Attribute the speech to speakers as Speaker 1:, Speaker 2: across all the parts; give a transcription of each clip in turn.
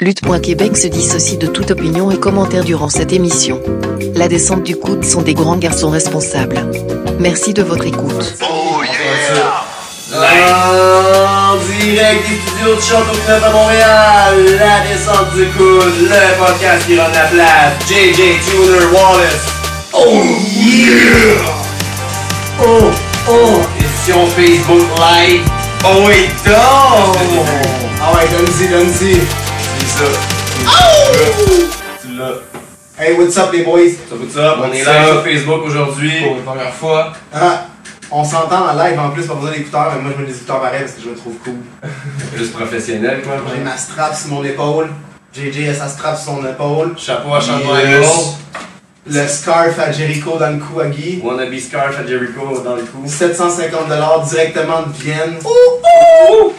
Speaker 1: Lutte.Québec se dissocie de toute opinion et commentaire durant cette émission. La descente du coude sont des grands garçons responsables. Merci de votre écoute.
Speaker 2: En direct des studios de Château-Neuf à Montréal, la descente du coude, le podcast qui rend la place, JJ Tuner Wallace. Oh yeah! Oh, oh! Édition Facebook Live. Oh oui, donc! Ah ouais, donne-y, donne-y. C'est ça. Oh! Tu l'as.
Speaker 3: Hey, what's up les boys?
Speaker 2: Ça veut dire, on est
Speaker 3: What's
Speaker 2: live
Speaker 3: up?
Speaker 2: sur Facebook aujourd'hui pour la première fois.
Speaker 3: Ah, on s'entend en live en plus, pas besoin d'écouteurs, mais moi je mets des écouteurs pareil parce que je me trouve cool.
Speaker 2: Juste professionnel, quoi.
Speaker 3: J'ai ma strap sur mon épaule, JJ a sa strap sur son épaule,
Speaker 2: Chapeau à Champlain
Speaker 3: Yes. le scarf à Jericho dans le cou à Guy,
Speaker 2: Wannabe Scarf à Jericho dans le cou.
Speaker 3: 750$ directement de Vienne.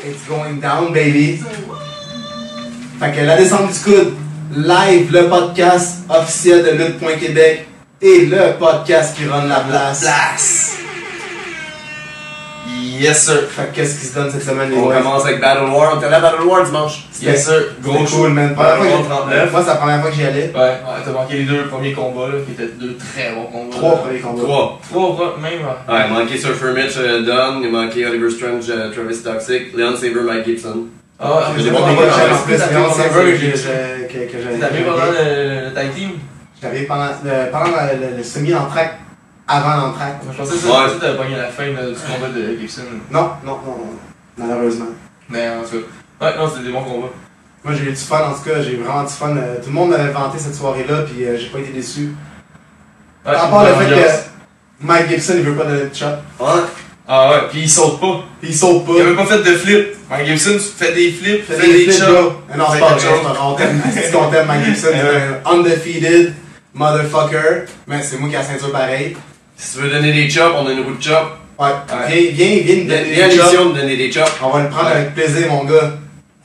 Speaker 3: It's going down baby! Fait que la descente du coude, live le podcast officiel de Lutte.Québec et le podcast qui run la place.
Speaker 2: Place! Yes, sir.
Speaker 3: Fait que qu'est-ce qui se donne cette semaine les
Speaker 2: On
Speaker 3: boys?
Speaker 2: commence avec Battle War. On était allé à Battle War dimanche.
Speaker 3: Yes,
Speaker 2: sir. Gros
Speaker 3: C'était cool,
Speaker 2: show.
Speaker 3: man. Première
Speaker 2: Battle War
Speaker 3: fois que-
Speaker 2: 39.
Speaker 3: Moi, c'est la première fois que j'y allais.
Speaker 4: Ouais, ouais, t'as manqué les deux premiers combats là, qui étaient deux très bons combats.
Speaker 3: Trois
Speaker 4: là.
Speaker 3: premiers combats.
Speaker 2: 3.
Speaker 4: Euh, Trois, pro- même. hein.
Speaker 2: Ouais, manqué Surfer Mitch, euh, Dunn. Il manquait Oliver Strange, euh, Travis Toxic. Leon Saver, Mike Gibson.
Speaker 4: Ah,
Speaker 2: J'ai
Speaker 3: J'ai
Speaker 4: ouais,
Speaker 2: pas
Speaker 3: pas
Speaker 4: ouais,
Speaker 3: de
Speaker 2: compris.
Speaker 4: ouais,
Speaker 3: combats, j'avais
Speaker 4: ouais,
Speaker 3: plus
Speaker 4: t'as
Speaker 3: de
Speaker 4: fait
Speaker 3: séances
Speaker 4: pendant
Speaker 3: que
Speaker 4: le-
Speaker 3: j'ai- que- que- que j'avais-
Speaker 4: T'as mis pendant le le tag team?
Speaker 3: J'avais pendant le- pendant le- le- le semi-entraque, avant l'entraque.
Speaker 4: Je pensais que
Speaker 2: Ouais.
Speaker 4: ça- ça, t'avais pogné la fin là, du combat de Gibson.
Speaker 3: Non, non, non, non, malheureusement.
Speaker 4: Mais en tout cas, ouais, non, c'était des bons combats.
Speaker 3: Moi, j'ai eu du fun, en tout cas, j'ai eu vraiment du fun. Euh, Tout le monde m'avait vanté cette soirée-là, puis euh, j'ai pas été déçu.
Speaker 4: Ouais,
Speaker 3: À part le fait
Speaker 4: ambiance.
Speaker 3: que Mike Gibson, il veut pas donner de shot.
Speaker 2: Ouais.
Speaker 4: Ah ouais, pis il saute pas.
Speaker 3: Puis il saute pas.
Speaker 4: Il avait pas fait de flip. Mike Gibson, tu fais des flips,
Speaker 3: Fais des flips,
Speaker 4: chops.
Speaker 3: bro. Mais Non, c'est pas
Speaker 4: Fais des
Speaker 3: vrai,
Speaker 4: chops.
Speaker 3: c'est pas- on t'aime. C'est qu'on t'aime, Mike Gibson. C'est un undefeated motherfucker. Mais c'est moi qui ai la ceinture pareil.
Speaker 2: Si tu veux donner des chops, on a une roue de chops.
Speaker 3: Ouais, viens, viens, viens nous
Speaker 2: Viens
Speaker 3: donner
Speaker 2: viens à
Speaker 3: des chops.
Speaker 2: l'émission de donner des chops.
Speaker 3: On va le prendre
Speaker 4: Ouais.
Speaker 3: avec plaisir, mon gars.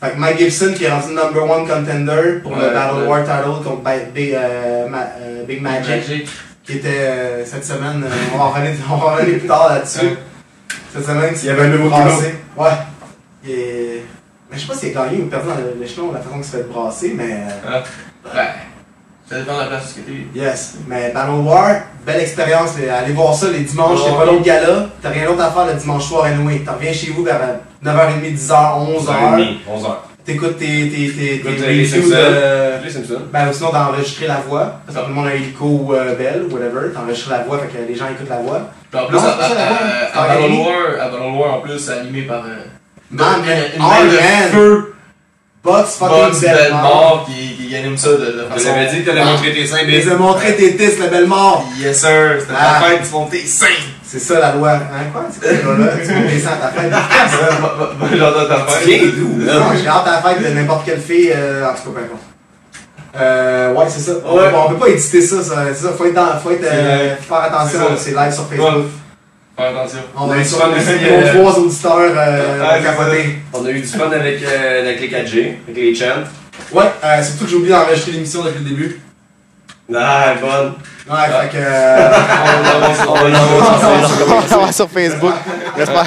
Speaker 3: Fait que Mike Gibson qui est rendu number one contender pour le
Speaker 4: Ouais,
Speaker 3: Battle
Speaker 4: ouais.
Speaker 3: War title contre Ba- Big, euh, Ma- euh, Big Magic,
Speaker 4: Magic.
Speaker 3: qui était euh, cette semaine. euh, on, va en revenir, on va en revenir plus tard là-dessus.
Speaker 4: Ouais.
Speaker 3: Cette semaine, il
Speaker 5: y avait un nouveau
Speaker 3: Ouais. Il est- Mais je sais pas s'il est gagné ou perdu dans le- l'échelon, la façon qu'il se fait brasser, mais. euh,
Speaker 4: Ouais. Ça dépend de la place où t'es.
Speaker 3: Yes. Mais Battle War, belle expérience. les- Allez voir ça les dimanches, c'est
Speaker 4: Ouais.
Speaker 3: pas l'autre gala. T'as rien d'autre à faire le dimanche soir, anyway. T'en reviens chez vous vers euh, 9h30, 10h, 11h.
Speaker 2: 11h.
Speaker 3: T'écoutes tes, tes, tes, tes
Speaker 2: Écoute, les
Speaker 3: reviews
Speaker 2: Simpsons.
Speaker 3: de...
Speaker 2: Les Simpsons.
Speaker 3: Ben, ou sinon t'as enregistré la voix. Parce que tout le monde a hélico ou euh, belle, whatever. T'as enregistré la voix, fait que les gens écoutent la voix.
Speaker 4: Puis en plus,
Speaker 3: Non,
Speaker 4: à,
Speaker 3: c'est pas ça, la
Speaker 4: à-
Speaker 3: bonne.
Speaker 4: à-
Speaker 3: C'est
Speaker 4: à Battle
Speaker 3: organisé.
Speaker 4: War, à Battle War en plus, c'est animé par. euh,
Speaker 3: Ah,
Speaker 4: une-
Speaker 3: mais-
Speaker 4: une
Speaker 3: ah,
Speaker 4: balle de
Speaker 3: man.
Speaker 4: feu,
Speaker 3: Bots fucking
Speaker 4: Bugs
Speaker 3: belle mort.
Speaker 4: Belmore qui, qui anime ça de, de
Speaker 2: Tu
Speaker 4: façon.
Speaker 2: l'avais dit que t'allais
Speaker 3: Ah.
Speaker 2: montrer tes seins,
Speaker 3: Les
Speaker 2: babe.
Speaker 3: a montré tes tits, la belle mort.
Speaker 4: Yes sir, c'était
Speaker 3: Ah.
Speaker 4: la fête du monté 5!
Speaker 3: C'est ça la loi. Hein, quoi? C'est quoi la loi là? Tu me descends à ta fête.
Speaker 4: J'entends ta
Speaker 2: Tu
Speaker 4: fête.
Speaker 2: viens d'où, là?
Speaker 3: Non, j'ai hâte à la fête de n'importe quelle fille, euh, en tout cas, peu importe. Euh, ouais, c'est ça. On,
Speaker 2: Ouais.
Speaker 3: peut, on peut pas éditer ça, ça. C'est ça. Faut être dans, faut être, euh, faire attention, c'est live sur Facebook.
Speaker 4: Ouais. Fais attention.
Speaker 3: On
Speaker 2: Mais
Speaker 3: a
Speaker 2: tu
Speaker 3: sur
Speaker 2: vas
Speaker 3: nos
Speaker 2: nous dire, euh,
Speaker 3: trois auditeurs euh,
Speaker 4: Ah, c'est
Speaker 3: capotés.
Speaker 2: On a eu du fun avec, euh, avec les 4G, avec les chants.
Speaker 3: Ouais, euh, surtout que j'ai oublié d'enregistrer l'émission depuis le début.
Speaker 2: Ah, bonne.
Speaker 3: Ouais, fait que. euh,
Speaker 4: On avance, on
Speaker 5: Ça va sur Facebook. Reste pas-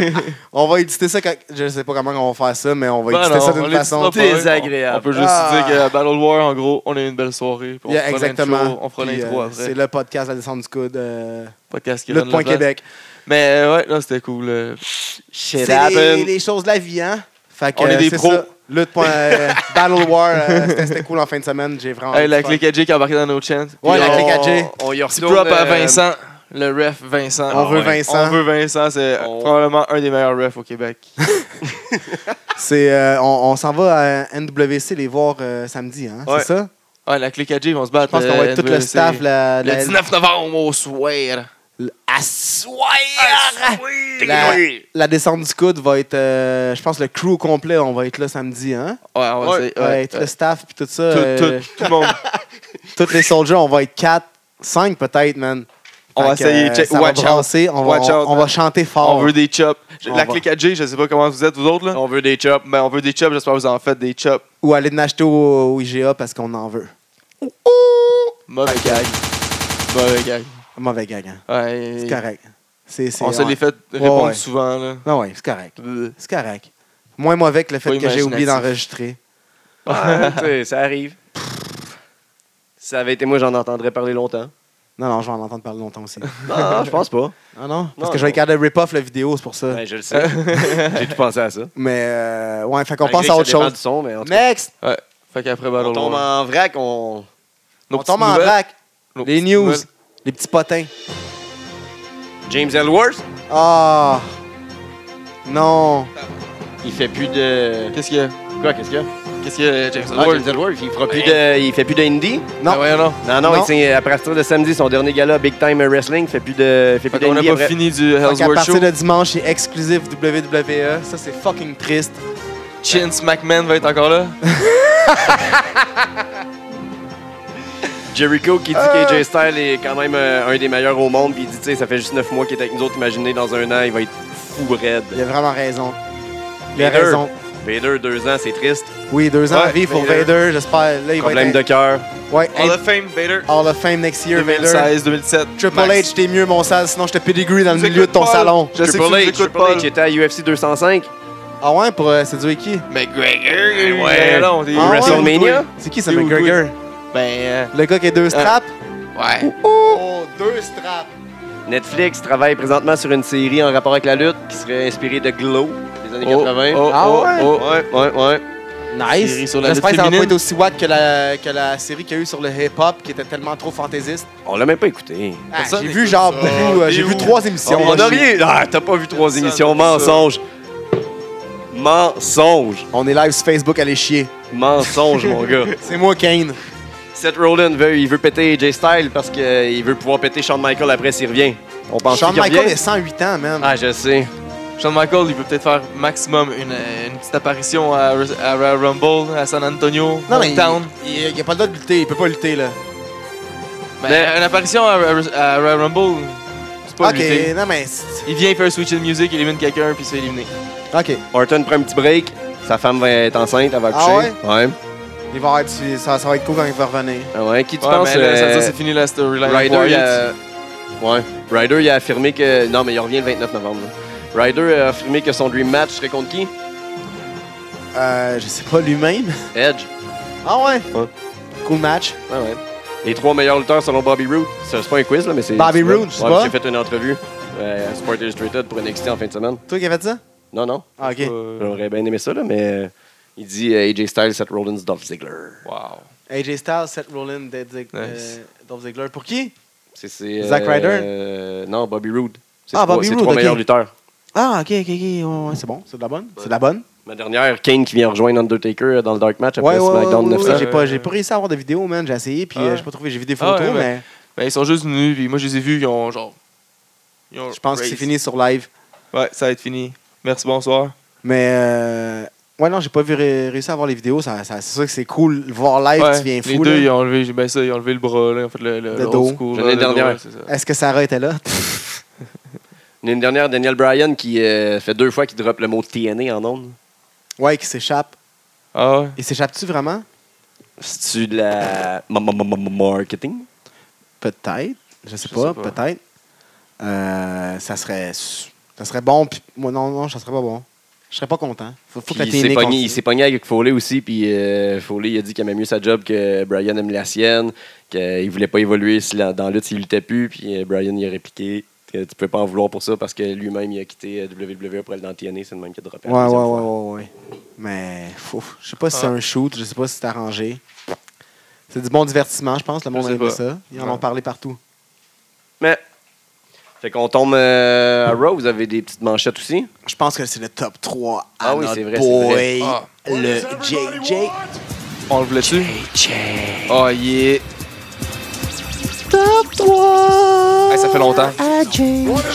Speaker 5: on va éditer ça quand... Je sais pas comment on va faire ça, mais on va
Speaker 6: Ben
Speaker 5: éditer ça d'une façon...
Speaker 6: hein. désagréable. On peut juste
Speaker 5: Ah.
Speaker 6: dire que Battle War, en gros, on a eu une belle soirée. puis On
Speaker 5: Yeah,
Speaker 6: fera
Speaker 5: exactement.
Speaker 6: l'intro- On fera
Speaker 5: Puis,
Speaker 6: l'intro
Speaker 5: euh, C'est
Speaker 6: après.
Speaker 5: le podcast La descente du coude. Euh,
Speaker 6: Podcast qui
Speaker 5: le
Speaker 6: run
Speaker 5: point
Speaker 6: la place.
Speaker 5: Québec.
Speaker 6: Mais euh, ouais, là, c'était cool. euh, Shit
Speaker 5: C'est les,
Speaker 6: happened.
Speaker 5: les choses de la vie, hein? Fait que,
Speaker 6: On est
Speaker 5: euh,
Speaker 6: des
Speaker 5: c'est
Speaker 6: pros.
Speaker 5: ça. Lutte point, euh, Battle War, euh, c'était- c'était cool en fin de semaine. J'ai vraiment.
Speaker 6: Hey, la
Speaker 5: du fun.
Speaker 6: clique Oh. AJ qui a embarqué dans nos chants.
Speaker 5: Ouais,
Speaker 6: Puis
Speaker 5: la
Speaker 6: on-
Speaker 5: clique AJ.
Speaker 6: On y
Speaker 7: retourne,
Speaker 6: prop à
Speaker 7: euh,
Speaker 6: Vincent. Le ref Vincent.
Speaker 5: On veut Vincent.
Speaker 6: On veut Vincent. C'est euh,
Speaker 7: On-
Speaker 6: probablement un des meilleurs refs au Québec.
Speaker 5: C'est, euh, on on s'en va à NWC les voir euh, samedi, hein?
Speaker 6: Ouais.
Speaker 5: C'est ça?
Speaker 6: Ouais, la clique AJ, ils vont se battre.
Speaker 5: Je pense qu'on va être
Speaker 6: euh,
Speaker 5: tout le
Speaker 6: NWC.
Speaker 5: staff. La,
Speaker 6: Le
Speaker 5: la-
Speaker 6: 19 novembre au soir.
Speaker 5: À soir! La, la descente du coude va être, euh, je pense, le crew complet, on va être là samedi. Hein?
Speaker 6: Ouais, on va
Speaker 5: Ouais,
Speaker 6: essayer, ouais,
Speaker 5: tout le staff puis tout ça.
Speaker 6: ouais. Tout,
Speaker 5: euh,
Speaker 6: tout, tout le monde.
Speaker 5: Tous les soldiers, on va être 4, 5 peut-être, man.
Speaker 6: On va
Speaker 5: Fait que,
Speaker 6: essayer.
Speaker 5: euh,
Speaker 6: Check-
Speaker 5: ça va
Speaker 6: Watch out.
Speaker 5: brasser, on va,
Speaker 6: Watch
Speaker 5: on-
Speaker 6: out,
Speaker 5: on
Speaker 6: man.
Speaker 5: va chanter fort.
Speaker 6: On veut des chops. Je-
Speaker 5: On
Speaker 6: la
Speaker 5: va.
Speaker 6: clique à J, je sais pas comment vous êtes, vous autres, là.
Speaker 7: On veut des chops.
Speaker 6: Ben, on veut des chops, j'espère que vous en faites des chops.
Speaker 5: Ou aller en acheter au, au IGA parce qu'on en veut.
Speaker 6: Mauvais gag. Mauvais gag.
Speaker 5: Mauvais gag, hein.
Speaker 6: Ouais,
Speaker 5: C'est correct. C'est, c'est,
Speaker 6: on se
Speaker 5: ouais.
Speaker 6: les fait répondre
Speaker 5: ouais.
Speaker 6: souvent, là.
Speaker 3: Ah
Speaker 5: Non, ouais, c'est correct.
Speaker 6: Bleu.
Speaker 5: C'est correct. Moins mauvais que le fait
Speaker 6: Pas
Speaker 5: que j'ai oublié
Speaker 6: imaginatif.
Speaker 5: d'enregistrer.
Speaker 2: Ouais, Ah, tu sais, ça arrive. Si ça avait été moi, j'en entendrais parler longtemps.
Speaker 3: Non, non, je vais en entendre parler longtemps aussi.
Speaker 2: Non, non, je pense pas.
Speaker 3: Ah non? Parce
Speaker 2: Non,
Speaker 3: que je
Speaker 2: non.
Speaker 3: regardais rip-off la vidéo, c'est pour ça.
Speaker 2: Ouais, je le sais. J'ai tout pensé à ça.
Speaker 3: Mais, euh, ouais, fait qu'on
Speaker 2: Malgré
Speaker 3: pense
Speaker 2: que
Speaker 3: à
Speaker 2: ça
Speaker 3: autre
Speaker 2: dépend
Speaker 3: chose.
Speaker 2: du son, mais en tout cas,
Speaker 3: Next!
Speaker 4: Fait qu'après
Speaker 2: on
Speaker 6: ben,
Speaker 4: Battle
Speaker 2: tombe
Speaker 4: Royale.
Speaker 2: en vrac, on.
Speaker 4: Nos
Speaker 3: on
Speaker 4: petites
Speaker 3: tombe en
Speaker 4: nouvelles-
Speaker 3: vrac.
Speaker 4: nos
Speaker 3: Les
Speaker 4: petites
Speaker 3: news.
Speaker 4: nouvelles.
Speaker 3: Les petits potins.
Speaker 2: James Ellsworth,
Speaker 3: Ah! Non!
Speaker 2: il fait plus de.
Speaker 4: Qu'est-ce qu'il y a
Speaker 2: Quoi, qu'est-ce qu'il y a?
Speaker 4: Qu'est-ce qu'il y a, James
Speaker 2: Ah, James
Speaker 4: Ward?
Speaker 2: Ellsworth, il fera plus de. Il fait plus de indie.
Speaker 3: Non.
Speaker 4: Ah, ouais, non.
Speaker 2: Non, non,
Speaker 3: Non.
Speaker 2: il signe- à partir de samedi, son dernier gala Big Time Wrestling, il fait plus de. il Fait
Speaker 4: Fait
Speaker 2: plus
Speaker 4: qu'on n'a
Speaker 2: d'indie
Speaker 4: pas
Speaker 2: après.
Speaker 4: fini du
Speaker 3: Fait qu'à
Speaker 4: Hellsworth Show.
Speaker 3: partir de dimanche, c'est exclusif WWE. Ça, c'est fucking triste.
Speaker 4: Chance McMahon va être encore là.
Speaker 2: Jericho qui dit qu'AJ Styles est quand même euh, un des meilleurs au monde, puis il dit, tu sais, ça fait juste 9 mois qu'il est avec nous autres, imaginez, dans un an, il va être fou raide.
Speaker 3: Il a vraiment raison. Il a
Speaker 2: Vader.
Speaker 3: raison.
Speaker 2: Vader, deux ans, c'est triste.
Speaker 3: Oui, deux ans
Speaker 4: Ouais,
Speaker 3: à vivre pour
Speaker 4: Vader.
Speaker 3: Vader, j'espère. Là, il va
Speaker 2: Problème
Speaker 3: être.
Speaker 2: de cœur.
Speaker 3: Ouais,
Speaker 4: Hall
Speaker 3: in-
Speaker 4: of Fame, Vader.
Speaker 3: Hall of Fame next year, Vader.
Speaker 4: 2016, 2007.
Speaker 3: Triple
Speaker 4: max.
Speaker 3: H, t'es mieux, mon sale, sinon je te pedigree dans le
Speaker 4: Nous
Speaker 3: milieu de
Speaker 4: écoute
Speaker 3: ton
Speaker 4: pas.
Speaker 3: salon.
Speaker 4: Je sais que
Speaker 2: Triple
Speaker 4: tu nous
Speaker 2: H,
Speaker 4: écoutes
Speaker 2: Triple
Speaker 4: pas.
Speaker 2: H était à UFC 205.
Speaker 3: Ah ouais, pour euh, séduire qui
Speaker 2: Ouais,
Speaker 4: Ouais, non, t'es-
Speaker 3: Ah, ouais.
Speaker 2: WrestleMania?
Speaker 3: C'est qui, ça,
Speaker 4: C'est où,
Speaker 3: McGregor
Speaker 4: Ben,
Speaker 3: Le gars qui a deux straps
Speaker 8: Ouais.
Speaker 3: Oh, deux straps
Speaker 2: Netflix travaille présentement sur une série en rapport avec la lutte qui serait inspirée de Glow des années
Speaker 4: oh,
Speaker 2: 80.
Speaker 4: oh,
Speaker 3: Ah
Speaker 4: oh,
Speaker 3: ouais?
Speaker 4: oh, ouais, ouais, ouais.
Speaker 3: Nice
Speaker 4: Série sur la lutte
Speaker 3: J'espère que ça va pas
Speaker 4: féminine.
Speaker 3: être aussi watt que la, que la série qu'il y a eu sur le hip-hop qui était tellement trop fantaisiste.
Speaker 2: On l'a même pas écouté.
Speaker 3: Ah,
Speaker 4: Personne
Speaker 3: j'ai
Speaker 4: n'écoute
Speaker 3: vu genre
Speaker 4: ça.
Speaker 3: beaucoup, euh,
Speaker 4: T'es
Speaker 3: j'ai vu
Speaker 4: où?
Speaker 3: trois émissions.
Speaker 2: on a rien. Ah, t'as pas vu trois
Speaker 4: Personne
Speaker 2: émissions.
Speaker 4: n'a vu ça.
Speaker 2: Mensonge. Mensonge.
Speaker 3: On est live sur Facebook, allez chier.
Speaker 2: Mensonge, mon gars.
Speaker 3: C'est moi, Kane.
Speaker 2: Seth Rollins veut, il veut péter Jay Styles parce qu'il veut pouvoir péter Shawn Michael après s'il revient. On pense
Speaker 3: Shawn
Speaker 2: qu'il
Speaker 3: Michael
Speaker 2: revient.
Speaker 3: a 108 ans, man.
Speaker 2: Ah, je sais.
Speaker 4: oh. Shawn Michael, il peut peut-être faire maximum une, euh, une petite apparition à, Res- à Royal Rumble, à San Antonio,
Speaker 3: non, mais
Speaker 4: Town.
Speaker 3: il, il- il a pas le droit de lutter, il peut pas lutter, là.
Speaker 4: Ben,
Speaker 2: Mais-
Speaker 4: Une apparition à, à- à Royal Rumble, c'est pas
Speaker 3: ok,
Speaker 4: lutter.
Speaker 3: non, mais. c'est-
Speaker 4: Il vient faire switch de music, il élimine quelqu'un, puis il se fait éliminer.
Speaker 3: Ok.
Speaker 2: Orton prend un petit break. Sa femme va être enceinte, elle va
Speaker 3: Ah
Speaker 2: accoucher. ouais?
Speaker 3: Il va avoir du- ça, ça va être cool quand il va revenir.
Speaker 2: Ah ouais. Qui tu
Speaker 4: Ouais,
Speaker 2: penses?
Speaker 4: mais là, ça veut
Speaker 2: euh,
Speaker 4: dire c'est fini la storyline.
Speaker 2: Ryder, il
Speaker 4: Wyatt.
Speaker 2: a... Ouais. Ryder, il a affirmé que... Non, mais il revient le 29 novembre. là. Ryder a affirmé que son dream match serait contre qui?
Speaker 3: Euh, je sais pas, lui-même.
Speaker 2: Edge.
Speaker 3: Ah ouais?
Speaker 2: Ouais.
Speaker 3: Cool match.
Speaker 2: Ouais, ouais. Les trois meilleurs lutteurs selon Bobby Roode. Ça, C'est pas un quiz, là, mais c'est...
Speaker 3: Bobby
Speaker 2: c'est vrai.
Speaker 3: Roode, c'est
Speaker 2: Ouais,
Speaker 3: pas?
Speaker 2: J'ai fait une entrevue euh, à Sport Illustrated pour NXT en fin de semaine.
Speaker 3: Toi qui as fait ça?
Speaker 2: Non, non.
Speaker 3: Ah, ok.
Speaker 4: Euh,
Speaker 2: J'aurais bien aimé ça, là, mais... euh, Il dit euh, AJ Styles, Seth Rollins, Dolph Ziggler.
Speaker 4: Wow.
Speaker 3: AJ Styles, Seth Rollins, Dead
Speaker 4: Nice.
Speaker 3: Zig- euh, Dolph Ziggler. Pour qui?
Speaker 2: C'est- C'est...
Speaker 3: Zack Ryder?
Speaker 2: euh, non, Bobby Roode. C'est
Speaker 3: Ah,
Speaker 2: trois-
Speaker 3: Bobby
Speaker 2: c'est
Speaker 3: Roode,
Speaker 2: trois
Speaker 3: ok.
Speaker 2: meilleurs lutteurs.
Speaker 3: Ah, ok, ok, ok. ouais, ouais, c'est bon, c'est de la bonne. C'est de la bonne.
Speaker 2: Ma dernière, Kane qui vient rejoindre Undertaker euh, dans le Dark Match après
Speaker 3: Ouais, ouais, ouais,
Speaker 2: SmackDown
Speaker 3: ouais,
Speaker 2: 900.
Speaker 3: ouais, j'ai pas, j'ai pas réussi à avoir de vidéo, man. J'ai essayé, puis
Speaker 4: Ah.
Speaker 3: euh, j'ai pas trouvé. J'ai vu des
Speaker 4: Ah,
Speaker 3: photos,
Speaker 4: ouais,
Speaker 3: mais
Speaker 4: ouais. Ben, ils sont juste venus, puis moi, je les ai vus, ils ont genre. ils ont
Speaker 3: je pense que c'est
Speaker 4: raised.
Speaker 3: fini sur live.
Speaker 4: Ouais, ça va être fini. Merci, bonsoir.
Speaker 3: Mais euh, ouais, non, j'ai pas vu ré- réussi à voir les vidéos. Ça, ça- c'est sûr que c'est cool. Voir live,
Speaker 4: Ouais,
Speaker 3: tu viens
Speaker 4: les
Speaker 3: fou.
Speaker 4: deux,
Speaker 3: là.
Speaker 4: ils ont enlevé, ben ça, ils ont enlevé le bras, là, en fait, le, le,
Speaker 3: Le
Speaker 4: old
Speaker 3: dos.
Speaker 4: school,
Speaker 2: L'année
Speaker 4: là, le dos,
Speaker 2: dernière.
Speaker 4: ouais, c'est ça.
Speaker 3: Est-ce que Sarah était là?
Speaker 2: Il y en a Une dernière, Daniel Bryan, qui euh, fait deux fois qu'il drop le mot TNA en ondes.
Speaker 3: Ouais, qui s'échappe.
Speaker 4: Ah ouais.
Speaker 3: Il s'échappe-tu vraiment?
Speaker 2: C'est-tu de la ma- ma- ma- ma- marketing?
Speaker 3: Peut-être. Je sais
Speaker 4: Je
Speaker 3: pas,
Speaker 4: sais pas.
Speaker 3: peut-être. Euh, ça serait s- ça serait bon, puis moi, non, non, ça serait pas bon. Je serais pas content. Faut, faut
Speaker 2: Puis
Speaker 3: que la
Speaker 2: il s'est
Speaker 3: TNA
Speaker 2: pogné-
Speaker 3: continue.
Speaker 2: il s'est pogné avec Foley aussi, puis euh, Foley il a dit qu'il aimait mieux sa job que Bryan aime la sienne, qu'il voulait pas évoluer si la- dans la lutte s'il luttait plus, puis euh, Bryan il a répliqué que tu peux pas en vouloir pour ça parce que lui-même il a quitté euh, WWE pour aller dans TNA, c'est le même qui a droppé. la
Speaker 3: Ouais, ouais,
Speaker 2: deuxième
Speaker 3: ouais,
Speaker 2: fois.
Speaker 3: ouais, ouais. Mais fou, je sais pas si c'est
Speaker 4: Ah.
Speaker 3: un shoot, je sais pas si c'est arrangé. C'est du bon divertissement, je pense. Le monde
Speaker 4: sais
Speaker 3: aime
Speaker 4: pas.
Speaker 3: ça. Ils en
Speaker 4: Ouais.
Speaker 3: ont parlé partout.
Speaker 2: Mais, fait qu'on tombe euh, à Raw, vous avez des petites manchettes aussi.
Speaker 3: Je pense que c'est le top 3 à
Speaker 2: Ah oui,
Speaker 3: notre
Speaker 2: c'est vrai, c'est
Speaker 3: boy,
Speaker 2: vrai.
Speaker 4: Ah.
Speaker 3: le JJ.
Speaker 4: On le voulait-tu? Oh yeah.
Speaker 3: Top 3
Speaker 4: Hey, ça fait longtemps.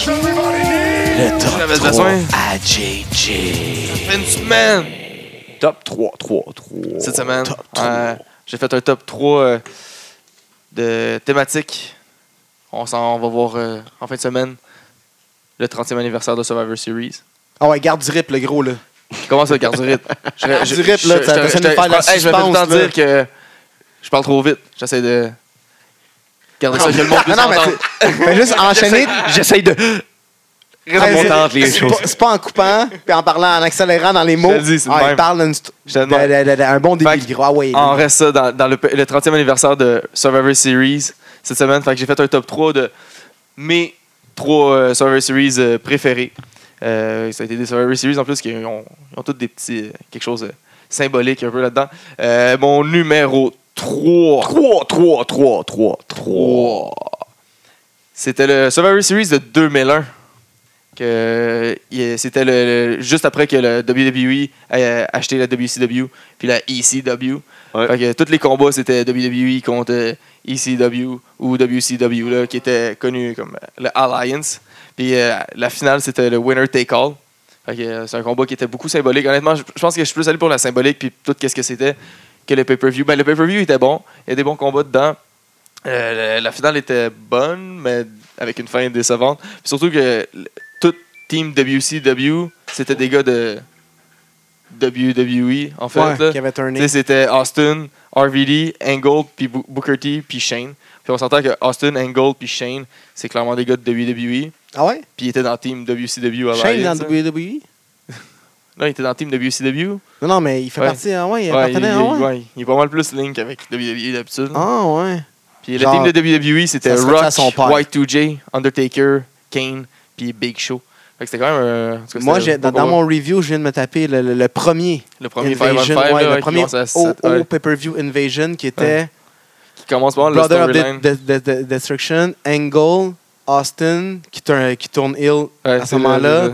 Speaker 3: Le
Speaker 4: J'en
Speaker 3: top
Speaker 4: avais
Speaker 3: 3
Speaker 4: besoin.
Speaker 3: à JJ.
Speaker 4: Ça fait une semaine.
Speaker 2: Top 3, 3, 3.
Speaker 4: Cette semaine,
Speaker 3: top
Speaker 4: euh, j'ai fait un top 3 euh, de thématiques. On s'en on va voir euh, en fin de semaine le 30e anniversaire de Survivor Series.
Speaker 3: Ah ouais, garde du rip, le gros, là.
Speaker 4: Comment ça, garde du rythme? Je-
Speaker 3: Garde
Speaker 4: je-
Speaker 3: du rythme, là,
Speaker 4: je-
Speaker 3: t'as
Speaker 4: je-
Speaker 3: besoin de
Speaker 4: je-
Speaker 3: faire la
Speaker 4: je- hey, Je vais tout le temps
Speaker 3: suspense, là.
Speaker 4: dire que je parle trop vite. J'essaie de garder Ah, ça que le monde
Speaker 3: Non,
Speaker 4: puisse
Speaker 3: non, mais
Speaker 4: entendre.
Speaker 3: tu- fais juste enchaîner.
Speaker 2: J'essaye de. Remontantes, les
Speaker 3: Ah, C'est
Speaker 2: choses.
Speaker 3: pas- C'est pas en coupant, puis en parlant, en accélérant dans les mots.
Speaker 4: Je te dis, c'est de
Speaker 3: Ah, il
Speaker 4: même.
Speaker 3: parle d'un st-
Speaker 4: Je te demande.
Speaker 3: de- de- de- de- un bon
Speaker 4: Fait
Speaker 3: début
Speaker 4: que-
Speaker 3: de gros. Ah ouais.
Speaker 4: On reste ça dans, dans le, le 30e anniversaire de Survivor Series cette semaine. Fait que j'ai fait un top 3 de mes trois euh, Survivor Series euh, préférés. Euh, ça a été des Survivor Series en plus qui ont, ils ont tous des petits euh, quelque chose euh, symbolique un peu là-dedans. Euh, mon numéro 3. 3, 3, 3, 3, 3. C'était le Survivor Series de 2001. Que, il- c'était le, le- juste après que le WWE ait acheté la WCW puis la E ECW.
Speaker 2: Ouais.
Speaker 4: Fait que tous les combats, c'était WWE contre euh, ECW ou WCW, là, qui était connu comme euh, le Alliance. Puis euh, la finale, c'était le winner take all. Fait que, euh, c'est un combat qui était beaucoup symbolique. Honnêtement, je je pense que je suis plus allé pour la symbolique puis tout qu'est-ce que c'était que le pay-per-view. Ben, le pay-per-view était bon. Il y a des bons combats dedans. Euh, la- la finale était bonne, mais avec une fin décevante. Puis surtout que le- tout team WCW, c'était des gars de WWE, en fait.
Speaker 3: Ouais,
Speaker 4: là.
Speaker 3: qui avait
Speaker 4: Tu
Speaker 3: turné.
Speaker 4: sais, c'était Austin, RVD, Angle, puis Bo- Booker T, puis Shane. Puis on s'entend que Austin, Angle, puis Shane, c'est clairement des gars de WWE.
Speaker 3: Ah ouais?
Speaker 4: Puis ils étaient dans le team WCW. Alliance,
Speaker 3: Shane dans E.
Speaker 4: hein.
Speaker 3: WWE?
Speaker 4: Non, ils étaient dans le team WCW.
Speaker 3: Non, non, mais il fait
Speaker 4: Ouais.
Speaker 3: partie. Ah ouais, il
Speaker 4: Ouais, il,
Speaker 3: appartenait. Ah
Speaker 4: il-
Speaker 3: ouais.
Speaker 4: ouais, il est pas mal plus link avec WWE E d'habitude.
Speaker 3: Ah ouais.
Speaker 4: Puis
Speaker 3: Genre,
Speaker 4: le team de WWE, c'était
Speaker 3: ça serait ça
Speaker 4: Rock,
Speaker 3: son père.
Speaker 4: Y2J, Undertaker, Kane, puis Big Show. Fait que c'était quand même. euh, en tout cas,
Speaker 3: Moi,
Speaker 4: c'était
Speaker 3: j'ai-
Speaker 4: bon
Speaker 3: dans, dans
Speaker 4: combat.
Speaker 3: mon review, je viens de me taper le, le- le premier.
Speaker 4: Le premier 5
Speaker 3: Invasion,
Speaker 4: on 5,
Speaker 3: ouais,
Speaker 4: là,
Speaker 3: le
Speaker 4: qui
Speaker 3: premier
Speaker 4: commence à
Speaker 3: au,
Speaker 4: sept- ouais,
Speaker 3: pay-per-view Invasion qui était
Speaker 4: qui commence par le
Speaker 3: Brother of
Speaker 4: storyline.
Speaker 3: the- the- the- the Destruction, Angle, Austin qui tourne, qui tourne heel
Speaker 4: Ouais,
Speaker 3: à ce
Speaker 4: c'est le-
Speaker 3: moment-là,
Speaker 4: le-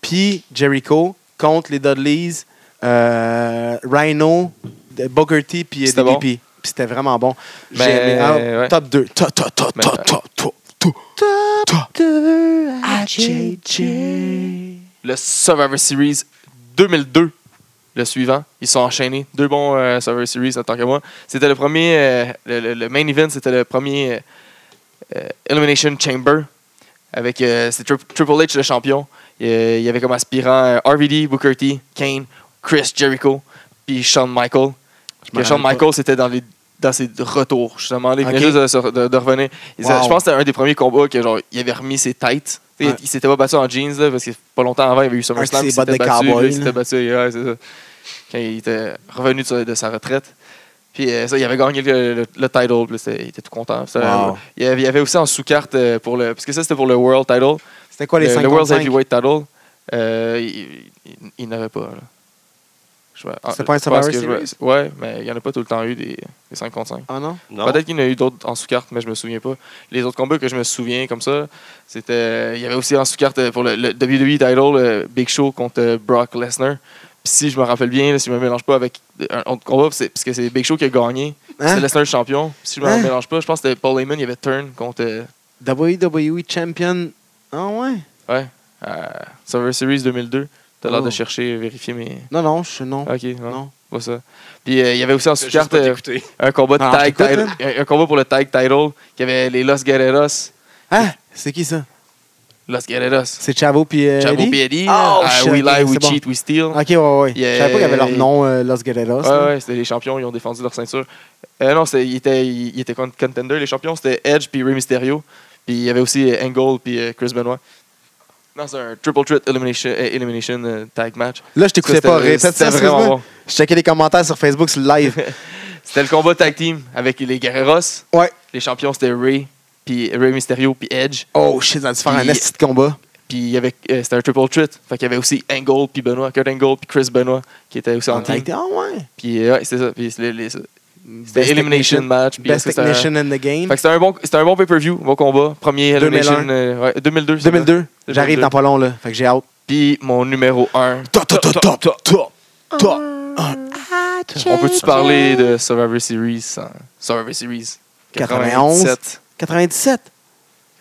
Speaker 3: puis Jericho contre les Dudleys, euh, Rhino, de- Booker T puis euh, DDP.
Speaker 4: C'était bon.
Speaker 3: Puis c'était vraiment bon. J'ai
Speaker 4: Mais,
Speaker 3: aimé. Ah,
Speaker 4: ouais.
Speaker 3: Top 2. Top 2.
Speaker 4: Mais, euh,
Speaker 3: Top 2 à JJ.
Speaker 4: le Survivor Series 2002, le suivant. Ils sont enchaînés. Deux bons euh, Survivor Series en tant que moi. C'était le premier, euh, le, le- le main event, c'était le premier euh, euh, Elimination Chamber. Avec euh, c'est Tri- Triple H le champion. Et, euh, il y avait comme aspirant euh, RVD, Booker T, Kane, Chris Jericho, puis Shawn Michael. Que Shawn Michael, c'était dans les dans ses retours. Justement, il venait
Speaker 3: Ok.
Speaker 4: juste de, se- de- de revenir. Il-
Speaker 3: Wow.
Speaker 4: Je pense que c'était un des premiers combats que genre il avait remis ses têtes. Tu sais,
Speaker 3: Ouais.
Speaker 4: Il, il s'était pas battu en jeans là, parce que pas longtemps avant il avait eu SummerSlam.
Speaker 3: Avec ses
Speaker 4: Il s'était
Speaker 3: bottes de
Speaker 4: battu,
Speaker 3: cowboy,
Speaker 4: là, il s'était
Speaker 3: là.
Speaker 4: battu ouais, c'est ça. quand il était revenu de sa, de sa retraite. Puis euh, ça, il avait gagné le, le- le title. puis là, c'était- il était tout content. C'était-
Speaker 3: Wow.
Speaker 4: Il, y avait, il y avait aussi en sous-carte euh, pour le. Parce que ça, c'était pour le World title.
Speaker 3: C'était quoi les
Speaker 4: le, le
Speaker 3: 5
Speaker 4: World Heavyweight title. euh, il il- il n'avait pas. Là. Je vois- Ah,
Speaker 3: C'est pas un
Speaker 4: je pense
Speaker 3: Survivor
Speaker 4: que je vois-
Speaker 3: Series?
Speaker 4: Ouais, mais il n'y en a pas tout le temps eu des, des 5 contre 5.
Speaker 3: Ah non?
Speaker 2: Non.
Speaker 4: Peut-être qu'il y en a eu d'autres en sous-carte, mais je me souviens pas. Les autres combats que je me souviens comme ça, c'était. Il y avait aussi en sous-carte euh, pour le, le WWE title, le Big Show contre euh, Brock Lesnar. Puis si je me rappelle bien, là, si je me mélange pas avec euh, un autre combat, c'est parce que c'est Big Show qui a gagné.
Speaker 3: Hein?
Speaker 4: C'est Lesnar le champion. Puis si je me
Speaker 3: Hein?
Speaker 4: mélange pas, je pense que c'était Paul Heyman, il y avait Turn contre euh,
Speaker 3: WWE E Champion. Ah ouais?
Speaker 4: euh, Survivor Series 2002. T'as l'air
Speaker 3: Oh.
Speaker 4: de chercher, vérifier mes.
Speaker 3: Non, non, je non.
Speaker 4: Ok, non,
Speaker 3: Non.
Speaker 4: pas ça. Puis euh, il y avait aussi en
Speaker 2: Juste
Speaker 4: sous-carte.
Speaker 2: pas
Speaker 4: euh,
Speaker 2: t'écouter.
Speaker 4: un combat de
Speaker 3: Non,
Speaker 4: tag
Speaker 3: t'écoutes,
Speaker 4: title- un un combat pour le tag title qui avait les Los Guerreros
Speaker 3: Ah, c'est qui ça?
Speaker 4: Los Guerreros
Speaker 3: C'est Chavo puis euh,
Speaker 4: Chavo
Speaker 3: Eddie?
Speaker 4: puis Eddie
Speaker 3: Oh,
Speaker 4: euh,
Speaker 3: shit,
Speaker 4: We
Speaker 3: ok,
Speaker 4: Lie, We
Speaker 3: c'est bon.
Speaker 4: Cheat, We Steal
Speaker 3: Ok, ouais, ouais, ouais.
Speaker 4: Yeah.
Speaker 3: Je savais pas qu'il y avait leur nom, euh, Los Guerreros.
Speaker 4: ouais
Speaker 3: là.
Speaker 4: ouais c'était les champions ils ont défendu leur ceinture Euh, non c'était- ils étaient ils étaient con- contenders les champions c'était Edge puis Rey Mysterio puis il y avait aussi euh, Angle puis euh, Chris Benoit non c'est un triple threat elimination, euh, elimination euh, tag match
Speaker 3: Là, je
Speaker 4: Ça,
Speaker 3: t'écoutais
Speaker 4: c'était-
Speaker 3: pas. Répète
Speaker 4: c'était
Speaker 3: ça,
Speaker 4: vraiment
Speaker 3: vraiment.
Speaker 4: bon.
Speaker 3: Je checkais les commentaires sur Facebook, sur le live.
Speaker 4: c'était le combat tag team avec les Guerreros
Speaker 3: ouais.
Speaker 4: les champions c'était Rey puis euh, Rey Mysterio puis Edge
Speaker 3: Oh shit, ça a dû faire un
Speaker 4: Puis-
Speaker 3: esti de combat.
Speaker 4: Puis il y avait, euh, c'était un triple threat. Fait qu'il y avait aussi Angle, puis Benoit, Kurt Angle, puis Chris Benoit, qui était aussi en
Speaker 3: Ah
Speaker 4: team.
Speaker 3: ouais.
Speaker 4: Puis euh, ouais, c'est ça. Puis c'est les- les- c'était
Speaker 3: Best
Speaker 4: Elimination
Speaker 3: technician-
Speaker 4: Match. Puis
Speaker 3: Best
Speaker 4: est-ce que c'était un-
Speaker 3: Technician in the Game.
Speaker 4: Fait que c'était un bon, c'était un bon pay-per-view, bon combat. Premier Elimination.
Speaker 3: 2001.
Speaker 4: euh, ouais, 2002. c'est ça.
Speaker 3: 2002. J'arrive dans pas long, là. Fait que j'ai hâte.
Speaker 4: Puis mon numéro 1.
Speaker 3: Top, top, top, top, top, top, top.
Speaker 4: Ah. On peut-tu parler de Survivor Series sans- Survivor Series
Speaker 3: 91.
Speaker 4: 97.
Speaker 3: 97.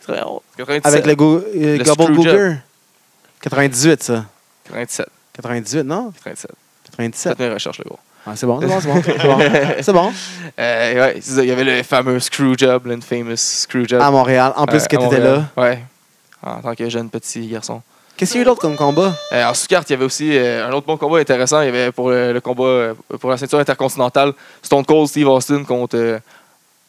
Speaker 4: 97.
Speaker 3: Avec le, go euh,
Speaker 4: Le
Speaker 3: Gobble
Speaker 4: Screwjob.
Speaker 3: Googer. 98, ça.
Speaker 4: 97.
Speaker 3: 98, non?
Speaker 4: 97.
Speaker 3: Ah. 97.
Speaker 4: Faites mes recherches, le gros.
Speaker 3: Ah, c'est bon, c'est bon, c'est bon. C'est bon. C'est bon.
Speaker 4: Euh, ouais, c'est ça. Il y avait le fameux Screwjob, l'infamous Screwjob.
Speaker 3: À Montréal, Ah, en plus
Speaker 4: Euh,
Speaker 3: que
Speaker 4: à
Speaker 3: t'étais
Speaker 4: Montréal.
Speaker 3: là.
Speaker 4: Ouais. En tant que jeune petit garçon.
Speaker 3: Qu'est-ce qu'il y a eu d'autre comme combat?
Speaker 4: Euh, en sous-carte, il y avait aussi euh, un autre bon combat intéressant. Il y avait pour le, le combat euh, pour la ceinture intercontinentale Stone Cold Steve Austin contre euh,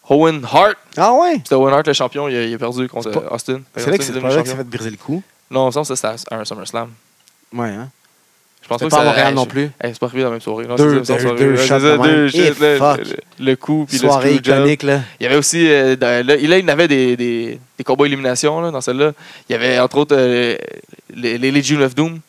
Speaker 4: Owen Hart.
Speaker 3: Ah ouais! Ah
Speaker 4: C'était Owen Hart le champion, il a, il a perdu contre
Speaker 3: C'est pas-
Speaker 4: euh, Austin.
Speaker 3: C'est là que
Speaker 4: Austin
Speaker 3: c'est
Speaker 4: est
Speaker 3: le
Speaker 4: devenu
Speaker 3: problème qui
Speaker 4: champion.
Speaker 3: s'est fait briser le cou.
Speaker 4: Non, il me semble que ça, c'était à un SummerSlam.
Speaker 3: Ouais, hein?
Speaker 4: Je pense
Speaker 3: C'est
Speaker 4: que
Speaker 3: pas à
Speaker 4: ça-
Speaker 3: Montréal
Speaker 4: eh,
Speaker 3: non
Speaker 4: je-
Speaker 3: plus.
Speaker 4: eh, C'est pas arrivé dans la même soirée. Non,
Speaker 3: Deux-
Speaker 4: c'est la même
Speaker 3: deux-
Speaker 4: soirée.
Speaker 3: deux
Speaker 4: Ouais,
Speaker 3: shots
Speaker 4: c'est ça,
Speaker 3: de même.
Speaker 4: deux
Speaker 3: Et
Speaker 4: shots, le-
Speaker 3: fuck.
Speaker 4: le- Le coup, puis le
Speaker 3: Soirée
Speaker 4: screwjob.
Speaker 3: iconique, là.
Speaker 4: Il y avait aussi, euh, dans- là, là, il y en avait des, des, des combats élimination là, dans celle-là. Il y avait entre autres euh, les, les Legion of Doom,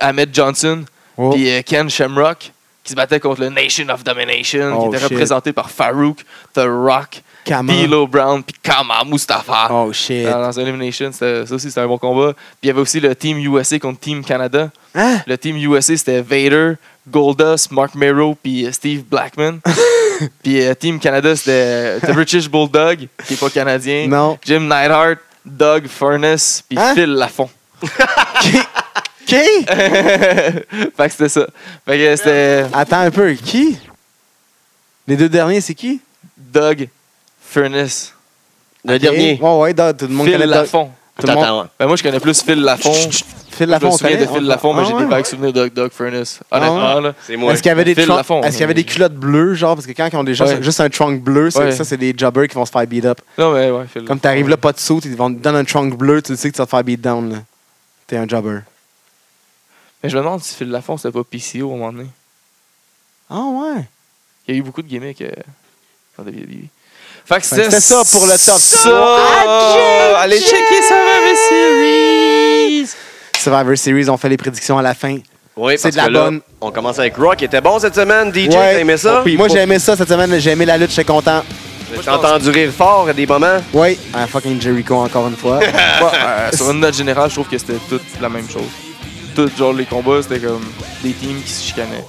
Speaker 4: Ahmed Johnson,
Speaker 3: Oh.
Speaker 4: puis euh, Ken Shamrock, qui se battait contre le Nation of Domination,
Speaker 3: Oh,
Speaker 4: qui était
Speaker 3: shit.
Speaker 4: représenté par Farouk, The Rock,
Speaker 3: Kama.
Speaker 4: D'Lo Brown, puis Ah. Kama Mustafa.
Speaker 3: Oh shit.
Speaker 4: Dans, dans un Elimination, c'était- ça aussi, c'était un bon combat. Puis il y avait aussi le Team USA contre Team Canada.
Speaker 3: Hein?
Speaker 4: Le team USA, c'était Vader, Goldust, Mark Merrow, puis euh, Steve Blackman. puis euh, Team Canada, c'était euh, The British Bulldog, qui n'est pas canadien.
Speaker 3: Non.
Speaker 4: Jim Neidhart, Doug Furness, puis
Speaker 3: Hein?
Speaker 4: Phil Lafont.
Speaker 3: Qui?
Speaker 4: fait que c'était ça. Fait que c'était
Speaker 3: Attends un peu. Qui? Les deux derniers, c'est qui?
Speaker 4: Doug Furness,
Speaker 2: Le dernier.
Speaker 3: Ouais, ouais, dans- tout le monde
Speaker 4: Phil
Speaker 3: connaît Doug-
Speaker 4: Lafont.
Speaker 3: Tout le
Speaker 2: Attends,
Speaker 3: monde.
Speaker 2: attends, ouais.
Speaker 4: Ben, moi, je connais plus Phil Lafont.
Speaker 3: Phil
Speaker 4: Je
Speaker 3: Lafont,
Speaker 4: me
Speaker 3: on
Speaker 4: souviens de
Speaker 3: connaît.
Speaker 4: Phil Lafont, mais
Speaker 3: Ah
Speaker 4: j'ai
Speaker 3: ouais.
Speaker 4: des vagues souvenirs de Doug Furness.
Speaker 3: Ah ouais.
Speaker 4: Honnêtement, là.
Speaker 2: C'est moi.
Speaker 3: Est-ce qu'il y avait des,
Speaker 4: Phil
Speaker 3: tru-
Speaker 4: Lafont,
Speaker 3: est-ce qu'il y avait
Speaker 4: mais-
Speaker 3: des culottes bleues, genre? Parce que quand ils ont déjà
Speaker 4: Ouais.
Speaker 3: juste un trunk bleu, c'est
Speaker 4: Ouais.
Speaker 3: ça, c'est des jobbers qui vont se faire beat up.
Speaker 4: Non, mais ouais, Phil.
Speaker 3: Comme t'arrives là, pas de saut, ils vont te donner un trunk bleu, tu le sais que tu vas te faire beat down. là. T'es un jobber.
Speaker 4: Mais je me demande si Phil Lafont, c'était pas PCO au moment donné.
Speaker 3: Ah ouais.
Speaker 4: Il y a eu beaucoup de gimmicks euh, dans WWE. Fait que
Speaker 3: c'était ça pour le top
Speaker 4: Ça. Allez checker Survivor Series.
Speaker 3: Survivor Series, on fait les prédictions à la fin.
Speaker 2: Oui,
Speaker 3: C'est de
Speaker 2: parce
Speaker 3: la
Speaker 2: que là,
Speaker 3: bonne.
Speaker 2: On commence avec Rock. Il était bon cette semaine. DJ,
Speaker 3: Ouais.
Speaker 2: t'as aimé ça?
Speaker 3: Moi, j'ai aimé ça cette semaine, j'ai aimé la lutte, j'étais content.
Speaker 2: J'ai entendu rire fort à des moments.
Speaker 3: Oui, un fucking Jericho encore une fois.
Speaker 4: Ouais, euh, sur une note générale, je trouve que c'était toute la même chose. Tout genre les combats, c'était comme des teams qui se chicanaient.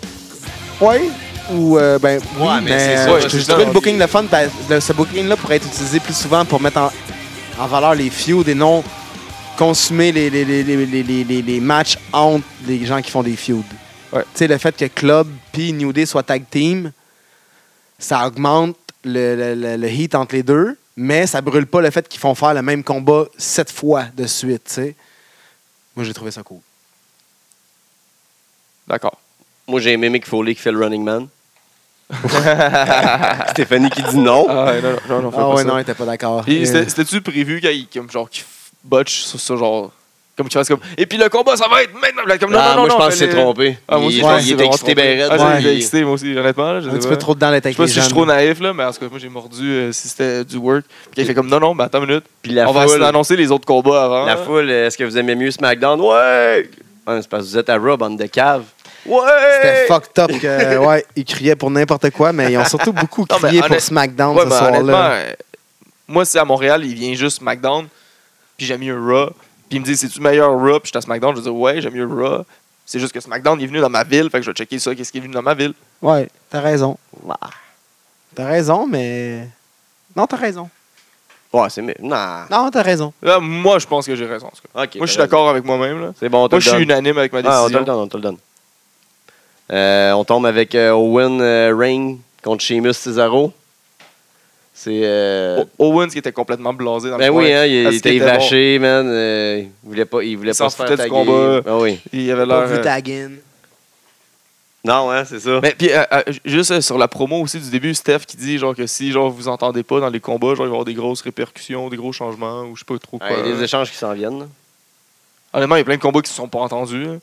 Speaker 3: Oui. Ou, euh, ben, oui,
Speaker 9: mais c'est
Speaker 3: euh,
Speaker 4: ça,
Speaker 3: j'ai-
Speaker 4: c'est
Speaker 3: j'ai
Speaker 4: ça.
Speaker 3: trouvé le booking le fun. ben, le- ce booking-là pourrait être utilisé plus souvent pour mettre en, en valeur les feuds et non consommer les, les, les, les, les, les, les- les matchs entre les gens qui font des feuds.
Speaker 4: Ouais.
Speaker 3: Tu sais, le fait que Club puis New Day soient tag team, ça augmente le, le, le- le heat entre les deux, mais ça brûle pas le fait qu'ils font faire le même combat sept fois de suite, tu sais. Moi, j'ai trouvé ça cool.
Speaker 4: D'accord.
Speaker 2: Moi, j'ai aimé Mick Foley qui fait le Running Man. Stéphanie qui dit non.
Speaker 4: Ah ouais, non, non, non, non, fais
Speaker 3: Ah
Speaker 4: pas
Speaker 3: ouais,
Speaker 4: ça.
Speaker 3: non, il était pas d'accord.
Speaker 4: Puis,
Speaker 3: Euh,
Speaker 4: c'était- C'était-tu prévu qu'il y ait comme genre qui botch sur ce genre comme tu fasses comme et puis le combat ça va être maintenant Là, comme non
Speaker 2: Ah,
Speaker 4: non non
Speaker 2: moi, je
Speaker 4: non,
Speaker 2: pense que c'est
Speaker 4: fallait-
Speaker 2: trompé.
Speaker 4: Ah, moi aussi,
Speaker 2: il
Speaker 4: je pense
Speaker 2: était-
Speaker 4: que
Speaker 2: il
Speaker 4: c'est
Speaker 2: était
Speaker 4: vraiment trompé.
Speaker 2: excité, ben raide.
Speaker 4: Ah,
Speaker 3: ouais.
Speaker 4: j'étais excité moi aussi honnêtement là, je
Speaker 3: un
Speaker 4: sais
Speaker 3: petit
Speaker 4: pas.
Speaker 3: peu trop dedans
Speaker 4: Je
Speaker 3: l'être
Speaker 4: sais
Speaker 3: avec
Speaker 4: pas
Speaker 3: les
Speaker 4: si je suis
Speaker 3: jeunes.
Speaker 4: trop naïf, là, mais en tout cas, moi, j'ai mordu euh, si c'était du work. Puis il fait comme, non, non, mais attends une minute.
Speaker 2: Puis la
Speaker 4: on va
Speaker 2: foule.
Speaker 4: annoncer les autres combats avant.
Speaker 2: La foule, est-ce que vous aimez mieux SmackDown? Ouais! Ah, c'est parce que vous êtes à Raw, bande de cave. Ouais!
Speaker 3: C'était fucked up que, ouais, ils criaient pour n'importe quoi, mais ils ont surtout beaucoup
Speaker 4: Non, mais
Speaker 3: crié pour
Speaker 4: honnête-
Speaker 3: SmackDown
Speaker 4: Ouais,
Speaker 3: ce
Speaker 4: mais honnêtement,
Speaker 3: soir-là.
Speaker 4: euh, moi, si à Montréal, il vient juste SmackDown, puis j'aime mieux Raw, puis il me dit, c'est-tu meilleur Raw, puis j'étais à SmackDown, je dis, ouais, j'aime mieux Raw. C'est juste que SmackDown il est venu dans ma ville, fait que je vais checker ça, qu'est-ce qui est venu dans ma ville.
Speaker 3: Ouais, t'as raison. T'as raison, mais. Non, t'as raison.
Speaker 2: Ouais, c'est mieux. Non.
Speaker 3: Non, t'as raison.
Speaker 4: Là, moi, je pense que j'ai raison. en tout cas.
Speaker 2: Ok,
Speaker 4: moi, je suis
Speaker 2: t'as raison.
Speaker 4: d'accord avec moi-même. là.
Speaker 2: C'est bon, on te
Speaker 4: Moi,
Speaker 2: le
Speaker 4: je suis
Speaker 2: donne.
Speaker 4: unanime avec ma
Speaker 2: Ah, on te le
Speaker 4: décision.
Speaker 2: donne, on te le donne. Euh, on tombe avec euh, Owen euh, Reign contre Sheamus Cesaro. C'est. euh,
Speaker 4: O- Owens qui était complètement blasé dans
Speaker 2: ben
Speaker 4: le
Speaker 2: oui,
Speaker 4: coin,
Speaker 2: hein, il,
Speaker 4: parce
Speaker 2: il
Speaker 4: qu'il
Speaker 2: était
Speaker 4: était bon.
Speaker 2: vaché, man. euh, il voulait pas, il voulait
Speaker 4: Il s'en
Speaker 2: pas se faire
Speaker 4: foutait du
Speaker 2: taguer.
Speaker 4: combat.
Speaker 2: Ah oui.
Speaker 4: Il avait l'air.
Speaker 3: Pas vu
Speaker 4: euh,
Speaker 3: tagging.
Speaker 2: Non, hein, c'est ça.
Speaker 4: Mais puis euh, euh, j- juste euh, sur la promo aussi du début, Steph qui dit genre que si genre vous entendez pas dans les combats, genre il va y avoir des grosses répercussions, des gros changements ou je sais pas trop quoi.
Speaker 2: Ouais, il y a des échanges qui s'en viennent. là.
Speaker 4: Honnêtement, il y a plein de combats qui se sont pas entendus. hein.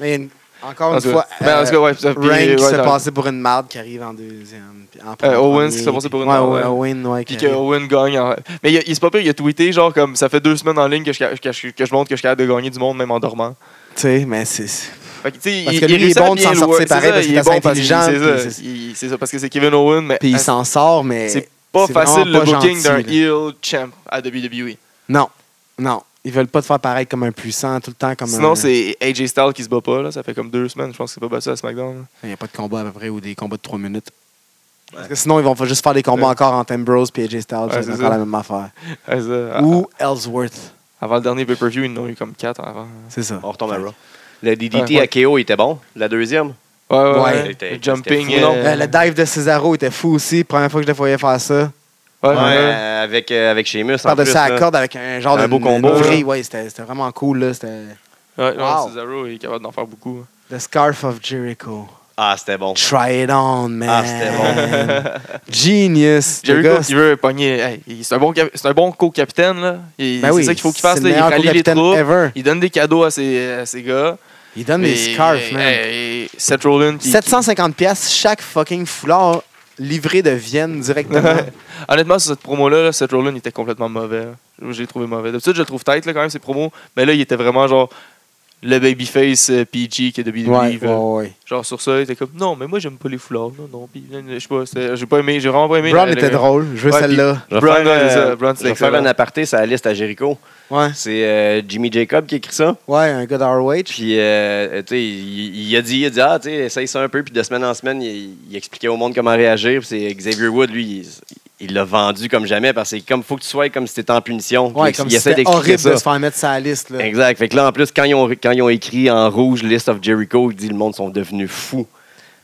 Speaker 3: Mais il y a une- encore
Speaker 4: En
Speaker 3: une
Speaker 4: tout cas.
Speaker 3: fois,
Speaker 4: Mais en tout cas, ouais, puis- puis,
Speaker 3: Rain
Speaker 4: ouais,
Speaker 3: qui s'est
Speaker 4: dans-
Speaker 3: passé pour une marde qui arrive en deuxième. puis en
Speaker 4: Euh, Owens qui
Speaker 3: premier,
Speaker 4: s'est passé pour une
Speaker 3: ouais,
Speaker 4: marde,
Speaker 3: Ouais,
Speaker 4: ouais.
Speaker 3: Owen, ouais.
Speaker 4: Puis
Speaker 3: qui
Speaker 4: que
Speaker 3: arrive.
Speaker 4: Owen gagne. en- Mais il, a- il- c'est pas pire, il a tweeté genre comme ça fait deux semaines en ligne que je, ca- que je, que je montre que je suis capable de gagner du monde même en dormant.
Speaker 3: Tu sais, mais c'est.
Speaker 4: Fait que, tu sais,
Speaker 3: Parce que lui, il est
Speaker 4: réussit à
Speaker 3: bon de
Speaker 4: bien
Speaker 3: s'en
Speaker 4: le
Speaker 3: sortir
Speaker 4: work. C'est
Speaker 3: pareil
Speaker 4: ça,
Speaker 3: parce
Speaker 4: il
Speaker 3: qu'il
Speaker 4: est
Speaker 3: est assez
Speaker 4: bon parce qu'il- c'est
Speaker 3: intelligent,
Speaker 4: ça.
Speaker 3: puis c'est-
Speaker 4: Il- C'est ça, parce que c'est Kevin Owen, mais
Speaker 3: Puis il
Speaker 4: hein,
Speaker 3: s'en sort, mais.
Speaker 4: c'est pas
Speaker 3: c'est
Speaker 4: facile le
Speaker 3: vraiment pas
Speaker 4: booking d'un
Speaker 3: gentil, là. Ah,
Speaker 4: heel champ à E. WWE.
Speaker 3: Non, non. Ils veulent pas te faire pareil comme un puissant tout le temps. comme
Speaker 4: Sinon,
Speaker 3: un-
Speaker 4: c'est AJ Styles qui se bat pas. Là. Ça fait comme deux semaines, je pense que c'est pas battu à SmackDown. là.
Speaker 3: Il n'y a pas de combat à peu près ou des combats de 3 minutes. Parce que sinon, ils vont fa- juste faire des combats encore entre Ambrose et AJ Styles.
Speaker 4: Ouais,
Speaker 3: c'est
Speaker 4: c'est
Speaker 3: encore
Speaker 4: ça. Ah,
Speaker 3: la même affaire.
Speaker 4: Ouais, ça, à-
Speaker 3: Ou Ellsworth.
Speaker 4: Avant le dernier pay-per-view, ils en ont eu comme quatre avant.
Speaker 3: C'est ça.
Speaker 2: On retombe à Raw. Le DDT
Speaker 4: Ouais, ouais.
Speaker 2: à KO était bon. La deuxième.
Speaker 4: Ouais, ouais,
Speaker 3: Ouais.
Speaker 4: ouais.
Speaker 2: C'était-
Speaker 4: Le jumping.
Speaker 2: c'était fou, non?
Speaker 4: euh,
Speaker 3: Euh, le dive de Cesaro était fou aussi. Première fois que je le voyais faire ça.
Speaker 4: ouais,
Speaker 2: Ouais,
Speaker 4: ouais.
Speaker 2: euh, avec, euh, avec Sheamus. en
Speaker 3: Par de
Speaker 2: plus,
Speaker 3: sa
Speaker 2: là.
Speaker 3: corde avec un genre
Speaker 2: Un
Speaker 3: de
Speaker 2: beau
Speaker 3: une-
Speaker 2: combo,
Speaker 3: une
Speaker 2: là.
Speaker 3: vrille. Ouais, c'était c'était vraiment cool. Là. C'était
Speaker 4: Ouais, non,
Speaker 3: Wow.
Speaker 4: Cesaro est capable d'en faire beaucoup.
Speaker 3: The Scarf of Jericho.
Speaker 2: Ah, c'était bon.
Speaker 3: Try it on, man.
Speaker 2: Ah, c'était
Speaker 3: Genius. le
Speaker 4: Jericho,
Speaker 3: gars.
Speaker 4: il veut pogner. hey, il- c'est un bon, cap- c'est un bon co-capitaine. là. Il-
Speaker 3: Ben
Speaker 4: c'est
Speaker 3: oui,
Speaker 4: ça qu'il faut qu'il fasse.
Speaker 3: c'est
Speaker 4: Là. Il
Speaker 3: le meilleur
Speaker 4: rallie les
Speaker 3: co-capitaine
Speaker 4: troupes.
Speaker 3: ever.
Speaker 4: Il donne des cadeaux à ses, à ses gars.
Speaker 3: Il donne des
Speaker 4: Mais,
Speaker 3: scarves,
Speaker 4: hey,
Speaker 3: man.
Speaker 4: hey, Seth Rollins. qui-
Speaker 3: 750 pièces chaque fucking foulard livré de Vienne directement.
Speaker 4: Honnêtement, sur cette promo-là, là, Seth Rollins il était complètement mauvais. là. J'ai trouvé mauvais. D'habitude, je le trouve tête là, quand même, ses promos. Mais là, il était vraiment genre le babyface euh, PG qui est de WWE.
Speaker 3: ouais, ouais,
Speaker 4: là.
Speaker 3: ouais.
Speaker 4: Genre sur ça, il était comme non, mais moi j'aime pas les foulards. Non, non, pis, je sais pas, c'était- j'ai pas aimé, j'ai vraiment pas aimé.
Speaker 3: Brown
Speaker 4: le- le-
Speaker 3: était drôle. Je veux
Speaker 4: Ouais,
Speaker 3: celle-là.
Speaker 2: Je vais
Speaker 4: Brown,
Speaker 2: faire,
Speaker 4: ouais, c'est
Speaker 2: euh,
Speaker 4: ça, Brown, c'est
Speaker 2: je vais faire
Speaker 4: excellent.
Speaker 2: un aparté sur la liste à Jericho.
Speaker 3: Ouais.
Speaker 2: C'est euh, Jimmy Jacob qui écrit ça.
Speaker 3: ouais, un gars d'ROH.
Speaker 2: Puis, euh, tu sais, il, il a dit, il a dit, ah, tu sais, essaye ça un peu. Puis de semaine en semaine, il, il expliquait au monde comment réagir. Puis c'est Xavier Wood, lui, il- il l'a vendu comme jamais parce que c'est comme faut que tu sois comme si t'étais en punition. Puis
Speaker 3: Ouais,
Speaker 2: il-
Speaker 3: comme
Speaker 2: il
Speaker 3: si
Speaker 2: essaie
Speaker 3: c'était
Speaker 2: d'expliquer
Speaker 3: horrible
Speaker 2: ça.
Speaker 3: de se faire mettre sa liste. Là.
Speaker 2: Exact. Fait que là, en plus, quand ils ont, quand ils ont écrit en rouge List of Jericho, il dit le monde sont devenus fous.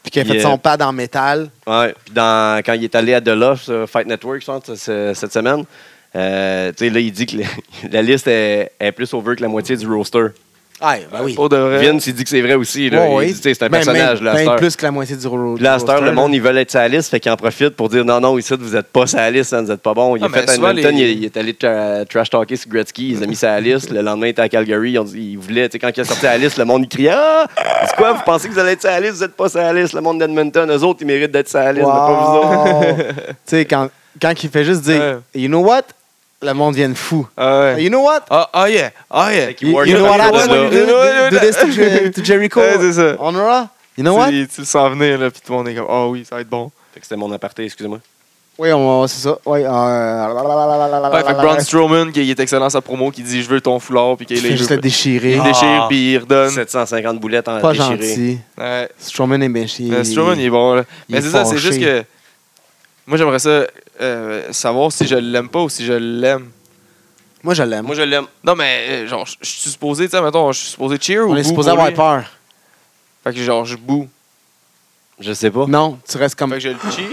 Speaker 3: Puis qu'il a fait
Speaker 2: Yeah.
Speaker 3: son pad en métal.
Speaker 2: Ouais. Puis dans, quand il est allé à The Love, sur Fight Network, je pense, ce- ce- cette semaine, euh, tu sais, là, il dit que le- la liste est, est plus over que la moitié du roster.
Speaker 3: Ouais, ben oui.
Speaker 4: Pour de vrai.
Speaker 2: Vince, il dit que c'est vrai aussi. Là.
Speaker 3: Ouais, ouais.
Speaker 2: Il dit, tu sais, c'est un
Speaker 3: Ben,
Speaker 2: personnage,
Speaker 3: même-
Speaker 2: là, à cette
Speaker 3: même
Speaker 2: heure.
Speaker 3: plus que la moitié du rouleau.
Speaker 2: Puis là, à cette heure, le monde, ils veulent être sur la liste, fait qu'ils en profitent pour dire non, non, ici, vous n'êtes pas sur la liste, hein, vous n'êtes pas bon. Il
Speaker 4: Ah,
Speaker 2: a fait
Speaker 4: mais
Speaker 2: à
Speaker 4: souvent,
Speaker 2: Edmonton,
Speaker 4: les-
Speaker 2: il, il est allé tra- trash talker sur Gretzky, il les a mis sur la liste. Le lendemain, il était à Calgary, ils, ont dit, ils voulaient, tu sais, quand il a sorti la liste, le monde, il criait Ah, c'est quoi, vous pensez que vous allez être sur la liste, vous n'êtes pas sur la liste. Le monde d'Edmonton, eux autres, ils méritent d'être sur la liste, mais pas vous autres.
Speaker 3: tu sais, quand, quand il fait juste dire,
Speaker 4: Ouais.
Speaker 3: you know what? Le monde vient de fou.
Speaker 4: Ah ouais.
Speaker 3: You know what?
Speaker 4: Ah, ah, yeah, ah yeah.
Speaker 2: Fait qu'il
Speaker 3: You,
Speaker 2: work
Speaker 3: you know what
Speaker 2: avec
Speaker 3: happened
Speaker 2: le
Speaker 3: when you
Speaker 2: gars.
Speaker 3: do, do- do this to, Jer- to Jericho?
Speaker 4: Ouais, c'est ça.
Speaker 3: On aura? You know what?
Speaker 4: Tu, tu le sens venir, là, puis tout le monde est comme, ah oui, ça va être bon.
Speaker 2: Fait que c'était mon aparté, excusez-moi.
Speaker 3: Oui, on, c'est ça. Oui, euh,
Speaker 4: Ouais, fait que Braun Strowman, qui est excellent sa promo, qui dit je veux ton foulard, puis qu'il
Speaker 3: il
Speaker 4: est
Speaker 3: fait juste le déchirer.
Speaker 4: Il
Speaker 2: Ah.
Speaker 4: déchire, puis il redonne.
Speaker 2: 750 boulettes en
Speaker 3: Euh, Pas
Speaker 2: déchiré.
Speaker 3: gentil.
Speaker 4: Ouais. Euh,
Speaker 3: Strowman est bien chier.
Speaker 4: Mais Strowman, il est bon, là.
Speaker 3: il
Speaker 4: Mais
Speaker 3: est
Speaker 4: c'est ça, c'est
Speaker 3: fâché.
Speaker 4: juste que. Moi, j'aimerais ça euh, savoir si je l'aime pas ou si je l'aime.
Speaker 3: Moi, je l'aime.
Speaker 2: Moi, je l'aime.
Speaker 4: Non, mais euh, genre, je je suis supposé, tu sais, mettons, je suis supposé cheer ou.
Speaker 3: On est
Speaker 4: boo
Speaker 3: supposé
Speaker 4: pour
Speaker 3: avoir
Speaker 4: lui.
Speaker 3: peur.
Speaker 4: Fait que genre, je boue.
Speaker 2: Je sais pas.
Speaker 3: Non, tu restes comme.
Speaker 4: Fait que je le cheer.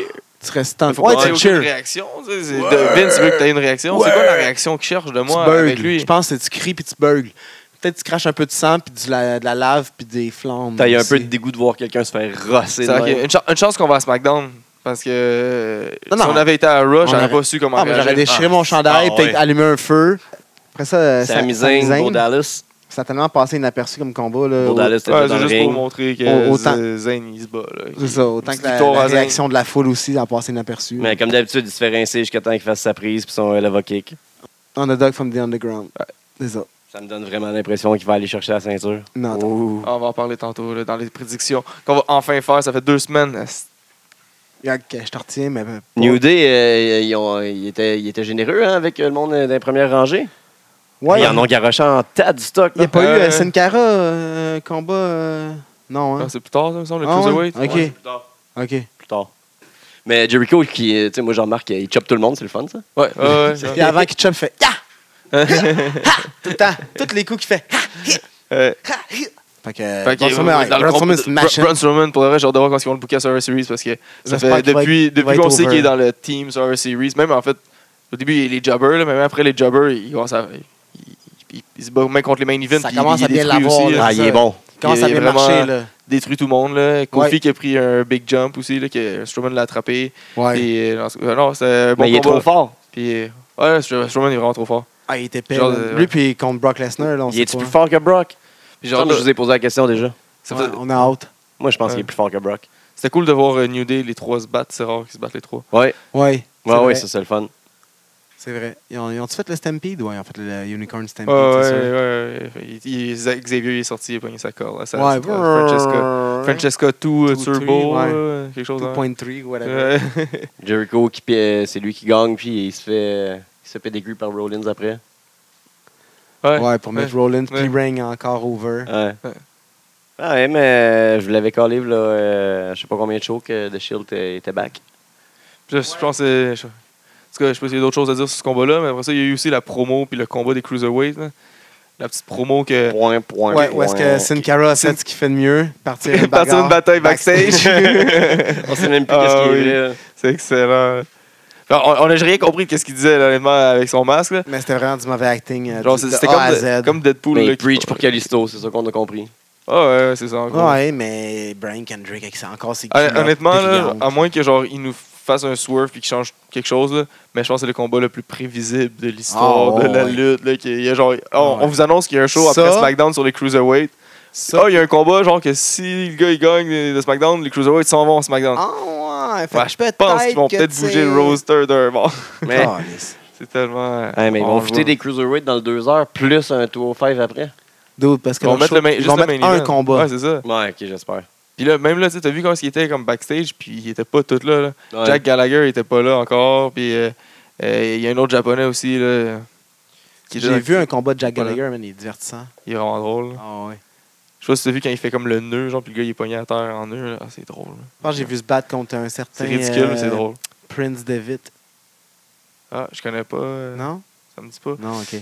Speaker 3: Tu restes en.
Speaker 4: Faut
Speaker 3: Ouais,
Speaker 4: pas
Speaker 3: tu
Speaker 4: aucune
Speaker 3: cheers.
Speaker 4: réaction. tu sais, c'est- de- Vince veut que t'aies une réaction. C'est quoi la réaction qu'il cherche de
Speaker 3: Tu
Speaker 4: moi avec
Speaker 3: burgles.
Speaker 4: lui?
Speaker 3: Je pense que tu cries puis tu burgles. Peut-être que tu craches un peu de sang puis du la- de la lave puis des flammes.
Speaker 2: T'as eu un
Speaker 3: aussi.
Speaker 2: peu de
Speaker 4: Ah,
Speaker 2: dégoût de voir quelqu'un se faire rosser.
Speaker 4: C'est
Speaker 2: de
Speaker 4: vrai
Speaker 2: même.
Speaker 3: euh,
Speaker 4: qu'il y a une, chan- une chance qu'on va à SmackDown. Parce que euh,
Speaker 3: Non,
Speaker 4: si
Speaker 3: non.
Speaker 4: on avait été à Raw,
Speaker 3: On
Speaker 4: j'aurais
Speaker 3: aurait-
Speaker 4: pas su comment
Speaker 3: Ah, mais j'aurais
Speaker 4: réagir.
Speaker 3: déchiré mon chandail,
Speaker 2: Ah,
Speaker 3: peut-être
Speaker 2: ouais.
Speaker 3: allumé un feu. Après ça, euh,
Speaker 2: Sami
Speaker 3: ça- Sami
Speaker 2: Zayn,
Speaker 3: Zayn,
Speaker 2: Bo Dallas.
Speaker 3: ça a tellement passé inaperçu comme combat. Là,
Speaker 2: Bo
Speaker 3: au-
Speaker 2: Dallas, était
Speaker 4: Ouais,
Speaker 2: dans
Speaker 4: c'est
Speaker 2: le
Speaker 4: juste pour
Speaker 2: ring.
Speaker 4: montrer
Speaker 3: Au-
Speaker 4: que
Speaker 3: autant-
Speaker 4: Z- Zayn, il se bat. là.
Speaker 3: C'est ça, autant
Speaker 4: Petite
Speaker 3: que la,
Speaker 4: victoire
Speaker 3: la
Speaker 4: à Zayn.
Speaker 3: réaction de la foule aussi a passé inaperçu.
Speaker 2: Mais comme d'habitude, il se fait rincer jusqu'à temps qu'il fasse sa prise puis son Eleva Kick.
Speaker 3: On the dog from the underground. C'est ça.
Speaker 2: Ça me donne vraiment l'impression qu'il va aller chercher la ceinture.
Speaker 3: Non, attends.
Speaker 2: Ouh.
Speaker 4: Ah, on va en parler tantôt là, dans les prédictions qu'on va enfin faire. Ça fait deux semaines. Asti,
Speaker 3: Regarde, je te retiens, mais. euh, pas-
Speaker 2: New Day, euh, ils, ont- ils étaient, ils étaient généreux hein, avec euh, le monde euh, des premières rangées.
Speaker 3: Ouais,
Speaker 2: Ils en ont garoché en tas du stock.
Speaker 3: Il n'y
Speaker 2: là.
Speaker 3: a pas eu
Speaker 4: Euh,
Speaker 3: euh, Senkara euh, combat. euh, Non, hein.
Speaker 4: non, C'est plus tard, ça, il me semble, le
Speaker 3: Ah, ouais?
Speaker 4: Cruiserweight.
Speaker 3: Ok.
Speaker 4: Ouais, c'est plus tard.
Speaker 3: Ah, Ok.
Speaker 2: Plus tard. Mais Jericho, qui, euh, tu sais, moi, j'en remarque, il chope tout le monde, c'est le fun, ça.
Speaker 4: Ouais, ouais, ouais.
Speaker 3: Puis avant qu'il chump, fait. Ya! Ha! Tout le temps. Tous les coups qu'il fait. Ha!
Speaker 4: Ouais.
Speaker 3: Ha! hi. Fait que.
Speaker 4: Euh, Fait que,
Speaker 3: Euh, Braun Strowman,
Speaker 4: euh,
Speaker 3: ouais,
Speaker 4: dans le
Speaker 3: Braun
Speaker 4: combat de-
Speaker 3: Strowman, c'est une machine.
Speaker 4: Braun Strowman, pour le reste, j'ai hâte de voir quand ils vont le booker à Survivor Series parce que ça
Speaker 3: J'espère
Speaker 4: fait
Speaker 3: qu'il va
Speaker 4: depuis,
Speaker 3: être- il va
Speaker 4: depuis
Speaker 3: être
Speaker 4: qu'on sait
Speaker 3: over.
Speaker 4: qu'il est dans le team Survivor Series, même en fait, au début, il y a les jobbers, là, mais même après les jobbers, ils commencent à. ils- ils- ils se battent même contre les main events.
Speaker 3: Ça
Speaker 4: puis
Speaker 3: commence
Speaker 4: ils- ils
Speaker 3: à bien
Speaker 4: détruisent
Speaker 3: l'avoir,
Speaker 4: aussi,
Speaker 3: là.
Speaker 2: Ah, il est bon.
Speaker 3: Comment
Speaker 4: Il
Speaker 3: ça
Speaker 4: est
Speaker 3: vient
Speaker 4: vraiment-
Speaker 3: marcher, là?
Speaker 4: Détruit tout le monde. Là. Kofi
Speaker 3: Ouais.
Speaker 4: qui a pris un big jump aussi, là, que Strowman l'a attrapé.
Speaker 3: Ouais.
Speaker 4: Et, euh, non, non, c'est un bon
Speaker 2: Mais il est
Speaker 4: combat.
Speaker 2: trop fort.
Speaker 4: Puis, euh, ouais, Stro- Strowman est vraiment trop fort.
Speaker 3: Ah, il était pire.
Speaker 4: Genre,
Speaker 3: là.
Speaker 4: euh,
Speaker 3: Lui, puis contre Brock Lesnar, là, on
Speaker 2: Il
Speaker 3: sait
Speaker 2: est-tu
Speaker 3: pas.
Speaker 2: plus fort que Brock?
Speaker 4: Puis genre,
Speaker 2: Comme je vous ai posé la question déjà.
Speaker 4: ça
Speaker 3: Ouais,
Speaker 4: faisait-
Speaker 3: on a hâte.
Speaker 2: Moi, je pense qu'il
Speaker 4: Ouais.
Speaker 2: est plus fort que Brock.
Speaker 4: C'était cool de voir euh, New Day, les trois se battre. C'est rare qu'ils se battent les trois.
Speaker 2: Ouais,
Speaker 3: Ouais. C'est
Speaker 2: ouais,
Speaker 3: vrai.
Speaker 2: ouais, ça, c'est le fun.
Speaker 3: C'est vrai. Ils ont- ils ont-tu fait le Stampede? Ouais, ils ont fait le euh, Unicorn Stampede,
Speaker 4: Ouais, ouais,
Speaker 3: c'est sûr.
Speaker 4: ouais, ouais. Il- il- Zach- Xavier est sorti, il a pogné sa corde. là, ça-
Speaker 3: Ouais,
Speaker 4: c'est- Francesca,
Speaker 3: Francesca.
Speaker 4: Francesca 2
Speaker 3: Two,
Speaker 4: Turbo,
Speaker 3: three, ouais.
Speaker 4: euh, quelque chose. hein.
Speaker 3: 2.3, whatever.
Speaker 4: Ouais.
Speaker 2: Jericho, qui, euh, c'est lui qui gagne, puis il se fait, il se fait pédéguer par Rollins après.
Speaker 4: Ouais.
Speaker 3: Ouais, pour mettre Rollins, puis
Speaker 4: Ouais.
Speaker 3: Ring encore over.
Speaker 2: Ouais.
Speaker 4: Ouais.
Speaker 2: Ah ouais, mais euh, je vous l'avais collé, là, euh, je sais pas combien de shows que The Shield euh, était back.
Speaker 4: Je, je pense que c'est- je- en tout cas, je sais pas s'il y a d'autres choses à dire sur ce combat-là, mais après ça, il y a eu aussi la promo puis le combat des Cruiserweights. là. La petite promo que.
Speaker 2: Point, point,
Speaker 3: Ouais,
Speaker 2: point.
Speaker 3: où est-ce que Sin Cara a fait ce qu'il fait de mieux? Partir une bagarre.
Speaker 4: Partir une bataille backstage.
Speaker 2: On sait même plus
Speaker 4: Ah
Speaker 2: qu'est-ce qui
Speaker 4: oui.
Speaker 2: est vrai.
Speaker 4: c'est excellent. Enfin, on n'a rien compris de ce qu'il disait, là, honnêtement, avec son masque. là.
Speaker 3: Mais c'était vraiment du mauvais acting. euh,
Speaker 4: Genre,
Speaker 3: du-
Speaker 4: c'est-
Speaker 3: de
Speaker 4: c'était
Speaker 3: A
Speaker 4: comme,
Speaker 3: à
Speaker 4: de-
Speaker 3: Z.
Speaker 4: comme Deadpool. là,
Speaker 2: Mais
Speaker 4: qui-
Speaker 2: Preach pour Calisto, c'est ça qu'on a compris.
Speaker 4: Ah ouais, c'est ça. en gros.
Speaker 3: Ouais, mais Brian Kendrick, avec ça, encore ses
Speaker 4: Hon-
Speaker 3: culottes
Speaker 4: Honnêtement, là,
Speaker 3: brillantes.
Speaker 4: à moins que genre il nous fasse un swerve puis qu'il change quelque chose, là, mais je pense que c'est le combat le plus prévisible de l'histoire,
Speaker 3: Ah, ouais,
Speaker 4: de la
Speaker 3: ouais.
Speaker 4: lutte. Là, qu'il y a genre, on-
Speaker 3: Ah, ouais.
Speaker 4: On vous annonce qu'il y a un show
Speaker 3: Ça-
Speaker 4: après SmackDown sur les Cruiserweight.
Speaker 3: Ça-
Speaker 4: Ah, il y a un combat genre que si le gars il gagne de SmackDown, les Cruiserweights s'en vont en SmackDown.
Speaker 3: Ah ouais, fait
Speaker 4: Ouais,
Speaker 3: que
Speaker 4: je pense qu'ils vont
Speaker 3: que
Speaker 4: peut-être
Speaker 3: tu
Speaker 4: bouger
Speaker 3: sais-
Speaker 4: le roster d'un bord.
Speaker 2: Mais,
Speaker 3: Calisse.
Speaker 4: C'est tellement.
Speaker 2: Ouais, mais ils
Speaker 4: on
Speaker 2: vont
Speaker 4: le
Speaker 2: foutre
Speaker 4: voit.
Speaker 2: des cruiserweight dans le 2 heures plus un 205 après.
Speaker 3: Dude, parce que
Speaker 4: Ils vont
Speaker 3: leur
Speaker 4: mettre,
Speaker 3: show-
Speaker 4: le main,
Speaker 3: ils
Speaker 4: juste
Speaker 3: vont
Speaker 4: le
Speaker 3: mettre
Speaker 4: main
Speaker 3: un
Speaker 4: event.
Speaker 3: combat.
Speaker 4: Ouais, c'est ça.
Speaker 2: Ouais, ok, j'espère.
Speaker 4: Puis là, même là, tu sais, t'as vu comment il était comme backstage, puis il était pas tout là. là.
Speaker 2: Ouais.
Speaker 4: Jack Gallagher il était pas là encore, puis euh, euh, il y a un autre japonais aussi là, qui est
Speaker 3: J'ai
Speaker 4: là,
Speaker 3: vu un combat de Jack
Speaker 4: Voilà.
Speaker 3: Gallagher, man, il est divertissant.
Speaker 4: il est vraiment drôle. là.
Speaker 3: Ah ouais.
Speaker 4: Je sais pas si t'as vu quand il fait comme le nœud, genre, puis le gars il est pogné à terre en nœud, là. Ah, c'est drôle. là.
Speaker 3: Je pense que j'ai vu se battre contre un
Speaker 4: C'est
Speaker 3: certain.
Speaker 4: ridicule, mais c'est
Speaker 3: euh,
Speaker 4: drôle.
Speaker 3: Prince Devitt.
Speaker 4: Ah, je connais pas. euh,
Speaker 3: Non?
Speaker 4: Ça me dit pas.
Speaker 3: Non, ok.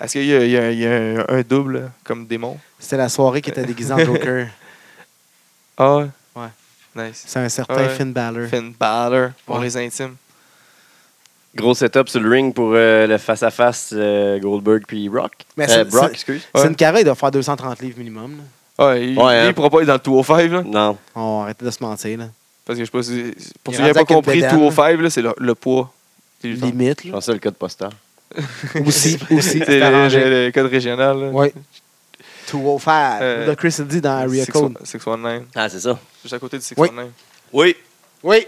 Speaker 4: Est-ce qu'il y a, il y a- il y a un, un double là, comme démon
Speaker 3: C'était la soirée qui était déguisée en Joker.
Speaker 4: Ah,
Speaker 3: Ouais.
Speaker 4: Nice.
Speaker 3: C'est un certain
Speaker 4: Ouais.
Speaker 3: Finn Balor.
Speaker 4: Finn Balor pour
Speaker 3: Ouais.
Speaker 4: les intimes.
Speaker 2: Gros setup sur le ring pour euh, le face-à-face euh, Goldberg puis Brock.
Speaker 3: Mais c'est-
Speaker 2: Euh, Brock,
Speaker 3: c'est-
Speaker 2: excuse.
Speaker 3: C'est
Speaker 4: Ouais.
Speaker 3: une carré, il doit faire 230 livres minimum. là.
Speaker 4: Ouais, Ah, il, lui,
Speaker 2: Ouais, hein.
Speaker 4: il pourra pas être dans le 205, là.
Speaker 2: Non.
Speaker 3: On va arrêter de se mentir, là.
Speaker 4: Parce que je sais pas si. Pour
Speaker 3: Il
Speaker 4: ceux qui n'avaient
Speaker 3: est rendu
Speaker 4: pas
Speaker 3: avec une
Speaker 4: compris,
Speaker 3: bédaine.
Speaker 4: 205, là, c'est le, le poids. C'est le-
Speaker 3: Limite,
Speaker 2: Je
Speaker 3: là.
Speaker 2: pensais le code postal.
Speaker 3: Aussi, aussi.
Speaker 4: c'est
Speaker 3: c'est
Speaker 4: le,
Speaker 3: arrangé.
Speaker 4: le code régional. Là.
Speaker 3: Ouais. 205.
Speaker 4: Euh,
Speaker 3: Là, Chris a dit dans Area
Speaker 4: Six- oh-
Speaker 3: Code.
Speaker 4: 619.
Speaker 2: Ah, c'est ça.
Speaker 4: Juste à côté du 619.
Speaker 3: Oui.
Speaker 2: Oui.
Speaker 3: Oui.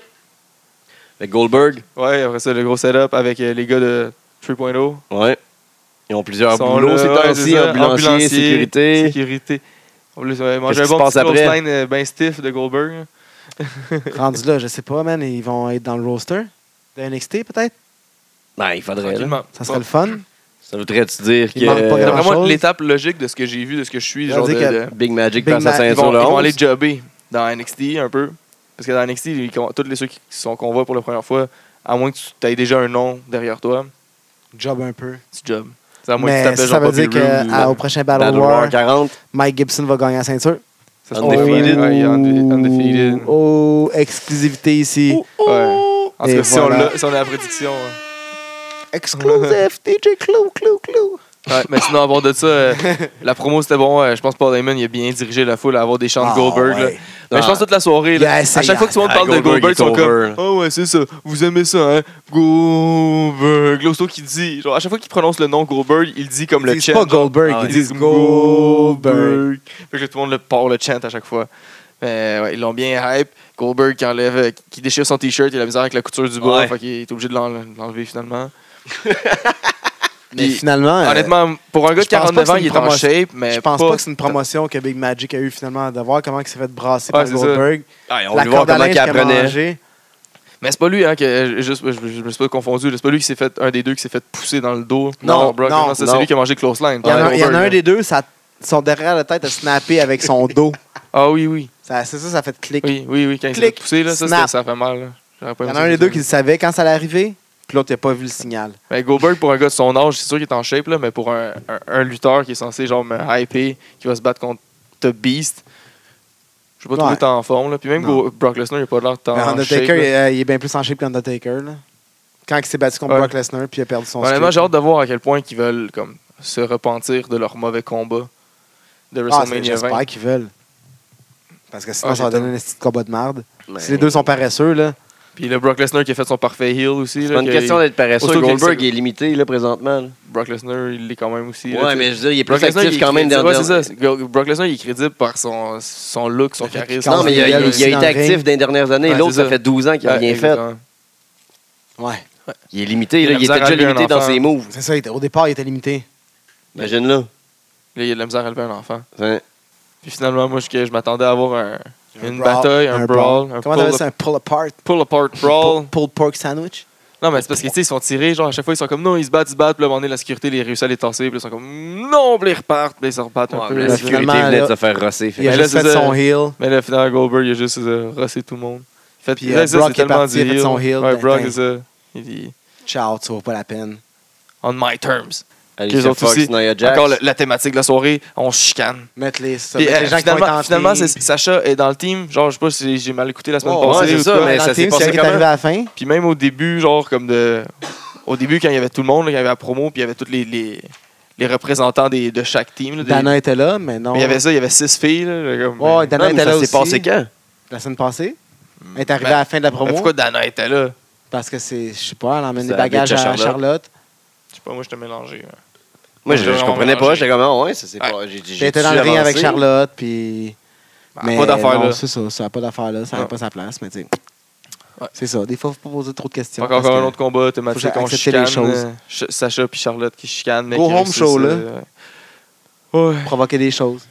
Speaker 2: Fait que Goldberg,
Speaker 4: Ouais, après ça, le gros setup avec euh, les gars de 3.0.
Speaker 2: ouais. Ils ont plusieurs
Speaker 4: Ils sont
Speaker 2: boulots
Speaker 4: là,
Speaker 2: ces
Speaker 4: ouais,
Speaker 2: temps-ci,
Speaker 4: c'est ça,
Speaker 2: ambulancier,
Speaker 4: ambulancier,
Speaker 2: sécurité.
Speaker 4: Sécurité. En plus, ouais, manger un
Speaker 2: Qu'est-ce
Speaker 4: bon
Speaker 2: qui se passe
Speaker 4: petit
Speaker 2: après?
Speaker 4: clothesline euh, ben stiff de Goldberg.
Speaker 3: Rendu là, je sais pas, man. Ils vont être dans le roster de NXT, peut-être.
Speaker 2: Ben, il faudrait. là.
Speaker 4: Tranquillement.
Speaker 3: Ça serait le fun.
Speaker 2: Ça voudrait-tu dire
Speaker 3: Il manque pas
Speaker 4: Bon,
Speaker 3: grand-
Speaker 2: que euh,
Speaker 4: D'après moi,
Speaker 3: Grand-chose.
Speaker 4: l'étape logique de ce que j'ai vu, de ce que je suis,
Speaker 3: Ça
Speaker 4: genre
Speaker 3: veut
Speaker 4: de,
Speaker 3: dire
Speaker 4: de-
Speaker 2: Big Magic
Speaker 3: Big
Speaker 2: passe à
Speaker 3: Ma-
Speaker 4: ils,
Speaker 2: ceinture
Speaker 4: vont,
Speaker 2: le
Speaker 4: ils vont
Speaker 2: 11?
Speaker 4: aller jobber dans NXT un peu. Parce que dans NXT, les- tous les ceux qui sont qu'on voit pour la première fois, à moins que tu aies déjà un nom derrière toi,
Speaker 3: Job un peu.
Speaker 4: tu jobs. C'est à moins que tu
Speaker 3: Mais
Speaker 4: t'appelles
Speaker 3: ça,
Speaker 4: genre
Speaker 3: veut
Speaker 4: Bobby
Speaker 3: dire
Speaker 4: Roode ou-
Speaker 3: qu'au prochain Battle,
Speaker 2: Battle
Speaker 3: War,
Speaker 2: War 40.
Speaker 3: Mike Gibson va gagner la ceinture.
Speaker 4: Ça, c'est
Speaker 2: Oh,
Speaker 4: undefeated. Ouais, il est unde- undefeated.
Speaker 3: Oh, exclusivité ici.
Speaker 4: Ouais. En tout
Speaker 3: Et
Speaker 4: cas, si, on
Speaker 3: voilà.
Speaker 4: l'a- si on a la prédiction. hein.
Speaker 3: Exclusif, DJ Clou, Clou, Clou.
Speaker 4: Ouais, mais sinon, à bord de ça, euh, la promo c'était bon. Euh, je pense que Paul Heyman il a bien dirigé la foule à avoir des chants
Speaker 3: Ah,
Speaker 4: de Goldberg. là.
Speaker 3: ouais.
Speaker 4: Mais je pense toute la soirée. là,
Speaker 3: Yes,
Speaker 4: à chaque
Speaker 3: yes.
Speaker 4: fois que tout le monde
Speaker 2: Ah,
Speaker 4: parle
Speaker 2: Goldberg,
Speaker 4: de Goldberg, ils sont
Speaker 2: il est over,
Speaker 4: comme
Speaker 2: là.
Speaker 4: Ah ouais, c'est ça, vous aimez ça, hein Goldberg. L'auto qui dit, genre, à chaque fois qu'il prononce le nom Goldberg, il dit comme le
Speaker 3: C'est
Speaker 4: chant.
Speaker 3: pas Goldberg,
Speaker 4: Ah,
Speaker 3: ils disent Goldberg.
Speaker 4: Goldberg. Fait que là, tout le monde le part le chant à chaque fois. Mais ouais, ils l'ont bien hype. Goldberg qui enlève, euh, qui déchire son t-shirt, il a la misère avec la couture du bas,
Speaker 2: Ouais.
Speaker 4: fait qu'il est obligé de l'en- de l'enlever finalement.
Speaker 3: Mais
Speaker 4: Puis,
Speaker 3: finalement, euh,
Speaker 4: Honnêtement, pour un gars de
Speaker 3: je pense
Speaker 4: 49
Speaker 3: pas que
Speaker 4: ans,
Speaker 3: c'est
Speaker 4: il
Speaker 3: une
Speaker 4: est en
Speaker 3: promotion.
Speaker 4: shape, mais
Speaker 3: je pense pas que c'est une promotion que Big Magic a eu finalement, de voir comment il s'est fait brasser
Speaker 4: Ouais,
Speaker 3: par
Speaker 4: c'est
Speaker 3: Goldberg.
Speaker 2: Ouais, on
Speaker 3: la
Speaker 2: va voir
Speaker 3: corde à
Speaker 2: comment
Speaker 3: linge
Speaker 2: il
Speaker 3: qu'il a
Speaker 2: apprenait.
Speaker 3: mangé.
Speaker 4: Mais c'est pas lui, hein, que je, juste- je- je me suis pas confondu. là. C'est pas lui qui s'est fait, un des deux qui s'est fait pousser dans le dos.
Speaker 3: Non,
Speaker 4: par Brock.
Speaker 3: non,
Speaker 4: c'est
Speaker 2: non.
Speaker 4: celui qui a mangé Close Line.
Speaker 3: Il y en a-
Speaker 4: par
Speaker 3: il y en a
Speaker 4: Goldberg,
Speaker 3: un
Speaker 4: là.
Speaker 3: des deux, ça, son derrière la tête a snappé avec son dos.
Speaker 4: Ah oui, oui.
Speaker 3: Ça- C'est ça, ça fait clic.
Speaker 4: Oui, oui, oui. Quand il s'est
Speaker 3: Clic,
Speaker 4: fait pousser, là, ça, c'était-
Speaker 3: snap.
Speaker 4: ça fait mal. là. J'aurais pas
Speaker 3: Il y en
Speaker 4: aimé
Speaker 3: a
Speaker 4: ça
Speaker 3: un des
Speaker 4: du
Speaker 3: deux
Speaker 4: tout.
Speaker 3: qui le savait quand ça allait arriver, puis l'autre n'a pas vu le signal.
Speaker 4: Mais Goldberg, pour un gars de son âge, c'est sûr qu'il est en shape, là, mais pour un, un- un lutteur qui est censé genre me hyper, qui va se battre contre The Beast, je vais pas
Speaker 3: Ouais.
Speaker 4: trouver tant en forme. Là. Puis même
Speaker 3: Non.
Speaker 4: Go- Brock Lesnar, il a pas l'air tant
Speaker 3: Mais
Speaker 4: en shape.
Speaker 3: Undertaker,
Speaker 4: là.
Speaker 3: il, euh, il est bien plus en shape qu'Undertaker. là. Quand il s'est battu contre
Speaker 4: Ouais.
Speaker 3: Brock Lesnar, puis il a perdu son
Speaker 4: Honnêtement,
Speaker 3: script.
Speaker 4: j'ai hâte de voir à quel point ils veulent comme, se repentir de leur mauvais combat de
Speaker 3: Ah, c'est-
Speaker 4: WrestleMania 20.
Speaker 3: J'espère qu'ils veulent. Parce que sinon,
Speaker 4: Ah,
Speaker 3: ça va
Speaker 4: j'étais- Ben
Speaker 3: donner un petit combat de merde.
Speaker 2: Ouais.
Speaker 3: Si les deux sont paresseux, là.
Speaker 4: Puis le Brock Lesnar qui a fait son parfait heel aussi.
Speaker 2: C'est
Speaker 4: là,
Speaker 2: pas une
Speaker 4: que-
Speaker 2: question d'être paresseux.
Speaker 4: Aussitôt qu'il
Speaker 2: Goldberg
Speaker 4: s'est-
Speaker 2: est limité là, présentement. là.
Speaker 4: Brock Lesnar, il l'est quand même aussi. là,
Speaker 2: Ouais,
Speaker 4: tu sais.
Speaker 2: mais je veux dire, il est
Speaker 4: Brock
Speaker 2: plus
Speaker 4: Lesnar, il
Speaker 2: actif
Speaker 4: est
Speaker 2: quand même
Speaker 4: crédible.
Speaker 2: dans
Speaker 4: Ouais, c'est ça. Go- Brock Lesnar, il est crédible par son, son look, son charisme.
Speaker 2: Non, mais il a, il a- il a
Speaker 3: Aussi dans
Speaker 2: été
Speaker 3: le ring.
Speaker 2: actif dans les dernières années.
Speaker 4: Ouais,
Speaker 2: L'autre,
Speaker 4: c'est ça.
Speaker 2: ça fait 12 ans qu'il n'a
Speaker 4: Ouais,
Speaker 2: rien fait.
Speaker 4: exactement.
Speaker 3: Ouais.
Speaker 2: Il est limité.
Speaker 4: Il a la
Speaker 2: là. Il
Speaker 4: misère
Speaker 2: était
Speaker 4: à
Speaker 2: déjà
Speaker 4: élever un
Speaker 2: limité dans
Speaker 4: enfant.
Speaker 2: ses moves.
Speaker 3: C'est ça, il était- au départ, il était limité.
Speaker 2: Imagine là.
Speaker 4: Là, il a de la misère à élever un enfant.
Speaker 2: C'est-
Speaker 4: Puis finalement, moi, je, je m'attendais à avoir un- une
Speaker 3: brawl,
Speaker 4: bataille, un, brawl, un
Speaker 3: Comment
Speaker 4: pull-
Speaker 3: t'appelles ça, un pull apart?
Speaker 4: pull-apart brawl.
Speaker 3: Pull- Pulled pork sandwich?
Speaker 4: Non, mais c'est parce que, tu sais, ils sont tirés, genre, à chaque fois, ils sont comme, non, ils se battent, ils se battent, puis là, à un moment donné, la sécurité, les réussit à les tasser, puis là, ils sont comme, non, puis là, ils repartent, puis là, ils se rebattent un
Speaker 2: Ouais,
Speaker 4: peu.
Speaker 2: mais
Speaker 3: là,
Speaker 2: La
Speaker 4: Mais,
Speaker 2: sécurité
Speaker 3: finalement,
Speaker 2: venait de
Speaker 3: là-
Speaker 2: se faire rosser. fait
Speaker 3: Il a
Speaker 4: Mais là,
Speaker 3: juste
Speaker 4: c'est
Speaker 3: fait
Speaker 4: ça.
Speaker 3: son heel.
Speaker 4: là, finalement, Goldberg, il a juste euh, rassé tout le monde. Il Fait,
Speaker 3: Puis,
Speaker 4: là,
Speaker 3: euh,
Speaker 4: ça,
Speaker 3: Brock
Speaker 4: c'est
Speaker 3: est parti, il a
Speaker 4: dit
Speaker 3: fait son heel,
Speaker 4: Ouais,
Speaker 3: ben,
Speaker 4: Brock,
Speaker 3: ben.
Speaker 4: c'est ça. Il dit,
Speaker 3: Ciao, ça vaut pas la peine.
Speaker 4: on my terms.
Speaker 2: Alicia
Speaker 4: qu'ils ont
Speaker 2: Fox,
Speaker 4: aussi.
Speaker 2: Nia Jax.
Speaker 4: Encore le- la thématique de la soirée, on se chicane.
Speaker 3: Mettre les, ça,
Speaker 4: Puis,
Speaker 3: mettre
Speaker 4: euh,
Speaker 3: les gens qui vont être
Speaker 4: finalement,
Speaker 3: en
Speaker 4: finalement
Speaker 3: team.
Speaker 4: c'est- Sacha est dans le team. Genre, je sais pas si j'ai mal écouté la semaine
Speaker 2: Oh,
Speaker 4: passée.
Speaker 2: ouais,
Speaker 4: ou
Speaker 2: c'est ça,
Speaker 4: quoi.
Speaker 2: mais
Speaker 3: Dans
Speaker 2: ça
Speaker 3: le
Speaker 2: s'est
Speaker 3: team,
Speaker 2: passé
Speaker 3: c'est qui est
Speaker 2: comment?
Speaker 3: arrivé à la fin.
Speaker 4: Puis même au début, genre, comme de. Au début, quand il y avait tout le monde, là, il y avait la promo, puis il y avait toutes les, les, les représentants des, de chaque team. là, des-
Speaker 3: Dana était là, mais non.
Speaker 4: Mais il y avait ça, il y avait six filles. Là, le gars,
Speaker 3: Ouais,
Speaker 4: mais-
Speaker 3: Dana
Speaker 2: Non, mais
Speaker 3: était là
Speaker 2: ça
Speaker 3: aussi.
Speaker 2: s'est passé quand?
Speaker 3: La semaine passée. Elle est arrivée
Speaker 4: Ben,
Speaker 3: à la fin de la
Speaker 4: mais
Speaker 3: promo.
Speaker 4: pourquoi Dana était là?
Speaker 3: Parce que c'est, je sais pas, elle emmène
Speaker 2: Ça
Speaker 3: des bagages à
Speaker 2: habite à
Speaker 3: Charlotte.
Speaker 4: Je sais pas, moi, je te mélangeais. hein. Ouais,
Speaker 2: Moi, je,
Speaker 4: j'ai
Speaker 2: je
Speaker 4: vraiment
Speaker 2: comprenais pas.
Speaker 4: mélangé.
Speaker 2: J'étais comme, ah ouais, ça c'est
Speaker 4: Ouais.
Speaker 2: pas. j'ai- j'ai-
Speaker 3: J'étais
Speaker 2: j'ai-tu
Speaker 3: dans le ring avec
Speaker 2: avancé?
Speaker 3: Charlotte, puis.
Speaker 4: Ah,
Speaker 3: mais
Speaker 4: pas d'affaire,
Speaker 3: non,
Speaker 4: là. Ah.
Speaker 3: C'est ça, ça n'a pas d'affaire là, ça n'a pas sa place, mais tu sais.
Speaker 4: Ouais.
Speaker 3: C'est ça, des fois, faut pas poser trop de questions.
Speaker 4: Encore
Speaker 3: parce
Speaker 4: comme
Speaker 3: que-
Speaker 4: un autre combat, automatique,
Speaker 3: Faut
Speaker 4: on
Speaker 3: accepter
Speaker 4: chicane.
Speaker 3: les choses.
Speaker 4: euh, Ch- Sacha puis Charlotte qui chicanent. mais
Speaker 3: Gros
Speaker 4: qui
Speaker 3: home
Speaker 4: réussissent,
Speaker 3: show, là.
Speaker 4: euh, Ouais.
Speaker 3: Provoquer des choses.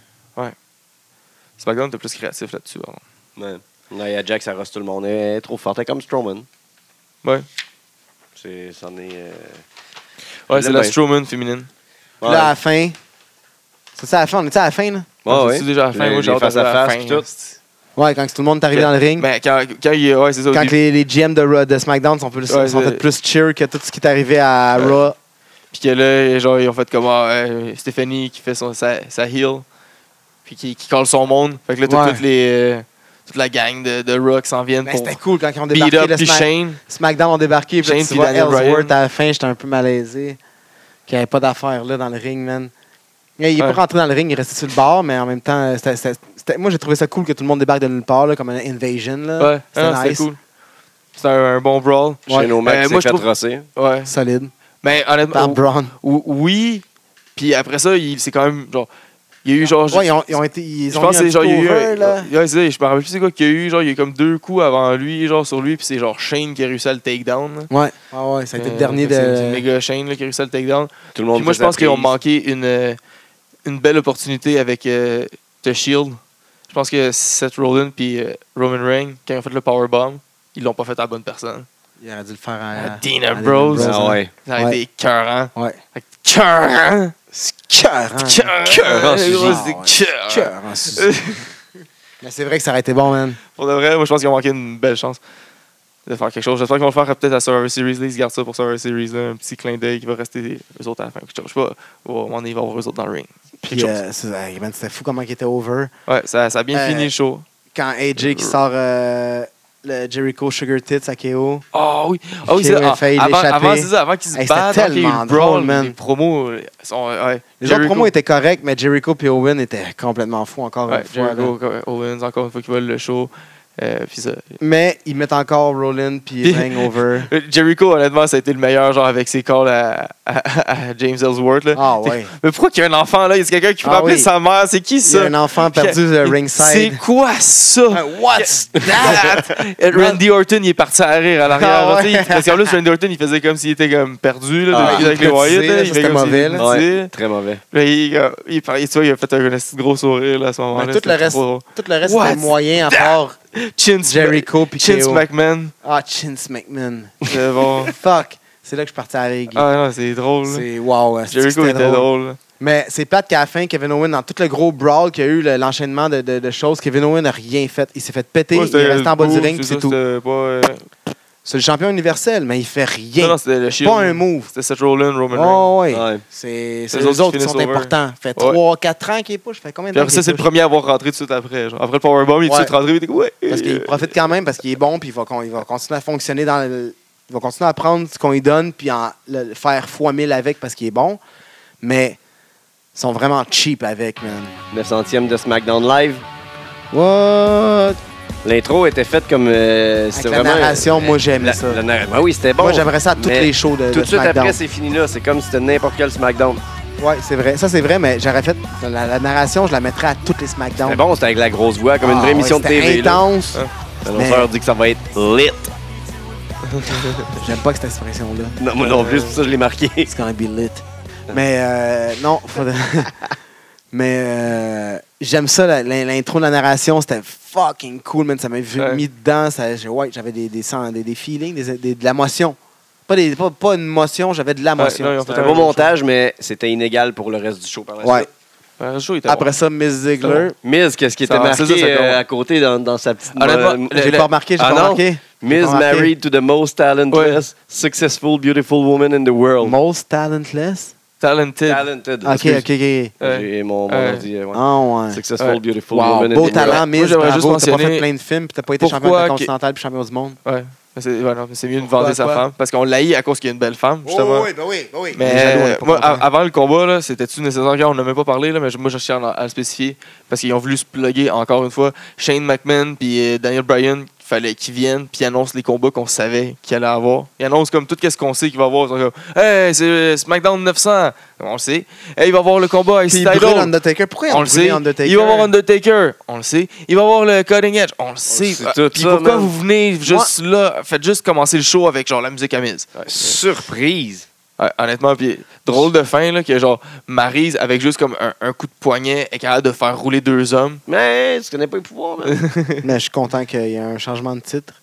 Speaker 4: SmackDown, t'es plus créatif là-dessus. pardon.
Speaker 2: Ouais. Ouais, Jack, ça reste tout le monde. Elle est trop forte. Elle est comme Strowman.
Speaker 4: Ouais.
Speaker 2: C'est, c'en est. euh,
Speaker 4: Ouais, c'est
Speaker 2: l'aime
Speaker 4: la
Speaker 2: bien.
Speaker 4: Strowman féminine.
Speaker 3: Puis là, à la fin. C'est ça, à la fin, on était à la fin, là.
Speaker 2: Ouais,
Speaker 4: C'est
Speaker 2: ouais.
Speaker 4: déjà à la fin,
Speaker 2: Les-
Speaker 4: moi, j'ai
Speaker 2: les
Speaker 4: hâte d'arriver à la
Speaker 2: face-à-face
Speaker 4: fin.
Speaker 2: puis tout.
Speaker 4: là, c'est-
Speaker 3: Ouais, quand tout le monde est arrivé dans le ring.
Speaker 4: Ben, quand, quand il est. Ouais, c'est ça. au
Speaker 3: quand
Speaker 4: début.
Speaker 3: les, les GM de, Raw- de SmackDown sont, plus,
Speaker 4: Ouais,
Speaker 3: sont
Speaker 4: c'est-
Speaker 3: fait plus cheer que tout ce qui est arrivé à
Speaker 4: Ouais.
Speaker 3: Raw.
Speaker 4: Puis que là, genre, ils ont fait comme ah, euh, Stéphanie qui fait son, sa, sa heel, puis qui, qui colle son monde. Fait que là, t'as
Speaker 3: Ouais.
Speaker 4: toutes les, euh, toute la gang de, de Rock s'en viennent
Speaker 3: Ben,
Speaker 4: pour
Speaker 3: c'était cool quand ils ont
Speaker 4: beat
Speaker 3: débarqué.
Speaker 4: up,
Speaker 3: le
Speaker 4: puis
Speaker 3: Smack-
Speaker 4: Shane.
Speaker 3: SmackDown ont débarqué. Puis là,
Speaker 4: Shane
Speaker 3: tu
Speaker 4: puis
Speaker 3: vois
Speaker 4: Daniel Bryan.
Speaker 3: Ellsworth à la fin, j'étais un peu malaisé. Qu'il n'y avait pas d'affaires là dans le ring, man. Il n'est
Speaker 4: Ouais.
Speaker 3: pas rentré dans le ring, il est resté sur le bord, mais en même temps, c'était- c'était- c'était- moi j'ai trouvé ça cool que tout le monde débarque de nulle part, là, comme une invasion. Là.
Speaker 4: Ouais,
Speaker 3: C'était
Speaker 4: ah, c'était
Speaker 3: nice.
Speaker 4: cool. C'était un, un bon brawl.
Speaker 3: Ouais.
Speaker 2: Chez nos
Speaker 4: Euh,
Speaker 2: mecs,
Speaker 4: moi,
Speaker 2: c'est
Speaker 4: je
Speaker 2: fait
Speaker 4: trouve-
Speaker 2: rosser.
Speaker 4: Ouais.
Speaker 3: Solide.
Speaker 4: Mais honnêtement,
Speaker 3: Par Braun.
Speaker 4: ou- oui, puis après ça, il c'est quand même. genre Il y a eu genre.
Speaker 3: Ouais, ils ont, ils ont été. Ils
Speaker 4: Je
Speaker 3: ont
Speaker 4: pense que
Speaker 3: mis
Speaker 4: c'est
Speaker 3: un
Speaker 4: genre,
Speaker 3: petit
Speaker 4: il y a eu.
Speaker 3: over, là.
Speaker 4: ouais, c'est ça, je me rappelle plus c'est quoi qu'il y a eu. Genre, il y a eu comme deux coups avant lui, genre sur lui, puis c'est genre Shane qui a réussi à le takedown. là.
Speaker 3: Ouais, Ah, ouais, ouais, ça a été le
Speaker 4: Euh,
Speaker 3: dernier
Speaker 4: c'est- C'est
Speaker 3: de.
Speaker 4: méga Shane là, qui a réussi à le takedown.
Speaker 2: Tout le monde.
Speaker 4: Puis moi, je
Speaker 2: faisait
Speaker 4: pense qu'ils ont
Speaker 2: prise.
Speaker 4: manqué une, euh, une belle opportunité avec euh, The Shield. Je pense que Seth Rollins puis euh, Roman Reigns, quand ils ont fait le powerbomb, ils l'ont pas fait à la bonne personne.
Speaker 3: Il aurait dû le faire à.
Speaker 4: Ah, Dean
Speaker 3: à
Speaker 4: Ambrose.
Speaker 3: Dean
Speaker 2: Ah ouais.
Speaker 4: Ça a
Speaker 3: Ouais.
Speaker 4: été écœurant.
Speaker 3: Ouais.
Speaker 4: Fait que Écœurant!
Speaker 3: Cœur, hein.
Speaker 4: Écœurant!
Speaker 3: Suzy.
Speaker 4: gros,
Speaker 3: Ah ouais.
Speaker 4: c'est écœurant.
Speaker 3: Cœur, hein, Suzy. Mais c'est vrai que ça aurait été bon, man.
Speaker 4: Pour de vrai, moi, je pense qu'ils ont manqué une belle chance de faire quelque chose. J'espère qu'ils vont le faire peut-être à Survivor Series. Là, ils se gardent ça pour Survivor Series. Là, un petit clin d'œil qui va rester eux autres à la fin. quelque chose. Je sais pas. Oh, on va voir eux autres dans le ring. Quelque
Speaker 3: Puis,
Speaker 4: chose.
Speaker 3: euh, c'est- hey, man, c'était fou comment il était over.
Speaker 4: Ouais, ça, ça a bien
Speaker 3: euh,
Speaker 4: fini le show.
Speaker 3: Quand AJ qui sort euh, le Jericho Sugar Tits à KO.
Speaker 4: Ah oui, ah, oui c'est
Speaker 3: Kane a
Speaker 4: ça.
Speaker 3: failli
Speaker 4: Ah, avant,
Speaker 3: l'échapper.
Speaker 4: avant, c'est ça, avant qu'ils se
Speaker 3: Hey, c'était
Speaker 4: battent, avant qu'il y ait eu
Speaker 3: tellement
Speaker 4: le brawl,
Speaker 3: drôle, man.
Speaker 4: les promos euh, sont. euh, Ouais,
Speaker 3: Les
Speaker 4: Jericho.
Speaker 3: autres promos étaient corrects, mais Jericho puis Owen étaient complètement fous encore
Speaker 4: Ouais,
Speaker 3: une fois. là.
Speaker 4: Jericho, euh, Owens, encore une fois, qui vole le show. Euh, puis ça.
Speaker 3: Mais ils mettent encore Rollin puis
Speaker 4: Puis-
Speaker 3: Ring over.
Speaker 4: Euh, Jericho, honnêtement, ça a été le meilleur, genre, avec ses calls à, à- à James Ellsworth. Là.
Speaker 3: Ah
Speaker 4: T'es-
Speaker 3: ouais.
Speaker 4: Mais pourquoi qu'il y a un enfant là Il y a quelqu'un qui
Speaker 3: Ah
Speaker 4: frappait
Speaker 3: oui.
Speaker 4: sa mère. C'est qui
Speaker 3: Il y a
Speaker 4: ça
Speaker 3: un enfant perdu de
Speaker 4: Qui-
Speaker 3: ringside. Ah,
Speaker 4: C'est quoi ça
Speaker 3: What's
Speaker 4: Euh, Randy Orton, il est parti à rire à l'arrière.
Speaker 3: Ah
Speaker 4: là, tu sais, Parce qu'en plus, Randy Orton, il faisait comme s'il était comme perdu là,
Speaker 2: Ah,
Speaker 4: avec- avec les
Speaker 3: hypnotisé,
Speaker 4: Wyatt.
Speaker 3: là,
Speaker 4: là, il
Speaker 3: ça,
Speaker 4: fait
Speaker 3: c'était
Speaker 4: comme s'il
Speaker 3: mauvais,
Speaker 4: était
Speaker 3: là.
Speaker 4: hypnotisé.
Speaker 2: Très mauvais.
Speaker 4: Là, il, euh, il, parlait- tu vois, il a fait un petit gros sourire là, à ce moment-là.
Speaker 3: tout
Speaker 4: c'était euh,
Speaker 3: le reste,
Speaker 4: trop
Speaker 3: tout le reste
Speaker 4: What's
Speaker 3: était moyen à part
Speaker 4: drôle. Chins,
Speaker 3: Jericho puis
Speaker 4: Chins
Speaker 3: KO.
Speaker 4: McMahon.
Speaker 3: Ah, Chins McMahon.
Speaker 4: C'est euh, bon.
Speaker 3: Fuck. C'est là que je suis parti à Riggy.
Speaker 4: Ah non, c'est drôle. là.
Speaker 3: C'est wow. est-ce que
Speaker 4: Jericho
Speaker 3: c'était
Speaker 4: était
Speaker 3: drôle.
Speaker 4: drôle.
Speaker 3: Mais c'est plate qu'à la fin, Kevin Owen, dans tout le gros brawl qu'il y a eu, le- l'enchaînement de, de- de choses, Kevin Owen n'a rien fait. Il s'est fait péter,
Speaker 4: Ouais,
Speaker 3: il est resté en bas du ring, puis c'est tout.
Speaker 4: C'était pas, euh,
Speaker 3: C'est le champion universel, mais il fait rien.
Speaker 4: Non, non, c'était le Shield.
Speaker 3: pas un move.
Speaker 4: C'était Seth Rollins, Roman Reigns.
Speaker 3: Oh, ouais.
Speaker 2: Ouais.
Speaker 3: C'est
Speaker 4: C'est
Speaker 3: c'est
Speaker 4: eux
Speaker 3: les
Speaker 4: autres qui
Speaker 3: autres qui
Speaker 4: finissent
Speaker 3: sont
Speaker 4: over.
Speaker 3: importants. Ça fait
Speaker 4: Ouais.
Speaker 3: 3-4 ans qu'il est push. Ça fait combien de
Speaker 4: Puis
Speaker 3: temps
Speaker 4: après ça,
Speaker 3: qu'il
Speaker 4: c'est le
Speaker 3: push?
Speaker 4: premier à avoir rentré tout de suite après. Genre. Après le Powerbomb, il est tout de suite
Speaker 3: Ouais.
Speaker 4: rentré. Il était comme, ouais.
Speaker 3: Parce
Speaker 4: euh,
Speaker 3: qu'il profite quand même, parce qu'il est bon, puis il va, con- il va continuer à fonctionner dans le- Il va continuer à prendre ce qu'on lui donne, puis en le le faire fois 1000 avec parce qu'il est bon. Mais ils sont vraiment cheap avec, man.
Speaker 2: 900e de SmackDown Live.
Speaker 3: What?
Speaker 2: L'intro était faite comme. euh,
Speaker 3: Avec
Speaker 2: c'était
Speaker 3: la
Speaker 2: vraiment.
Speaker 3: narration, moi, j'aimais
Speaker 2: la-
Speaker 3: ça.
Speaker 2: la narration. Ben oui, c'était bon.
Speaker 3: Moi, j'aimerais ça à toutes
Speaker 2: Mais
Speaker 3: les shows de,
Speaker 2: Tout
Speaker 3: de
Speaker 2: de suite
Speaker 3: SmackDown.
Speaker 2: après, c'est fini là. C'est comme si c'était n'importe quel SmackDown.
Speaker 3: ouais, c'est vrai. Ça, c'est vrai, mais j'aurais fait la, la narration, je la mettrais à toutes les SmackDown.
Speaker 2: Mais bon, c'était avec la grosse voix, comme une vraie
Speaker 3: Ah,
Speaker 2: émission
Speaker 3: ouais,
Speaker 2: de
Speaker 3: c'était
Speaker 2: TV. là.
Speaker 3: intense.
Speaker 2: L'annonceur dit que ça va être lit.
Speaker 3: J'aime pas que cette expression-là.
Speaker 2: Non, moi non plus, c'est pour ça que je l'ai marqué.
Speaker 3: It's gonna be lit. Mais euh, non, faudrait- mais euh, j'aime ça, la- la- l'intro de la narration, c'était fucking cool, man. Ça m'a vu-
Speaker 4: Ouais.
Speaker 3: mis dedans, ça- j'ai- ouais, j'avais des, des, sens- des, des feelings, des, des- de l'émotion. Pas, des, pas, pas une motion, j'avais de l'émotion.
Speaker 4: Ouais, non, ils ont
Speaker 2: C'était un beau montage, mais c'était inégal pour le reste du show par la
Speaker 3: ouais.
Speaker 2: suite.
Speaker 4: Le show était
Speaker 3: Après ça, Miss Ziegler.
Speaker 2: Miz, qu'est-ce qui
Speaker 4: Ça
Speaker 2: était
Speaker 4: va,
Speaker 2: marqué
Speaker 4: c'est ça, ça
Speaker 2: euh,
Speaker 4: compte.
Speaker 2: à côté dans, dans sa petite...
Speaker 4: Honnêtement,
Speaker 2: Euh,
Speaker 3: J'ai
Speaker 4: le-
Speaker 3: pas remarqué, j'ai
Speaker 2: Ah
Speaker 3: pas
Speaker 2: non?
Speaker 3: remarqué. J'ai
Speaker 2: Miz
Speaker 3: pas remarqué.
Speaker 2: married to the most talentless,
Speaker 4: Ouais.
Speaker 2: successful, beautiful woman in the world.
Speaker 3: Most talentless.
Speaker 4: Talented.
Speaker 10: Talented.
Speaker 3: Ok, ok, ok.
Speaker 4: Ouais.
Speaker 10: J'ai mon, mon
Speaker 4: Ouais.
Speaker 10: ordi, euh, ouais.
Speaker 3: Ah, ouais.
Speaker 10: Successful,
Speaker 4: Ouais.
Speaker 10: beautiful
Speaker 3: Wow,
Speaker 10: woman.
Speaker 3: beau
Speaker 10: in the
Speaker 3: talent, mais
Speaker 4: j'aimerais
Speaker 3: bravo,
Speaker 4: juste
Speaker 3: t'as pas fait
Speaker 4: mentionner
Speaker 3: plein de films, puis t'as pas été
Speaker 4: pourquoi
Speaker 3: champion de
Speaker 4: que-
Speaker 3: continental puis champion du monde.
Speaker 4: Ouais. Mais c'est ouais, non, mais c'est mieux de
Speaker 3: Pourquoi,
Speaker 4: vanter sa
Speaker 3: quoi?
Speaker 4: femme parce qu'on l'aïe à cause qu'il y a une belle femme, justement.
Speaker 11: oui, ben oui, ben oui.
Speaker 4: Mais
Speaker 3: Les jaloux, on est pas
Speaker 4: moi,
Speaker 3: contents.
Speaker 4: a- avant le combat, là, c'était-tu nécessaire? Regarde, On n'a même pas parlé, là, mais je- moi, je cherchais à, à le spécifier parce qu'ils ont voulu se plugger encore une fois. Shane McMahon puis euh, Daniel Bryan, qu'il fallait qu'ils viennent puis ils annoncent les combats qu'on savait qu'il allait avoir. Ils annoncent comme tout ce qu'on sait qu'il va avoir. Ils sont comme, hey, c'est euh, SmackDown 900. On le sait. Hey, il va avoir le combat avec
Speaker 3: Puis il
Speaker 4: Stidle.
Speaker 3: brûle Undertaker. Pourquoi il
Speaker 4: On le sait.
Speaker 3: Undertaker?
Speaker 4: Il va avoir Undertaker. On le sait. Il va avoir le Cutting Edge. On le sait.
Speaker 10: sait
Speaker 4: Euh,
Speaker 10: tout
Speaker 4: Puis
Speaker 10: ça,
Speaker 4: pourquoi
Speaker 10: man.
Speaker 4: vous venez juste là? Faites juste commencer le show avec genre la musique à mise.
Speaker 10: Surprise.
Speaker 4: Ouais, honnêtement, puis drôle de fin, là, que genre, Maryse, avec juste comme un, un coup de poignet, est capable de faire rouler deux hommes.
Speaker 10: Mais tu connais pas les pouvoirs, man.
Speaker 3: Mais je suis content qu'il y ait un changement de titre.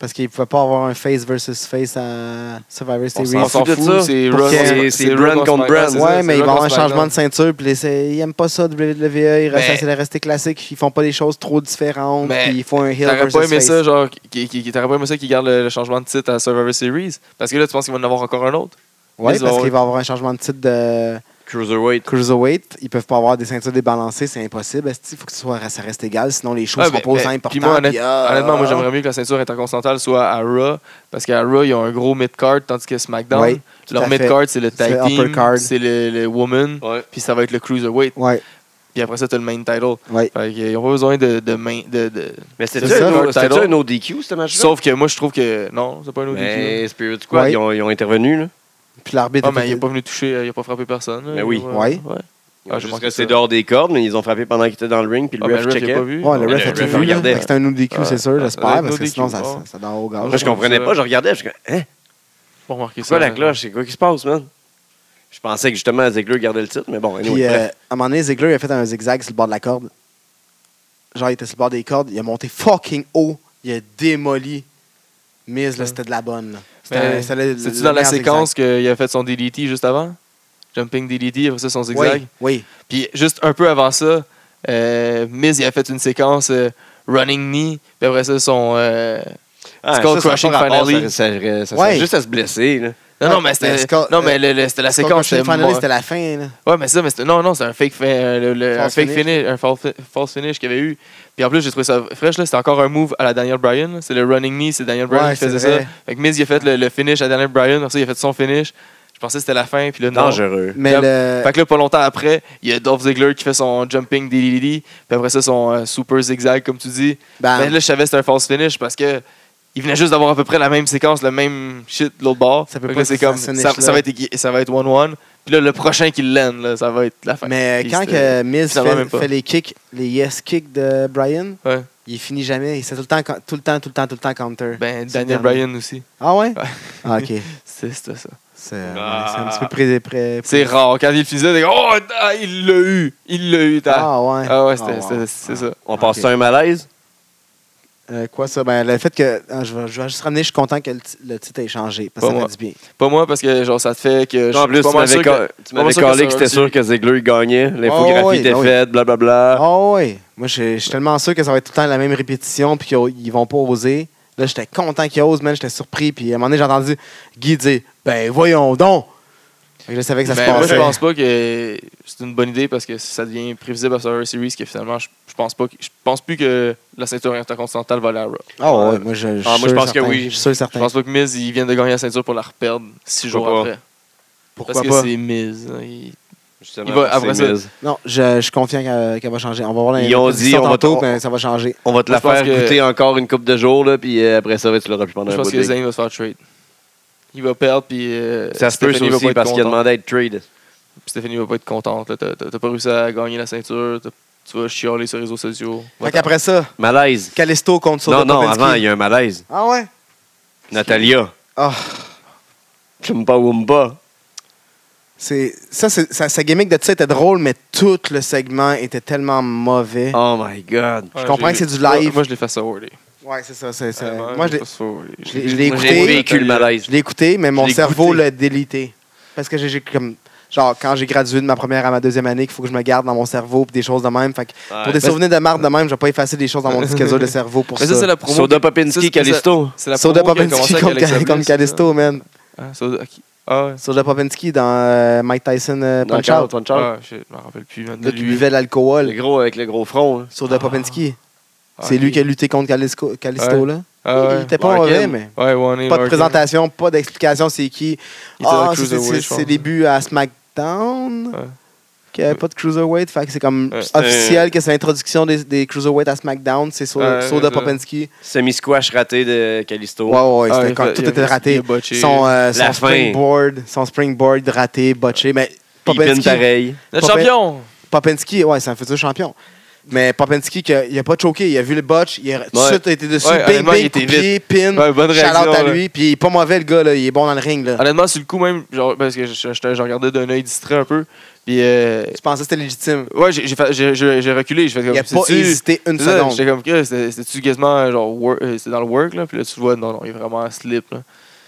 Speaker 3: Parce qu'il ne pouvait pas avoir un face versus face à Survivor Series.
Speaker 4: On s'en
Speaker 10: fout de
Speaker 4: fout,
Speaker 10: ça.
Speaker 4: c'est
Speaker 3: Parce
Speaker 4: Raw
Speaker 3: que-
Speaker 4: contre-
Speaker 10: c'est
Speaker 4: Raw
Speaker 10: brand contre
Speaker 4: SmackDown,
Speaker 10: brand.
Speaker 4: c'est ça,
Speaker 3: Ouais,
Speaker 4: c'est
Speaker 3: mais ils
Speaker 4: Raw
Speaker 3: vont avoir un
Speaker 4: contre
Speaker 3: changement de
Speaker 4: SmackDown.
Speaker 3: ceinture. Puis les- ils n'aiment pas ça, WWE. Ils restent-
Speaker 4: Mais-
Speaker 3: C'est de rester classique. Ils font pas des choses trop différentes.
Speaker 4: Mais
Speaker 3: Puis ils font un heel
Speaker 4: T'aurais
Speaker 3: versus
Speaker 4: pas aimé
Speaker 3: face.
Speaker 4: ça, genre, qui, qui, qui- t'aurais pas aimé ça qui garde le, le changement de titre à Survivor Series? Parce que là, tu penses qu'il va en avoir encore un autre?
Speaker 3: Ouais,
Speaker 4: Ils
Speaker 3: parce
Speaker 4: ont-
Speaker 3: qu'il va avoir un changement de titre de
Speaker 10: Cruiserweight.
Speaker 3: Cruiserweight. Ils peuvent pas avoir des ceintures débalancées. C'est impossible. Il faut que ce soit- ça reste égal. Sinon, les choses
Speaker 4: Ouais,
Speaker 3: ne sont
Speaker 4: mais-
Speaker 3: pas aussi
Speaker 4: mais-
Speaker 3: importantes.
Speaker 4: puis moi, honnête-
Speaker 3: puis, ah.
Speaker 4: Honnêtement, moi, j'aimerais mieux que la ceinture intercontinentale soit à Raw, parce qu'à Raw, ils ont un gros mid-card, tandis que SmackDown,
Speaker 3: Ouais, tout à
Speaker 4: leur
Speaker 3: fait.
Speaker 4: mid-card, c'est le
Speaker 3: C'est
Speaker 4: tag team,
Speaker 3: uppercard.
Speaker 4: c'est le, le woman,
Speaker 10: Ouais.
Speaker 4: puis ça va être le cruiserweight,
Speaker 3: Ouais,
Speaker 4: puis après ça, t'as le main title.
Speaker 3: ouais.
Speaker 4: Fait qu'ils n'ont pas besoin de, de main. De, de-
Speaker 10: Mais c'était
Speaker 3: C'est ça,
Speaker 10: un,
Speaker 4: leur
Speaker 10: autre- c'était-tu
Speaker 4: title.
Speaker 10: un ODQ, ce match-là?
Speaker 4: Sauf que moi, je trouve que. Non, c'est pas un autre
Speaker 10: Mais Spirit Squad,
Speaker 3: Ouais.
Speaker 10: ils, ont, ils ont intervenu, là.
Speaker 3: Puis l'arbitre.
Speaker 4: Ah, mais il
Speaker 3: était-
Speaker 4: n'est pas venu toucher, euh, il n'a pas frappé personne. là.
Speaker 10: Mais Ben oui.
Speaker 4: Ouais.
Speaker 3: Ouais.
Speaker 4: ouais.
Speaker 10: Ils ont
Speaker 4: Ah, je
Speaker 10: juste
Speaker 4: pense que
Speaker 10: resté
Speaker 4: ça-
Speaker 10: dehors des cordes, mais ils les ont frappé pendant qu'ils étaient dans le ring, puis
Speaker 4: Ah,
Speaker 10: ben, le
Speaker 4: mais
Speaker 10: ref
Speaker 4: le ref, il a
Speaker 10: checkait.
Speaker 4: pas vu.
Speaker 3: Ouais, le
Speaker 10: Mais
Speaker 3: ref
Speaker 10: le
Speaker 3: a tout
Speaker 10: ref,
Speaker 3: vu.
Speaker 10: il
Speaker 3: là.
Speaker 10: regardait.
Speaker 3: Fait que C'est un ODQ, c'est sûr,
Speaker 4: Ouais, ça doit
Speaker 3: j'espère,
Speaker 4: être
Speaker 3: parce que
Speaker 4: ODQ,
Speaker 3: sinon, ça,
Speaker 4: bon.
Speaker 3: ça, ça donne au gaz.
Speaker 10: Moi, je comprenais
Speaker 4: Ouais.
Speaker 10: pas, je regardais, je hein?
Speaker 4: Pas remarqué
Speaker 10: C'est quoi
Speaker 4: ça.
Speaker 10: la cloche? C'est quoi qui se passe, man? Je pensais que justement, Ziegler gardait le titre, mais bon, anyway.
Speaker 3: Puis, euh,
Speaker 10: bref.
Speaker 3: à un moment donné, Ziegler a fait un zigzag sur le bord de la corde. Genre, il était sur le bord des cordes, il a monté fucking haut, il a démoli. Miz, là,
Speaker 4: Ouais.
Speaker 3: c'était de la bonne. là. C'était-
Speaker 4: Mais
Speaker 3: c'était le-
Speaker 4: C'est-tu
Speaker 3: le
Speaker 4: dans la
Speaker 3: meilleur
Speaker 4: séquence qu'il a fait son DDT juste avant Jumping DDT, après ça, son
Speaker 3: zigzag.
Speaker 4: zigzag.
Speaker 3: Oui, oui.
Speaker 4: Puis juste un peu avant ça, euh, Miz, il a fait une séquence euh, running knee, puis après ça, son. euh,
Speaker 10: Ah,
Speaker 4: Skull
Speaker 10: ça, ça a
Speaker 4: Crushing
Speaker 10: pas rapport,
Speaker 4: Finale.
Speaker 10: Ça, ça, ça, ça
Speaker 3: Ouais.
Speaker 10: juste à se blesser, là.
Speaker 4: Non,
Speaker 3: Ouais,
Speaker 4: non, mais
Speaker 3: Ah, mais euh,
Speaker 4: c'était.
Speaker 3: Skull-
Speaker 4: Non, mais le- le- c'était la séquence.
Speaker 3: C'était
Speaker 4: c'était mo-
Speaker 3: c'était la fin. là.
Speaker 4: Ouais, mais ça, mais c'était- non, non, c'est un fake, fin- euh, le- le- un
Speaker 3: False
Speaker 4: fake
Speaker 3: finish.
Speaker 4: finish. un fal- fi- false finish qu'il y avait eu. Puis en plus, j'ai trouvé ça fraîche, là. C'était encore un move à la Daniel Bryan. là. C'est le running knee, c'est Daniel Bryan
Speaker 3: Ouais,
Speaker 4: qui faisait
Speaker 3: c'est vrai.
Speaker 4: ça. Fait que Miz, il a fait le, le finish à Daniel Bryan, après ça, il a fait son finish. Je pensais que c'était la fin, puis là, non.
Speaker 10: Dangereux.
Speaker 3: Mais
Speaker 4: Yep.
Speaker 3: le.
Speaker 4: Fait que là, pas longtemps après, il y a Dolph Ziggler qui fait son jumping DDD, puis après ça, son euh, super zigzag, comme tu dis.
Speaker 3: bam.
Speaker 4: Mais là, je savais que c'était un false finish parce que. Il venait juste d'avoir à peu près la même séquence, le même shit de l'autre bord.
Speaker 3: Ça
Speaker 4: Fait
Speaker 3: peut
Speaker 4: que
Speaker 3: pas
Speaker 4: là, c'est
Speaker 3: être
Speaker 4: comme,
Speaker 3: ce
Speaker 4: ça,
Speaker 3: finish-là.
Speaker 4: ça va être équi- ça va être 1-1. Puis là, le prochain qui l'aime, là, ça va être la fin.
Speaker 3: mais
Speaker 4: Puis
Speaker 3: quand
Speaker 4: c'était-
Speaker 3: que Miz
Speaker 4: finalement,
Speaker 3: fait,
Speaker 4: même pas.
Speaker 3: fait les kicks, les yes kicks de Brian,
Speaker 4: Ouais.
Speaker 3: il finit jamais. C'est tout le temps, tout le temps, tout le temps, tout le temps counter.
Speaker 4: Ben,
Speaker 3: C'est
Speaker 4: Daniel
Speaker 3: le dernier.
Speaker 4: Bryan aussi.
Speaker 3: Ah ouais?
Speaker 4: Ouais.
Speaker 3: Ah, ok.
Speaker 4: C'est c'était ça.
Speaker 3: C'est
Speaker 10: Ah.
Speaker 3: ouais, c'est un petit peu près. près-
Speaker 4: Bah. C'est rare. hein. Quand il le faisait, t'es comme, Oh, ah, il l'a eu. Il l'a eu. t'as-
Speaker 3: Ah ouais.
Speaker 4: Ah ouais, c'était-
Speaker 3: wow.
Speaker 4: c'était- c'est ça.
Speaker 10: On passe
Speaker 3: Ok.
Speaker 10: à un malaise?
Speaker 3: Euh, quoi ça? Ben, le fait que. ah, je, vais, je vais juste ramener, je suis content que le, ti- le titre ait changé. Parce que
Speaker 4: Pas
Speaker 3: ça
Speaker 4: moi.
Speaker 3: fait du bien.
Speaker 4: Pas moi, parce que genre, ça te fait que. je
Speaker 10: en
Speaker 4: suis
Speaker 10: plus,
Speaker 4: pas
Speaker 10: tu
Speaker 4: mal
Speaker 10: m'avais
Speaker 4: sûr
Speaker 10: ca-
Speaker 4: que-
Speaker 10: tu m'avais
Speaker 4: sûr que
Speaker 10: collé
Speaker 4: ça-
Speaker 10: que c'était sûr que Ziegler il gagnait,
Speaker 3: Oh, oui,
Speaker 10: l'infographie était
Speaker 3: ben oui.
Speaker 10: faite, blablabla.
Speaker 3: Ah ouais! Moi, je je suis tellement sûr que ça va être tout le temps la même répétition, puis qu'ils ils vont pas oser. Là, j'étais content qu'ils osent, man. J'étais surpris. Puis à un moment donné, j'ai entendu Guy dire Ben, voyons donc! Fait que je savais que ça
Speaker 4: Ben,
Speaker 3: se
Speaker 4: moi,
Speaker 3: passait.
Speaker 4: je pense pas que c'est une bonne idée parce que ça devient prévisible à Survivor Series que finalement, je, je pense pas que, je pense plus que la ceinture intercontinentale va aller à Raw.
Speaker 3: Ah ouais, moi, je, je suis
Speaker 10: Ah, moi, je
Speaker 3: sûr
Speaker 10: pense que
Speaker 3: certain.
Speaker 10: oui.
Speaker 3: Je suis sûr et
Speaker 4: Je
Speaker 3: certain.
Speaker 4: pense pas que Miz, il vient de gagner la ceinture pour la reperdre six jours
Speaker 10: Pourquoi pas?
Speaker 4: après.
Speaker 3: Pourquoi
Speaker 4: parce
Speaker 3: pas?
Speaker 4: que c'est Miz. hein, il-
Speaker 10: Justement,
Speaker 4: Il va-
Speaker 10: c'est
Speaker 4: après ça-
Speaker 10: Miz.
Speaker 3: Non, je, je suis confiant qu'elle qu'elle va changer. On va voir la
Speaker 10: Ils ont dit,
Speaker 3: répétition
Speaker 10: on va
Speaker 3: tantôt,
Speaker 10: t-
Speaker 3: ben, ça va changer.
Speaker 10: On va te la
Speaker 4: Moi, je pense
Speaker 10: faire
Speaker 4: que-
Speaker 10: goûter encore une coupe de jours, là, puis euh, après ça, tu l'auras plus pendant un
Speaker 4: Je pense
Speaker 10: bout
Speaker 4: que
Speaker 10: de temps.
Speaker 4: Zayn va se faire trade. Il va perdre, puis. euh,
Speaker 10: Ça se peut ça
Speaker 4: Stephanie va
Speaker 10: aussi
Speaker 4: pas être
Speaker 10: parce qu'il a
Speaker 4: contente.
Speaker 10: demandé à être trade.
Speaker 4: Puis Stéphanie va pas être contente. là. T'as t'as- t'as pas réussi à gagner la ceinture. t'as- Tu vas chialer sur les réseaux sociaux.
Speaker 3: Fait qu'après ça,
Speaker 10: Malaise.
Speaker 3: Calisto contre Soda
Speaker 10: non, non,
Speaker 3: Popinski.
Speaker 10: avant, il y a un malaise.
Speaker 3: Ah ouais?
Speaker 10: Natalia.
Speaker 3: Ah.
Speaker 10: Chumba Wumba.
Speaker 3: C'est ça, c'est- sa, sa gimmick de titre était drôle, mais tout le segment était tellement mauvais.
Speaker 2: Ah.
Speaker 10: Oh my God.
Speaker 3: Je comprends
Speaker 4: j'ai-
Speaker 3: que c'est du live.
Speaker 4: Moi, moi, je l'ai fait forwarder.
Speaker 3: Ouais, c'est ça. c'est- c'est-
Speaker 4: Vraiment,
Speaker 3: moi, je l'ai-
Speaker 4: fait forwarder.
Speaker 3: je l'ai- je l'ai
Speaker 4: Moi,
Speaker 10: J'ai
Speaker 3: écouté.
Speaker 10: vécu le malaise.
Speaker 3: je l'ai écouté, mais mon
Speaker 10: l'ai
Speaker 3: cerveau
Speaker 10: goûté.
Speaker 3: l'a délité. Parce que j'ai- j'ai comme. Genre, quand j'ai gradué de ma première à ma deuxième année, qu'il faut que je me garde dans mon cerveau pis des choses de même. Fait que pour des
Speaker 10: Ouais.
Speaker 3: souvenirs de marde de même, je vais pas effacer des choses dans mon disque dur de cerveau pour
Speaker 4: Mais ça,
Speaker 3: ça.
Speaker 4: c'est la promo.
Speaker 10: Soda
Speaker 4: qui- ça,
Speaker 10: Popinski,
Speaker 4: c'est-
Speaker 10: Calisto.
Speaker 4: C'est la
Speaker 3: Soda
Speaker 4: promo qui a
Speaker 3: Popinski
Speaker 4: commencé
Speaker 3: comme,
Speaker 4: avec Alexa
Speaker 3: comme
Speaker 4: Bliss,
Speaker 3: Calisto, man.
Speaker 4: là. Ah, Soda- ok. Ah ouais.
Speaker 3: Serge Popinski dans euh, Mike Tyson euh, Punch Out.
Speaker 2: Knockout, Punch Out.
Speaker 4: Ah, je je m'en rappelle plus. man, de
Speaker 3: Là, tu
Speaker 4: lui.
Speaker 3: buvais de
Speaker 2: Le
Speaker 3: l'alcool.
Speaker 2: gros avec le gros front. hein.
Speaker 3: Sur de Popinski.
Speaker 4: Ah,
Speaker 3: C'est
Speaker 4: ok.
Speaker 3: lui qui a lutté contre Calisco- Calisto.
Speaker 4: Ouais.
Speaker 3: Là.
Speaker 4: Ah, ouais.
Speaker 3: Il était pas
Speaker 2: Larkin.
Speaker 3: mauvais, mais.
Speaker 4: Ouais, One
Speaker 3: Pas de présentation, pas d'explication, c'est qui.
Speaker 4: Il était dans
Speaker 3: Ah,
Speaker 4: le
Speaker 3: c'est c'est-
Speaker 4: Cruiserweight,
Speaker 3: c'est
Speaker 4: je
Speaker 3: ses
Speaker 4: pense.
Speaker 3: débuts à SmackDown.
Speaker 4: Ouais.
Speaker 3: Qu'il n'y avait pas de Cruiserweight. Fait que c'est comme
Speaker 4: Ouais, c'était-
Speaker 3: officiel que c'est l'introduction des, des Cruiserweight à SmackDown. C'est sur,
Speaker 4: Ouais,
Speaker 3: sur de
Speaker 4: ouais.
Speaker 3: Popinski.
Speaker 2: Semi-squash raté de Calisto.
Speaker 3: Ouais, ouais, ouais,
Speaker 4: Ah,
Speaker 3: c'était
Speaker 4: il
Speaker 3: quand
Speaker 4: a-
Speaker 3: tout
Speaker 4: il a-
Speaker 3: était
Speaker 4: il
Speaker 3: raté.
Speaker 4: a botché.
Speaker 3: Son, euh, son
Speaker 2: La fin.
Speaker 3: springboard, son springboard raté, botché. Mais
Speaker 2: Puis il pine
Speaker 3: Popinski,
Speaker 2: pareil.
Speaker 4: Le
Speaker 3: Popin-
Speaker 4: champion!
Speaker 3: Popinski, ouais, c'est un futur champion. Mais Popinski, que- il a pas choqué. Il a vu le botch. Il a tout de
Speaker 4: Ouais.
Speaker 3: suite été dessus.
Speaker 4: Ouais,
Speaker 3: bing,
Speaker 4: honnêtement, il
Speaker 3: bing,
Speaker 4: était
Speaker 3: coup de pied, pin.
Speaker 4: Ouais, bonne
Speaker 3: shout-out
Speaker 4: réaction,
Speaker 3: à
Speaker 4: là.
Speaker 3: lui. Puis il est pas mauvais, le gars. Là. Il est bon dans le ring. Là.
Speaker 4: Honnêtement, sur le coup même, genre, parce que je, je- je- je regardais d'un œil distrait un peu. Puis, euh,
Speaker 3: Je pensais que c'était légitime.
Speaker 4: ouais, j'ai- j'ai fait- j'ai j'ai- j'ai reculé. J'ai fait comme
Speaker 3: Il a pas
Speaker 4: c'est-tu-
Speaker 3: hésité une
Speaker 4: c'est ça,
Speaker 3: seconde.
Speaker 4: J'étais comme que c'était- c'était-tu quasiment euh, genre, work- euh, c'était dans le work, là. Puis là, tu vois, non, non, il est vraiment slip, là.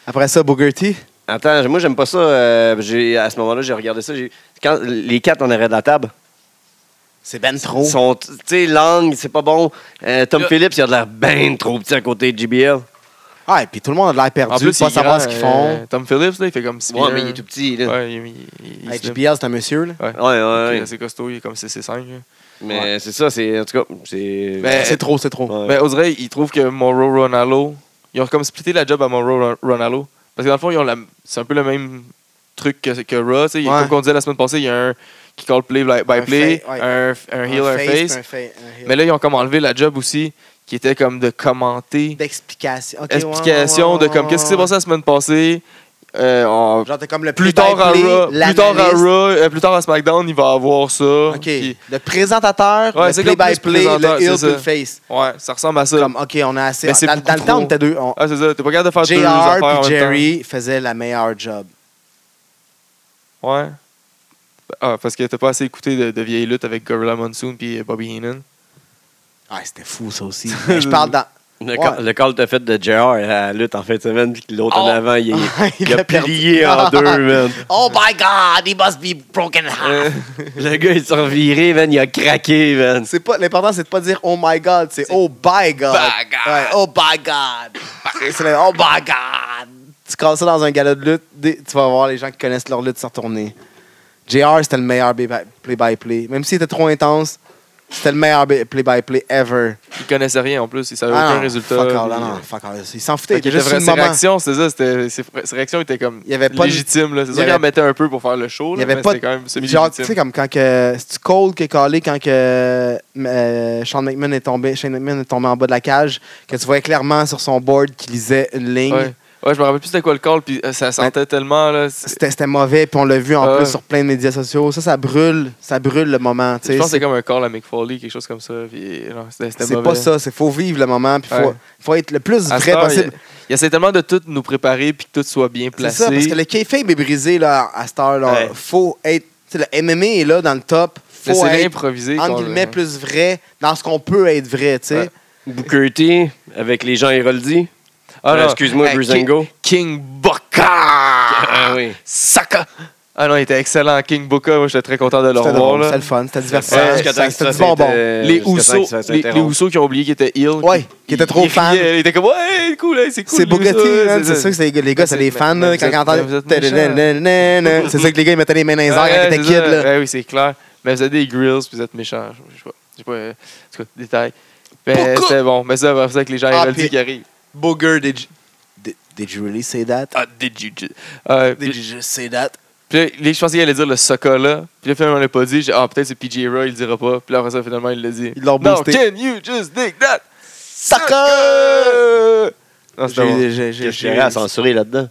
Speaker 3: Après ça, Booker T.
Speaker 2: Attends, moi j'aime pas ça. euh, j'ai- à ce moment-là, j'ai regardé ça. j'ai- Quand les quatre en arrière de la table,
Speaker 3: C'est ben trop.
Speaker 2: ils sont, tu sais, langue, c'est pas bon. Euh, Tom
Speaker 4: Là-
Speaker 2: Phillips, il a de l'air ben trop petit à côté de JBL.
Speaker 3: Ah, et puis tout le monde a de l'air perdu.
Speaker 4: En plus,
Speaker 3: pas
Speaker 4: il est
Speaker 3: savoir
Speaker 4: grand,
Speaker 3: ce qu'ils
Speaker 4: euh,
Speaker 3: font.
Speaker 4: Tom Phillips, là, il fait comme si
Speaker 2: Ouais, mais il est tout petit. Là.
Speaker 4: Ouais, il, il- il- il
Speaker 3: Hey,
Speaker 4: slip.
Speaker 3: JBL, c'est un monsieur. Là.
Speaker 2: Ouais, ouais,
Speaker 4: Il
Speaker 2: ouais.
Speaker 4: est assez costaud, il est comme CC5. là.
Speaker 2: Mais c'est ça, c'est. En tout cas, c'est.
Speaker 4: Mais-
Speaker 3: C'est trop, c'est trop.
Speaker 2: Ouais.
Speaker 4: Ben, on dirait ils trouvent que Moro Ronaldo, ils ont comme splitté la job à Moro Ron- Ronaldo. Parce que dans le fond, ils ont la- c'est un peu le même truc que, que Raw. tu sais. Il-
Speaker 3: Ouais.
Speaker 4: Comme on disait la semaine passée, il y a un qui call play by, by
Speaker 3: Un
Speaker 4: play,
Speaker 3: fa- ouais.
Speaker 4: un, un heel, un face.
Speaker 3: puis fa- un heel.
Speaker 4: Mais là, ils ont comme enlevé la job aussi, qui était comme de commenter,
Speaker 3: d'explication. Ok, ouais, ouais,
Speaker 4: explication
Speaker 3: ouais,
Speaker 4: de
Speaker 3: ouais,
Speaker 4: comme
Speaker 3: ouais,
Speaker 4: qu'est-ce qui s'est
Speaker 3: ouais.
Speaker 4: passé la semaine passée. Euh, on-
Speaker 3: Genre, t'es comme le
Speaker 4: plus, tard à
Speaker 3: play-by-play,
Speaker 4: Raw, plus tard à
Speaker 3: l'analyste.
Speaker 4: Raw, euh, plus tard à SmackDown, il va avoir ça.
Speaker 3: OK.
Speaker 4: Puis-
Speaker 3: le présentateur,
Speaker 4: Ouais,
Speaker 3: le
Speaker 4: c'est comme plus
Speaker 3: play-by-play,
Speaker 4: présentateur,
Speaker 3: le heel,
Speaker 4: c'est
Speaker 3: puis
Speaker 4: ça.
Speaker 3: le face.
Speaker 4: ouais, ça ressemble à ça.
Speaker 3: Comme, OK, on a assez.
Speaker 4: Mais c'est
Speaker 3: Dans,
Speaker 4: beaucoup
Speaker 3: dans le temps,
Speaker 4: trop.
Speaker 3: on était deux. on-
Speaker 4: Ah, c'est ça, t'es pas capable de faire deux affaires en même
Speaker 3: JR puis
Speaker 4: temps.
Speaker 3: Jerry faisaient la meilleure job.
Speaker 4: Ouais. Ah, parce que t'as pas assez écouté de, de vieilles luttes avec Gorilla Monsoon puis Bobby Heenan.
Speaker 3: Ah, c'était fou, ça aussi. Mais Je parle dans...
Speaker 2: Le, ca-
Speaker 3: Ouais.
Speaker 2: le call t'a fait de JR à la lutte en fin de semaine, puis l'autre en avant, il,
Speaker 3: Il
Speaker 2: il a
Speaker 3: a perdu.
Speaker 2: plié en deux, man.
Speaker 1: Oh my god, he must be broken
Speaker 4: Euh,
Speaker 2: Le gars, il s'est reviré, man, il a craqué, man.
Speaker 3: C'est pas l'important c'est de pas dire oh my god, c'est oh by god.
Speaker 1: By God.
Speaker 3: Ouais, oh by god. C'est le oh by god. Tu casses ça dans un galop de lutte, dès- tu vas voir les gens qui connaissent leur lutte se retourner. JR c'était le meilleur ba- play-by-play. Même s'il était trop intense, c'était le meilleur ba- play-by-play ever.
Speaker 4: il connaissait rien en plus, il savait
Speaker 3: Ah
Speaker 4: aucun
Speaker 3: non,
Speaker 4: résultat.
Speaker 3: Fuck all, non,
Speaker 4: Puis,
Speaker 3: non,
Speaker 4: euh,
Speaker 3: fuck all. Il s'en foutait,
Speaker 4: fait
Speaker 3: il était
Speaker 4: que
Speaker 3: juste
Speaker 4: ses
Speaker 3: sur le
Speaker 4: ses
Speaker 3: moment.
Speaker 4: réactions, c'est ça, c'était- ses, fr- ses réactions étaient comme
Speaker 3: Il y avait pas de-
Speaker 4: légitimes. là. C'est
Speaker 3: il
Speaker 4: ça
Speaker 3: y
Speaker 4: qu'il en
Speaker 3: avait-
Speaker 4: mettait un peu pour faire le show,
Speaker 3: Il
Speaker 4: là,
Speaker 3: y avait
Speaker 4: mais
Speaker 3: pas
Speaker 4: c'était quand même
Speaker 3: Genre, tu sais,
Speaker 4: semi-légitime.
Speaker 3: comme quand que. C'est-tu Cole qui est calé quand que euh, Sean McMahon est tombé, Shane McMahon est tombé en bas de la cage, que tu voyais clairement sur son board qu'il lisait une ligne.
Speaker 4: Ouais. ouais, je me rappelle plus c'était quoi le call, puis
Speaker 3: Ben,
Speaker 4: euh, ça sentait tellement. Là, c'est-
Speaker 3: C'était c'était mauvais, puis on l'a vu en
Speaker 4: Ah ouais.
Speaker 3: plus sur plein de médias sociaux. Ça, ça brûle, ça brûle le moment. tu
Speaker 4: je
Speaker 3: sais.
Speaker 4: pense que c'est
Speaker 3: C'est
Speaker 4: comme un call à Mick Foley, quelque chose comme ça. Puis, euh, non, c'était c'était
Speaker 3: c'est
Speaker 4: mauvais.
Speaker 3: pas ça, c'est faut vivre le moment, puis faut,
Speaker 4: Ouais.
Speaker 3: faut être le plus
Speaker 4: À
Speaker 3: vrai
Speaker 4: cette heure,
Speaker 3: possible.
Speaker 4: Il, il essaie tellement de tout nous préparer, puis que tout soit bien
Speaker 3: C'est
Speaker 4: placé.
Speaker 3: ça, parce que le kayfabe est brisé là, à cette heure. là.
Speaker 2: Ouais.
Speaker 3: Faut être. tu sais, Le MMA est là dans le top.
Speaker 4: Mais
Speaker 3: Faut
Speaker 4: c'est
Speaker 3: être,
Speaker 4: improvisé.
Speaker 3: entre guillemets, plus vrai dans ce qu'on peut être vrai, tu sais.
Speaker 4: Ouais.
Speaker 2: Booker T, avec les gens Héroldi.
Speaker 4: Ah,
Speaker 2: Euh,
Speaker 4: non.
Speaker 2: Excuse-moi,
Speaker 4: Hey,
Speaker 2: Brizango.
Speaker 4: King Boca!
Speaker 2: Ah oui.
Speaker 4: Saka! Ah non, il était excellent, King Boca. Moi, j'étais très content de le
Speaker 3: C'était
Speaker 4: revoir.
Speaker 3: drôle,
Speaker 4: là.
Speaker 3: c'était le fun, c'était divertissant.
Speaker 4: Ouais,
Speaker 3: c'était-
Speaker 2: Jusqu'à temps que
Speaker 3: c'était
Speaker 2: ça
Speaker 3: du bonbon.
Speaker 2: s'inter-
Speaker 4: les
Speaker 2: jusqu'à temps
Speaker 4: Houssos
Speaker 2: que ça
Speaker 4: les, les
Speaker 2: s'interrompe.
Speaker 4: Houssos qui ont oublié qu'ils étaient ill.
Speaker 3: Ouais, qui étaient trop fans.
Speaker 4: Ils étaient comme, ouais, cool, hey, c'est cool.
Speaker 3: C'est
Speaker 4: lui, ça,
Speaker 3: Booker T, man, hein, c'est sûr que c'est- les gars, c'est
Speaker 4: Mais
Speaker 3: des
Speaker 4: vous
Speaker 3: fans,
Speaker 4: êtes-
Speaker 3: là,
Speaker 4: mais
Speaker 3: quand
Speaker 4: vous
Speaker 3: ils
Speaker 4: êtes-
Speaker 3: entendent.
Speaker 4: mais vous êtes méchants.
Speaker 3: Tadadadadadadada. C'est sûr que les gars, ils mettaient les mains dans les
Speaker 4: Ouais,
Speaker 3: airs quand ils étaient
Speaker 4: c'est
Speaker 3: kids,
Speaker 4: ça.
Speaker 3: là.
Speaker 4: Ouais, oui, c'est clair. Mais vous avez des grills, puis vous êtes méchants. Je sais pas. Je sais pas. euh, En tout cas, détail. Mais
Speaker 3: Pourquoi?
Speaker 4: c'était bon. Mais ça, c'est ça que les gens
Speaker 3: Ah,
Speaker 4: ils
Speaker 3: puis-
Speaker 4: qui arrivent.
Speaker 3: Booger, did you, did, did you really say that?
Speaker 4: Ah, did you. ju- Euh,
Speaker 3: Did you just say that?
Speaker 4: Puis là, les- je pensais qu'il allait dire le Soka là. Puis là, finalement, on l'a pas dit. J'ai dit, ah, peut-être c'est PJ Roy, il le dira pas. Puis là, après ça, finalement, il l'a dit.
Speaker 3: Ils l'ont
Speaker 4: Non,
Speaker 3: boosté.
Speaker 4: can you just dig that?
Speaker 3: Saka!
Speaker 4: Non, c'était bon.
Speaker 3: J'ai- j'ai-
Speaker 2: Qu'est-ce
Speaker 3: j'ai-
Speaker 2: qu'il y aurait à censurer là-dedans?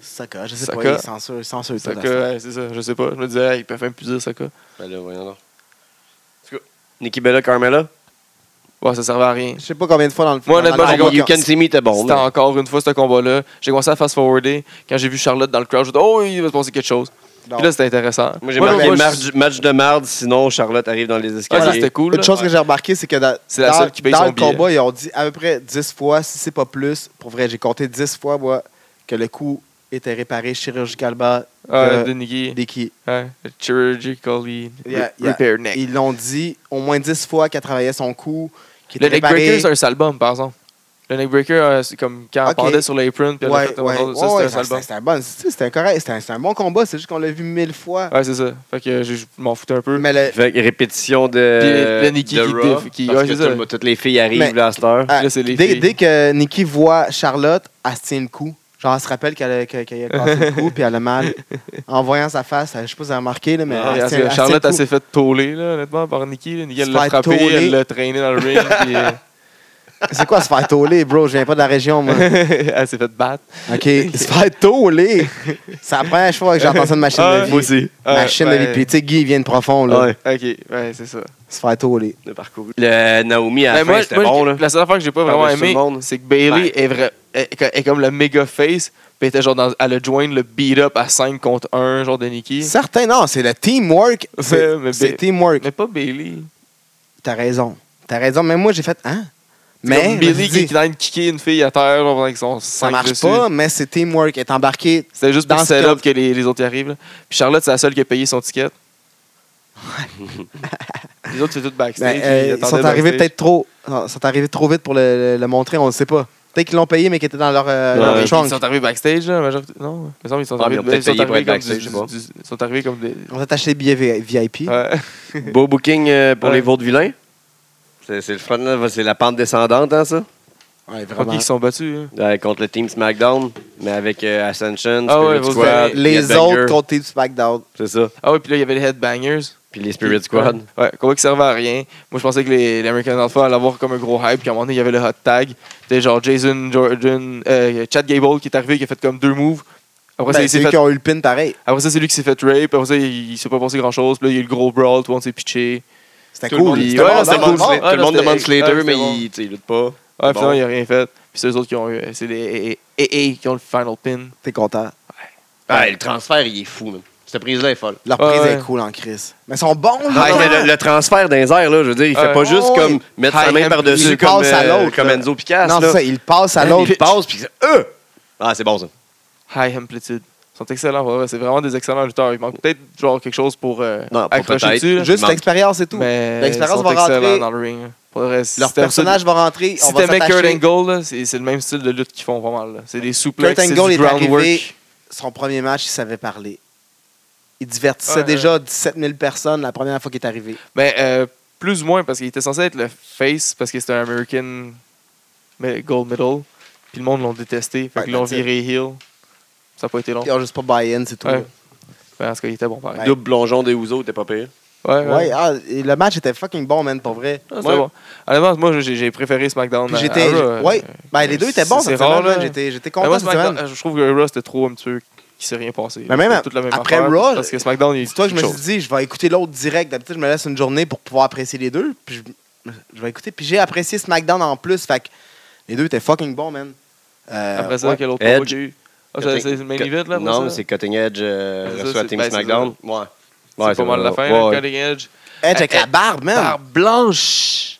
Speaker 3: Saka, je sais
Speaker 4: Saka.
Speaker 3: pas, il censure, censure. ça,
Speaker 4: Soka,
Speaker 3: dans ça.
Speaker 4: ouais, c'est ça, je sais pas. Je me disais, hey, ils peuvent même plus dire Soka.
Speaker 2: Ben là, voyons donc. En tout cas, Nikki Bella, Carmella.
Speaker 4: Ouais, ça servait à rien.
Speaker 3: Je sais pas combien de fois dans le
Speaker 4: Moi,
Speaker 3: dans-
Speaker 4: honnêtement,
Speaker 3: dans
Speaker 4: j'ai
Speaker 3: le
Speaker 4: compris-
Speaker 2: You
Speaker 3: podcast.
Speaker 2: Can See Me, t'es bon.
Speaker 4: C'était
Speaker 2: là.
Speaker 4: encore une fois ce combat-là. J'ai commencé à fast-forwarder. Quand j'ai vu Charlotte dans le crowd, j'ai dit, oh, il va se passer quelque chose.
Speaker 3: Non.
Speaker 4: Puis là, c'était intéressant.
Speaker 2: Moi, j'ai
Speaker 4: Ouais,
Speaker 2: marqué
Speaker 4: non, moi, je-
Speaker 2: match, match de marde, sinon Charlotte arrive dans les
Speaker 4: Ouais,
Speaker 2: escaliers.
Speaker 4: ça, c'était cool.
Speaker 3: Une
Speaker 4: là.
Speaker 3: chose que j'ai remarqué, c'est que dans,
Speaker 4: C'est la
Speaker 3: dans-
Speaker 4: seule qui paye
Speaker 3: dans
Speaker 4: son
Speaker 3: le combat, ils ont dit à peu près 10 fois, si c'est pas plus, pour vrai, j'ai compté 10 fois moi, que le coup était réparé chirurgicalement.
Speaker 4: Ah,
Speaker 3: euh,
Speaker 4: de Nikki.
Speaker 3: des qui-
Speaker 4: Ouais. Chirurgically
Speaker 3: Yeah,
Speaker 4: re-
Speaker 3: yeah.
Speaker 4: repair neck.
Speaker 3: Ils l'ont dit au moins 10 fois qu'elle travaillait son coup, qu'il
Speaker 4: Le
Speaker 3: était
Speaker 4: neck breaker,
Speaker 3: réparé.
Speaker 4: c'est un sale bum, par exemple. Le neckbreaker, euh, c'est comme quand
Speaker 3: Ok.
Speaker 4: on pendait sur l'apron, puis elle a
Speaker 3: Ouais,
Speaker 4: fait
Speaker 3: ouais,
Speaker 4: un- ça,
Speaker 3: ouais,
Speaker 4: c'était un
Speaker 3: ça,
Speaker 4: sale
Speaker 3: c'était un bon, tu sais, c'était un correct, c'était un- c'était un bon combat, c'est juste qu'on l'a vu mille fois.
Speaker 4: bump. Ouais, c'est ça. Fait que euh, je je m'en foutais un peu.
Speaker 3: Mais le-
Speaker 10: Fait que répétition de.
Speaker 4: Puis, le Nikki
Speaker 10: de
Speaker 4: qui
Speaker 10: Raw,
Speaker 4: déf- qui-
Speaker 10: parce
Speaker 4: ouais,
Speaker 10: que
Speaker 4: c'est ça.
Speaker 10: tout le- toutes les filles arrivent
Speaker 3: Mais-
Speaker 10: là, à cette heure.
Speaker 3: ah,
Speaker 4: Là, c'est les
Speaker 3: dès,
Speaker 4: filles.
Speaker 3: dès que Nikki voit Charlotte, elle se tient le coup. Genre, elle se rappelle qu'elle a, qu'elle- qu'elle a cassé le cou, puis elle a mal. En voyant sa face, je sais pas si vous avez remarqué, là, mais
Speaker 4: Ah,
Speaker 3: elle
Speaker 4: parce
Speaker 3: se tient-
Speaker 4: que
Speaker 3: elle se tient le
Speaker 4: Charlotte,
Speaker 3: coup.
Speaker 4: elle s'est fait toller, là, honnêtement, par Nikki. là. Nikki, elle
Speaker 3: Se
Speaker 4: l'a
Speaker 3: faire
Speaker 4: frappé,
Speaker 3: toller.
Speaker 4: elle l'a traîné dans le ring, puis euh,
Speaker 3: C'est quoi se faire toller, bro? Je viens pas de la région, moi.
Speaker 4: elle s'est fait battre.
Speaker 3: OK. Se faire toller! C'est la première fois que j'entends ça de machine de
Speaker 4: Ah,
Speaker 3: vie.
Speaker 4: moi aussi. Ah, ben-
Speaker 3: Machine de vie. Puis, tu sais, Guy, il vient de profond, là.
Speaker 10: Ouais.
Speaker 4: Ok, ouais, c'est ça.
Speaker 3: Se faire toller.
Speaker 10: Le parcours. Le Naomi à la
Speaker 4: Ben,
Speaker 10: fin,
Speaker 4: moi,
Speaker 10: c'était
Speaker 4: moi,
Speaker 10: bon, là.
Speaker 4: La seule affaire que j'ai pas vraiment
Speaker 10: Par-dessus
Speaker 4: aimé,
Speaker 10: le monde.
Speaker 4: c'est que Bailey
Speaker 10: Ouais.
Speaker 4: est, vrai, est, est- est comme le méga face. Puis elle était genre dans, elle a joint le beat-up à 5 contre 1, genre de Nikki.
Speaker 3: Certain, non, c'est le teamwork. C'est
Speaker 4: Ouais, mais
Speaker 3: c'est
Speaker 4: ben-
Speaker 3: teamwork.
Speaker 4: Mais pas Bailey.
Speaker 3: T'as raison. T'as raison. Même moi, j'ai fait, hein?
Speaker 4: Mais.
Speaker 3: Mais, je
Speaker 4: Bailey qui
Speaker 3: dis,
Speaker 4: qui est en train de kicker une fille à terre genre, pendant qu'ils sont 5
Speaker 3: ça marche
Speaker 4: dessus.
Speaker 3: pas, mais c'est teamwork. Est embarqué.
Speaker 4: C'était juste pour
Speaker 3: Dans
Speaker 4: le
Speaker 3: ce
Speaker 4: setup que les, les autres y arrivent. là. Puis Charlotte, c'est la seule qui a payé son ticket. les autres, c'est tout backstage.
Speaker 3: Ben, euh,
Speaker 4: ils
Speaker 3: ils
Speaker 4: attendaient
Speaker 3: sont arrivés
Speaker 4: backstage.
Speaker 3: peut-être trop. non, Ils sont arrivés trop vite pour le, le- le montrer, on ne sait pas. Peut-être qu'ils l'ont payé, mais qu'ils étaient dans leur, euh,
Speaker 4: Non,
Speaker 3: leur
Speaker 4: mais
Speaker 3: trunk.
Speaker 4: ils sont arrivés backstage, là, majorité- Non, il me semble qu'ils sont
Speaker 10: Ah, mais
Speaker 4: arrivés
Speaker 10: ils ont peut-être
Speaker 4: ils sont
Speaker 10: payé pour
Speaker 4: arrivés
Speaker 10: être
Speaker 4: comme
Speaker 10: backstage,
Speaker 4: du-
Speaker 10: je sais pas.
Speaker 4: du- Ils sont arrivés comme des.
Speaker 3: On a acheté les billets V- VIP.
Speaker 4: Ouais.
Speaker 10: Beau booking euh, pour
Speaker 4: Ouais.
Speaker 10: les vaudevillains. C'est c'est le front, là, c'est la pente descendante, hein, ça?
Speaker 3: Ouais,
Speaker 4: Ok, ils se sont battus. hein.
Speaker 10: Ouais, contre le team SmackDown, mais avec euh, Ascension,
Speaker 4: Ah ouais,
Speaker 10: Spirit
Speaker 4: Vaudeville.
Speaker 10: Squad.
Speaker 3: Les
Speaker 10: Headbanger.
Speaker 3: autres côtés du SmackDown.
Speaker 10: C'est ça.
Speaker 4: Ah oui, puis là, il y avait les headbangers.
Speaker 10: Puis les Spirit
Speaker 4: Ah.
Speaker 10: Squad.
Speaker 4: Ouais, combat qui servait à rien. Moi, je pensais que les, les American Alpha allaient avoir comme un gros hype. Puis à un moment donné, il y avait le hot tag. C'était genre Jason Jordan, euh, Chad Gable qui est arrivé, qui a fait comme deux moves. Après, ça,
Speaker 3: Ben,
Speaker 4: il s'est
Speaker 3: c'est eux
Speaker 4: fait-
Speaker 3: qui ont eu le pin pareil.
Speaker 4: après ça, c'est lui qui s'est fait rape. Après ça, il, il s'est pas passé grand chose. Puis là, il y a eu le gros brawl. Tout le monde s'est pitché.
Speaker 3: C'était
Speaker 4: Tout le
Speaker 3: cool.
Speaker 4: monde-
Speaker 3: C'était
Speaker 4: Ouais,
Speaker 3: bon,
Speaker 4: c'était
Speaker 3: bon,
Speaker 4: cool.
Speaker 3: bon.
Speaker 4: Ouais,
Speaker 10: Tout le
Speaker 4: non,
Speaker 10: monde
Speaker 4: c'était-
Speaker 10: demande Slater,
Speaker 4: ouais, c'était
Speaker 10: mais
Speaker 4: bon.
Speaker 10: il, tu sais, il lutte pas. C'est
Speaker 4: Ouais, Ah, finalement,
Speaker 10: bon.
Speaker 4: il n'y a rien fait. Puis c'est eux autres qui ont eu. C'est les AA qui ont le final pin.
Speaker 3: T'es content.
Speaker 10: Ah, le transfert, il est fou, man. Cette prise-là est folle.
Speaker 3: Leur
Speaker 4: Ouais,
Speaker 3: prise est
Speaker 4: ouais.
Speaker 3: cool en crise. Mais ils sont bons, là.
Speaker 10: Ah, mais le, le transfert d'un air, là, je veux dire, il fait
Speaker 4: Ouais.
Speaker 10: pas juste
Speaker 3: Oh,
Speaker 10: comme
Speaker 3: oui.
Speaker 10: mettre sa
Speaker 4: High
Speaker 10: main
Speaker 4: hand,
Speaker 10: par-dessus
Speaker 3: il
Speaker 10: comme,
Speaker 3: passe à
Speaker 10: euh,
Speaker 3: l'autre,
Speaker 10: comme
Speaker 3: là.
Speaker 10: Enzo Picasso.
Speaker 3: non, c'est
Speaker 10: là.
Speaker 3: ça, ils passent à
Speaker 10: Hein,
Speaker 3: l'autre.
Speaker 10: Il passe, puis c'est eux! Ah, c'est bon, ça.
Speaker 4: High Amplitude. Ils sont excellents. pour vrai. C'est vraiment des excellents lutteurs. Il manque peut-être genre quelque chose pour euh,
Speaker 10: Non, pour
Speaker 4: accrocher
Speaker 10: peut-être.
Speaker 4: dessus. là. Ben,
Speaker 3: Juste
Speaker 10: manque.
Speaker 3: l'expérience et tout.
Speaker 4: Mais
Speaker 3: L'expérience
Speaker 4: ils sont
Speaker 3: va rentrer.
Speaker 4: excellents dans le ring. Pour le reste,
Speaker 3: Leur
Speaker 4: si t'aimes ça-
Speaker 3: personnage va rentrer.
Speaker 4: Si
Speaker 3: on va
Speaker 4: t'aimais Kurt
Speaker 3: s'attacher.
Speaker 4: Angle, là, c'est c'est le même style de lutte qu'ils font pas mal. là. C'est des
Speaker 3: Kurt
Speaker 4: souplexes, c'est
Speaker 3: Angle
Speaker 4: du
Speaker 3: est arrivé.
Speaker 4: groundwork.
Speaker 3: Son premier match, il savait parler. Il divertissait
Speaker 4: Ouais,
Speaker 3: déjà 17 000 personnes la première fois qu'il est arrivé.
Speaker 4: Mais euh, plus ou moins, parce qu'il était censé être le face, parce que c'était un American me- Gold Medal. Puis le monde l'ont détesté. Fait
Speaker 3: Ouais,
Speaker 4: qu'ils l'ont
Speaker 3: that's it.
Speaker 4: viré heel. Ça n'a pas été long.
Speaker 3: Ils ont juste pas buy-in, c'est tout.
Speaker 4: Ouais.
Speaker 3: là.
Speaker 4: Mais en tout cas, il était bon pareil.
Speaker 10: Double plongeon des Ouzo, t'es pas pire.
Speaker 4: Ouais,
Speaker 3: Ouais, ah, et le match était fucking bon, man, pour vrai.
Speaker 4: Ah, c'était bon. Honnêtement, moi, j'ai- j'ai préféré SmackDown.
Speaker 3: Puis
Speaker 4: à- à
Speaker 3: j'étais.
Speaker 4: Raw, euh,
Speaker 3: Ouais, ben, les deux étaient bons
Speaker 4: c'est
Speaker 3: cette
Speaker 4: rare,
Speaker 3: semaine, man.
Speaker 4: là.
Speaker 3: J'étais j'étais
Speaker 4: Mais
Speaker 3: content
Speaker 4: moi,
Speaker 3: cette
Speaker 4: SmackDown,
Speaker 3: semaine.
Speaker 4: je trouve que Raw, c'était trop un petit peu qui s'est rien passé.
Speaker 3: Mais même
Speaker 4: C'était toute la même
Speaker 3: après
Speaker 4: affaire,
Speaker 3: Raw,
Speaker 4: parce que SmackDown, il
Speaker 3: C'est toi que je me
Speaker 4: chose.
Speaker 3: suis dit, je vais écouter l'autre direct. D'habitude, je me laisse une journée pour pouvoir apprécier les deux. Puis je, je vais écouter. Puis j'ai apprécié SmackDown en plus. Fait que les deux étaient fucking bons, man. Euh,
Speaker 4: Après ça,
Speaker 3: ouais.
Speaker 4: quel autre
Speaker 10: Edge.
Speaker 4: combat qu'il y a eu? Ah, c'est c'est le main
Speaker 10: Cut-
Speaker 4: event, là? après
Speaker 10: Non,
Speaker 4: ça?
Speaker 10: c'est Cutting Edge euh,
Speaker 4: C'est ça,
Speaker 10: reçoit
Speaker 4: c'est-
Speaker 10: Team
Speaker 4: ben, c'est
Speaker 10: SmackDown. Ouais. Ouais,
Speaker 4: C'est pas mal la fin, hein,
Speaker 10: ouais, ouais.
Speaker 4: le Cutting Edge.
Speaker 3: Edge avec la barbe, man.
Speaker 4: Barbe blanche!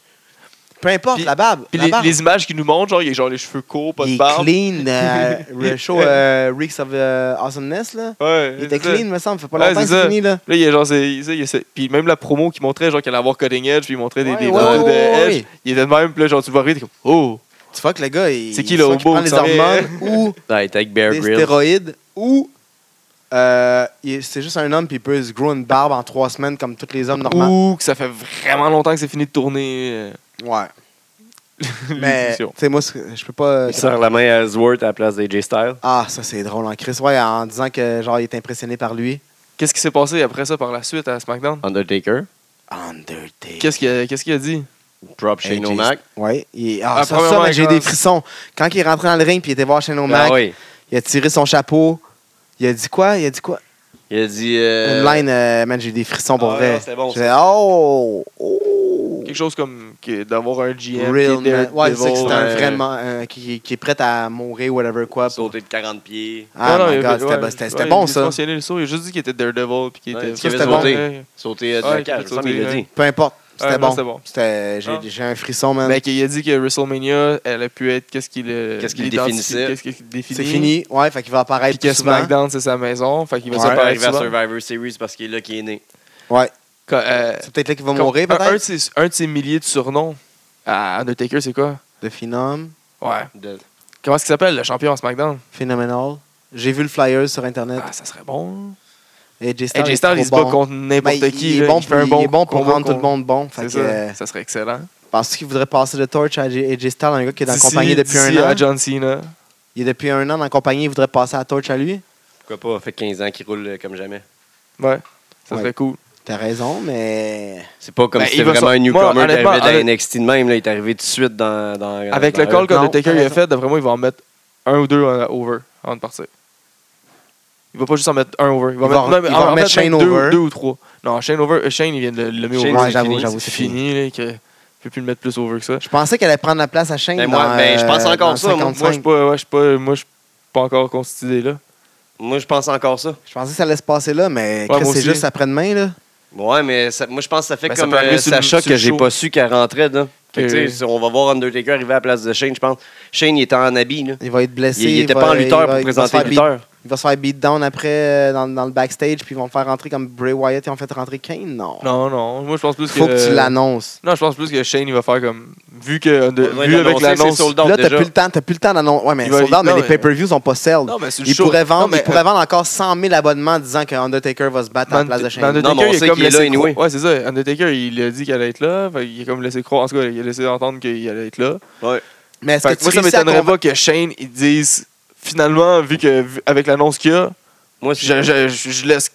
Speaker 3: Peu importe,
Speaker 4: Puis-
Speaker 3: la barbe.
Speaker 4: Puis
Speaker 3: la
Speaker 4: les,
Speaker 3: barbe.
Speaker 4: les images qu'ils nous montrent, genre, il a genre les cheveux courts, pas
Speaker 3: il
Speaker 4: de
Speaker 3: est
Speaker 4: barbe.
Speaker 3: clean. euh, le show euh, Reeks of euh, Awesomeness, là.
Speaker 4: Ouais,
Speaker 3: Il était
Speaker 4: c'est ça.
Speaker 3: clean, me semble. Fait pas
Speaker 4: Ouais,
Speaker 3: longtemps
Speaker 4: c'est
Speaker 3: que c'est
Speaker 4: ça.
Speaker 3: fini, là.
Speaker 4: Là, il y a genre, c'est- il- ça, il y a ce- Puis même la promo qui montrait, genre, qu'il allait avoir Cutting Edge, puis il montrait des,
Speaker 3: Ouais,
Speaker 4: des
Speaker 3: ouais,
Speaker 4: photos
Speaker 3: ouais,
Speaker 4: de
Speaker 3: ouais.
Speaker 4: Edge. Il était de même, puis là, genre, tu le vois arriver, t'es comme, oh!
Speaker 3: Tu vois que le gars, il.
Speaker 4: C'est qui, le
Speaker 3: soit qu'il
Speaker 4: hobo
Speaker 3: prend
Speaker 4: qui
Speaker 3: les
Speaker 4: s'en vient?
Speaker 3: hormones ou
Speaker 10: Ouais, t'es avec Bear
Speaker 3: des
Speaker 10: Grylls.
Speaker 3: stéroïdes ou. euh, il- c'est juste un homme, puis il peut se grow une barbe en trois semaines comme tous les hommes normaux.
Speaker 4: Ouh, que ça fait vraiment longtemps que c'est fini de tourner. euh,
Speaker 3: Ouais. Mais, tu
Speaker 4: l'émission.
Speaker 3: sais, moi, c'est- je peux pas. euh,
Speaker 10: Il serre la main à Zwart à la place d'AJ Styles.
Speaker 3: Ah, ça, c'est drôle en Chris. Ouais, en disant que, genre, il est impressionné par lui.
Speaker 4: Qu'est-ce qui s'est passé après ça par la suite à SmackDown?
Speaker 10: Undertaker.
Speaker 3: Undertaker.
Speaker 4: Qu'est-ce qu'il a, qu'est-ce qu'il a dit?
Speaker 10: Drop Shane O'Mac.
Speaker 3: Ouais. il- Ah,
Speaker 4: Ah,
Speaker 3: ça, ça,
Speaker 4: premièrement, Ben
Speaker 3: mais j'ai
Speaker 4: quand-
Speaker 3: des frissons. Quand il est rentré dans le ring, puis il était voir Shane O'Mac,
Speaker 10: Ah oui.
Speaker 3: il a tiré son chapeau. Il a dit quoi? Il a dit quoi?
Speaker 10: Il a dit. euh,
Speaker 3: Une line, euh, man, j'ai eu des frissons pour
Speaker 10: ah,
Speaker 3: vrai.
Speaker 10: non, c'était bon,
Speaker 3: J'ai fait, oh! Oh!
Speaker 4: Quelque chose comme que d'avoir un GM.
Speaker 3: Real
Speaker 4: qui est
Speaker 3: man. Ouais, c'est que c'est un
Speaker 10: euh,
Speaker 3: vraiment. euh, qui, qui est prêt à mourir, whatever, quoi. pour-
Speaker 10: Sauter de 40 pieds.
Speaker 3: Ah,
Speaker 4: Non, non,
Speaker 3: my
Speaker 4: il-
Speaker 3: God, c'était
Speaker 4: ouais,
Speaker 3: bon, c'était- c'était
Speaker 4: ouais,
Speaker 3: bon,
Speaker 4: il a
Speaker 3: ça.
Speaker 4: mentionné le saut, il a juste dit qu'il était Daredevil. Puis qu'il
Speaker 10: Ouais,
Speaker 4: était,
Speaker 10: qu'il
Speaker 3: avait sauté.
Speaker 4: Ouais.
Speaker 10: Sauter euh, de
Speaker 4: Ouais,
Speaker 10: la cage,
Speaker 4: il a
Speaker 10: je me semble, il l'a
Speaker 4: sauté,
Speaker 10: dit.
Speaker 3: Peu importe. C'était
Speaker 4: Ouais, non,
Speaker 3: bon.
Speaker 4: c'était bon.
Speaker 3: C'était- j'ai-
Speaker 4: Ah.
Speaker 3: J'ai un frisson, man.
Speaker 4: Mais qu'il a dit que WrestleMania, elle a pu être qu'est-ce qu'il euh,
Speaker 10: Qu'est-ce qu'il
Speaker 4: l'identifie,
Speaker 10: définissait.
Speaker 4: Qu'est-ce qu'il définit.
Speaker 3: C'est fini. Ouais, fait qu'il va apparaître
Speaker 4: Puis que
Speaker 3: plus souvent.
Speaker 4: SmackDown, c'est sa maison. Fait qu'il va
Speaker 3: Ouais.
Speaker 10: Ça peut
Speaker 4: s'apparaître
Speaker 10: arriver à
Speaker 4: souvent.
Speaker 10: Survivor Series parce qu'il est là qui est né.
Speaker 3: Ouais.
Speaker 4: Quand, euh,
Speaker 3: C'est peut-être là qu'il va
Speaker 4: quand-
Speaker 3: mourir,
Speaker 4: un, un de
Speaker 3: peut-être.
Speaker 4: ses, un de ses milliers de surnoms à Undertaker, c'est quoi
Speaker 3: De Phenom.
Speaker 4: Ouais.
Speaker 2: De-
Speaker 4: Comment est-ce qu'il s'appelle, le champion en SmackDown?
Speaker 3: Phénoménal. J'ai vu le flyer sur Internet.
Speaker 4: Ah, ça serait bon.
Speaker 3: AJ Styles,
Speaker 4: AJ Styles, il se bat contre
Speaker 3: Ben,
Speaker 4: n'importe
Speaker 3: il-
Speaker 4: qui.
Speaker 3: Il
Speaker 4: là.
Speaker 3: est bon,
Speaker 4: fait un
Speaker 3: pour- il est bon pour
Speaker 4: combat
Speaker 3: rendre tout le
Speaker 4: contre-
Speaker 3: monde bon. Fait
Speaker 4: C'est
Speaker 3: que,
Speaker 4: ça.
Speaker 3: euh,
Speaker 4: Ça serait excellent.
Speaker 3: Penses-tu qu'il voudrait passer le torch à AJ, Styles, un gars qui est dans la
Speaker 4: D'ici-
Speaker 3: compagnie depuis
Speaker 4: d'ici
Speaker 3: un
Speaker 4: à
Speaker 3: an?
Speaker 4: John Cena.
Speaker 3: Il est depuis un an dans la compagnie, il voudrait passer la torch à lui?
Speaker 2: Pourquoi pas? Fait 15 ans qu'il roule euh, comme jamais.
Speaker 4: Ouais. Ça
Speaker 3: Ouais.
Speaker 4: serait cool.
Speaker 3: T'as raison, mais...
Speaker 2: C'est pas comme
Speaker 4: Ben,
Speaker 2: si
Speaker 4: il
Speaker 2: c'était
Speaker 4: va
Speaker 2: vraiment
Speaker 4: sur-
Speaker 2: un
Speaker 4: Moi,
Speaker 2: newcomer qui
Speaker 4: honnêtement,
Speaker 2: arrivait dans
Speaker 4: honnêt-
Speaker 2: NXT de même. Là, il est arrivé tout de suite dans. dans-
Speaker 4: Avec
Speaker 2: dans
Speaker 4: le call
Speaker 2: eux.
Speaker 3: non,
Speaker 4: qu'Undertaker
Speaker 3: t'as
Speaker 4: il a
Speaker 3: raison.
Speaker 4: fait, d'après moi, il va en mettre un ou deux euh, over avant de partir. Il va pas juste en mettre un over. Il va,
Speaker 3: Il va-
Speaker 4: mettre, même-
Speaker 3: il va
Speaker 4: en- en
Speaker 3: mettre
Speaker 4: mettre
Speaker 3: Shane
Speaker 4: même deux,
Speaker 3: over.
Speaker 4: deux ou trois. Non, Shane over, euh, Shane, il vient de le, le mettre
Speaker 2: Shane,
Speaker 4: over.
Speaker 2: Ouais, c'est
Speaker 3: j'avoue,
Speaker 2: fini,
Speaker 3: j'avoue,
Speaker 4: C'est
Speaker 3: c'est fini.
Speaker 4: fini, là, que je peux plus le mettre plus over que ça.
Speaker 3: Je pensais qu'elle allait prendre la place à Shane
Speaker 2: Ben,
Speaker 3: dans,
Speaker 2: moi, ben, je pense
Speaker 3: euh,
Speaker 2: encore
Speaker 3: dans
Speaker 2: ça, moi. Moi,
Speaker 4: Moi, je
Speaker 3: 55.
Speaker 4: suis pas, ouais, je suis pas, moi, je suis pas encore contre cette idée-là.
Speaker 2: Moi, je pense encore ça.
Speaker 3: Je pensais que ça allait se passer là, mais
Speaker 4: Ouais,
Speaker 3: Chris,
Speaker 4: moi
Speaker 3: c'est
Speaker 4: aussi.
Speaker 3: juste après-demain, là.
Speaker 2: Ouais, mais ça- moi, je pense que ça fait
Speaker 4: Ben, ça
Speaker 2: comme
Speaker 4: peut arriver
Speaker 2: euh,
Speaker 4: sur le-
Speaker 2: Sacha
Speaker 4: sur le
Speaker 2: que j'ai
Speaker 4: show.
Speaker 2: pas su qu'elle rentrait. Là. Fait que,
Speaker 4: Que-
Speaker 2: tu sais, on va voir Undertaker arriver à la place de Shane, je pense. Shane, il était en habit. Là.
Speaker 3: Il va être blessé.
Speaker 2: Il, il était
Speaker 3: va-
Speaker 2: pas en lutteur
Speaker 3: il va-
Speaker 2: pour
Speaker 3: il va se
Speaker 2: présenter
Speaker 3: faire
Speaker 2: le lutteur.
Speaker 3: beat- Il va se faire beat down après euh, dans, dans le backstage, puis ils vont le faire rentrer comme Bray Wyatt et on fait rentrer Kane. Non.
Speaker 4: Non, non. Moi, je pense plus que. euh,
Speaker 3: Faut que tu l'annonces.
Speaker 4: Non, je pense plus que Shane, il va faire comme. Vu, que, de-
Speaker 2: On va
Speaker 4: vu avec
Speaker 2: l'annoncer,
Speaker 4: l'annonce.
Speaker 2: c'est sold out
Speaker 3: Là, t'as
Speaker 2: déjà.
Speaker 3: plus le temps, t'as plus le temps d'annoncer. Ouais, mais
Speaker 4: Il va-
Speaker 3: sold out,
Speaker 4: non,
Speaker 3: mais les
Speaker 4: mais-
Speaker 3: pay-per-views sont pas sell.
Speaker 4: mais c'est le
Speaker 3: Ils
Speaker 4: show.
Speaker 3: pourraient, vendre,
Speaker 4: Non, mais,
Speaker 3: ils pourraient vendre encore 100 000 abonnements en disant que Undertaker va se battre à la
Speaker 4: Man-
Speaker 3: place de Shane.
Speaker 4: Undertaker,
Speaker 2: Non, mais on
Speaker 4: il a
Speaker 2: sait
Speaker 4: comme
Speaker 2: qu'il est là,
Speaker 4: laissé
Speaker 2: anyway.
Speaker 4: croire- Ouais, c'est ça. Undertaker, il a dit qu'il allait être là. Fait, il a comme laissé croire. En tout cas, il a laissé entendre qu'il allait être là.
Speaker 3: Mais est-ce que
Speaker 4: Fait, que
Speaker 3: tu
Speaker 4: moi, ça
Speaker 3: réussis à
Speaker 4: m'étonnerait
Speaker 3: convaincre-
Speaker 4: pas que Shane, il dise finalement, vu que vu- avec l'annonce qu'il y a,
Speaker 2: Moi,
Speaker 4: je,
Speaker 2: je,
Speaker 4: je- je- je laisse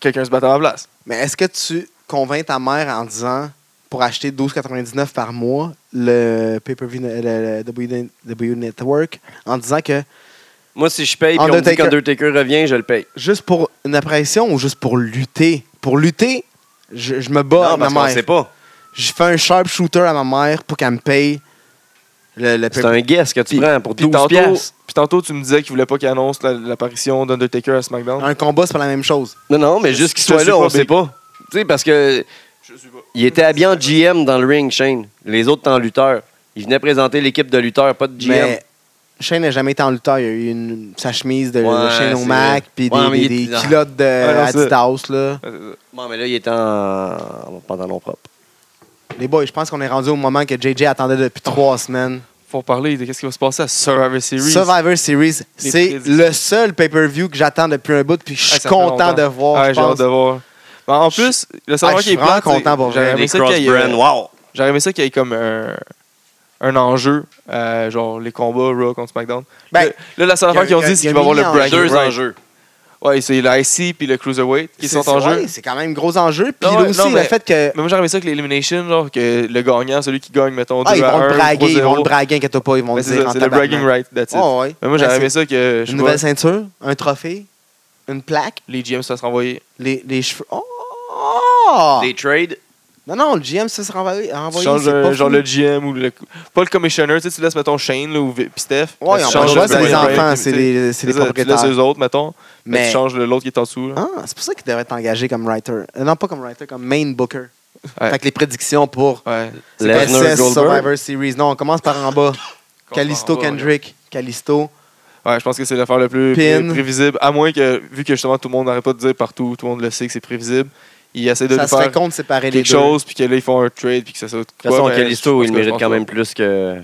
Speaker 4: quelqu'un se battre à ma place.
Speaker 3: Mais est-ce que tu convaincs ta mère en disant pour acheter 12,99 par mois le pay-per-view le, le- le W Network en disant que
Speaker 2: moi, si je paye, puis on me dit
Speaker 3: Undertaker-
Speaker 2: qu'Undertaker revient, je le paye.
Speaker 3: juste pour une apparition ou juste pour lutter pour lutter je, je me bats
Speaker 2: Non,
Speaker 3: avec
Speaker 2: parce
Speaker 3: ma
Speaker 2: qu'on sait
Speaker 3: mère
Speaker 2: pas.
Speaker 3: je fais un sharp shooter à ma mère pour qu'elle me paye le, le
Speaker 2: C'est
Speaker 3: pay-per-view
Speaker 2: un guess que tu
Speaker 4: Puis-
Speaker 2: prends pour
Speaker 4: Puis
Speaker 2: 12
Speaker 4: tantôt,
Speaker 2: piastres.
Speaker 4: puis tantôt, tu me disais qu'il voulait pas qu'il annonce la- l'apparition d'Undertaker à SmackDown.
Speaker 3: un combat c'est pas la même chose
Speaker 2: Non, non, mais
Speaker 4: Je-
Speaker 2: juste qu'il
Speaker 4: je
Speaker 2: soit
Speaker 4: sais
Speaker 2: là,
Speaker 4: pas,
Speaker 2: on
Speaker 4: mais-
Speaker 2: sait pas. Tu sais, parce que
Speaker 4: Je suis pas.
Speaker 2: il était habillé en GM dans le ring, Shane. Les autres étaient en lutteur. Il venait présenter l'équipe de lutteurs, pas de GM.
Speaker 3: mais Shane n'a jamais été en lutteur il y a eu une- sa chemise de, de
Speaker 2: Ouais,
Speaker 3: Shane
Speaker 2: c'est
Speaker 3: O'Mac
Speaker 2: vrai.
Speaker 3: puis des,
Speaker 2: Ouais, mais
Speaker 3: des-
Speaker 2: il
Speaker 3: des
Speaker 2: était-
Speaker 3: culottes de
Speaker 4: non, ça-
Speaker 3: Adidas là
Speaker 4: Ouais, c'est ça.
Speaker 2: Bon, mais là, il était en, en pantalon propre.
Speaker 3: Les boys, je pense qu'on est rendu au moment que JJ attendait depuis
Speaker 2: Oh.
Speaker 3: trois semaines.
Speaker 4: Faut parler de qu'est-ce qui va se passer à Survivor Series.
Speaker 3: Survivor Series,
Speaker 4: Les
Speaker 3: c'est
Speaker 4: prédictions.
Speaker 3: le seul pay-per-view que j'attends depuis un bout, puis je
Speaker 4: Ouais,
Speaker 3: suis
Speaker 4: ça fait
Speaker 3: content
Speaker 4: longtemps.
Speaker 3: de voir.
Speaker 4: Ouais,
Speaker 3: je
Speaker 4: j'ai hâte
Speaker 3: pense.
Speaker 4: de voir. Mais en plus, le savoir
Speaker 3: je
Speaker 4: qui
Speaker 3: suis
Speaker 4: est plat,
Speaker 3: vraiment content pour
Speaker 4: j'aurais
Speaker 3: vrai.
Speaker 4: aimé
Speaker 2: Les
Speaker 4: ça qu'il y ait,
Speaker 2: cross-brands,
Speaker 4: euh,
Speaker 2: wow!
Speaker 4: J'aurais aimé ça qu'il y ait comme un, un enjeu, euh, genre les combats Raw contre SmackDown.
Speaker 3: Ben,
Speaker 4: Là- là, la seule
Speaker 3: y a-
Speaker 4: affaire qu'ils ont
Speaker 3: y a-
Speaker 4: dit, c'est
Speaker 3: y a
Speaker 4: qu'il va y avoir le
Speaker 3: mini
Speaker 4: bracket.
Speaker 2: Deux
Speaker 4: right.
Speaker 2: enjeux.
Speaker 4: Ouais, c'est l'IC puis le Cruiserweight qui
Speaker 3: C'est-
Speaker 4: sont en
Speaker 3: ouais,
Speaker 4: jeu.
Speaker 3: C'est quand même gros enjeu. Puis
Speaker 4: Non,
Speaker 3: là
Speaker 4: ouais,
Speaker 3: aussi,
Speaker 4: non,
Speaker 3: le
Speaker 4: mais-
Speaker 3: fait que.
Speaker 4: Mais moi, j'aurais aimé ça que l'élimination, genre, que le gagnant, celui qui gagne, mettons, 2
Speaker 3: Ah, ils
Speaker 4: à
Speaker 3: vont
Speaker 4: 1,
Speaker 3: le braguer, ils
Speaker 4: 3-0.
Speaker 3: vont le braguer, inquiète pas, ils vont
Speaker 4: Ben,
Speaker 3: le
Speaker 4: c'est
Speaker 3: dire
Speaker 4: ça,
Speaker 3: en
Speaker 4: c'est le
Speaker 3: tabarnak.
Speaker 4: bragging right, that's it.
Speaker 3: Ouais, ouais.
Speaker 4: Mais moi, j'aurais
Speaker 3: Ben,
Speaker 4: aimé ça que
Speaker 3: c'est
Speaker 4: je
Speaker 3: Une
Speaker 4: vois,
Speaker 3: nouvelle ceinture, un trophée, une plaque,
Speaker 4: les GM se fassent renvoyer.
Speaker 3: les, les cheveux. Oh!
Speaker 2: Des trades.
Speaker 3: Non, non, le GM se renvoyer.
Speaker 4: Tu changes un- genre le GM ou le. Pas le commissioner, tu sais, tu laisses, mettons, Shane là, ou Vi- puis Steph.
Speaker 3: Ouais,
Speaker 4: Tu changes
Speaker 3: on change
Speaker 4: le
Speaker 3: c'est les
Speaker 4: bragging right,
Speaker 3: enfants,
Speaker 4: puis,
Speaker 3: c'est
Speaker 4: tu sais,
Speaker 3: les c'est les
Speaker 4: ça, Tu laisses
Speaker 3: propriétaires.
Speaker 4: eux autres, mettons. Mais
Speaker 3: Mais-
Speaker 4: tu changes le- l'autre qui est en dessous. là.
Speaker 3: Ah, c'est pour ça qu'il devrait être engagé comme writer. Euh, non, pas comme writer, comme main booker.
Speaker 4: Ouais.
Speaker 3: Fait que les prédictions pour
Speaker 4: Ouais.
Speaker 2: Lesnar
Speaker 3: SS
Speaker 2: Goldberg.
Speaker 3: Survivor Series. Non, on commence par en bas. Calisto Kendrick. Calisto.
Speaker 4: Ouais, je pense que c'est l'affaire le plus
Speaker 3: Pin.
Speaker 4: pré- prévisible. À moins que, vu que justement tout le monde n'arrête pas de dire partout, tout le monde le sait que c'est prévisible, ils essaient de
Speaker 3: Ça
Speaker 4: lui
Speaker 3: serait
Speaker 4: faire
Speaker 3: con de séparer les
Speaker 4: quelque
Speaker 3: deux.
Speaker 4: chose, puis que là ils font un trade, puis que ça soit. De
Speaker 2: De toute façon, Calisto, il mérite quand même plus que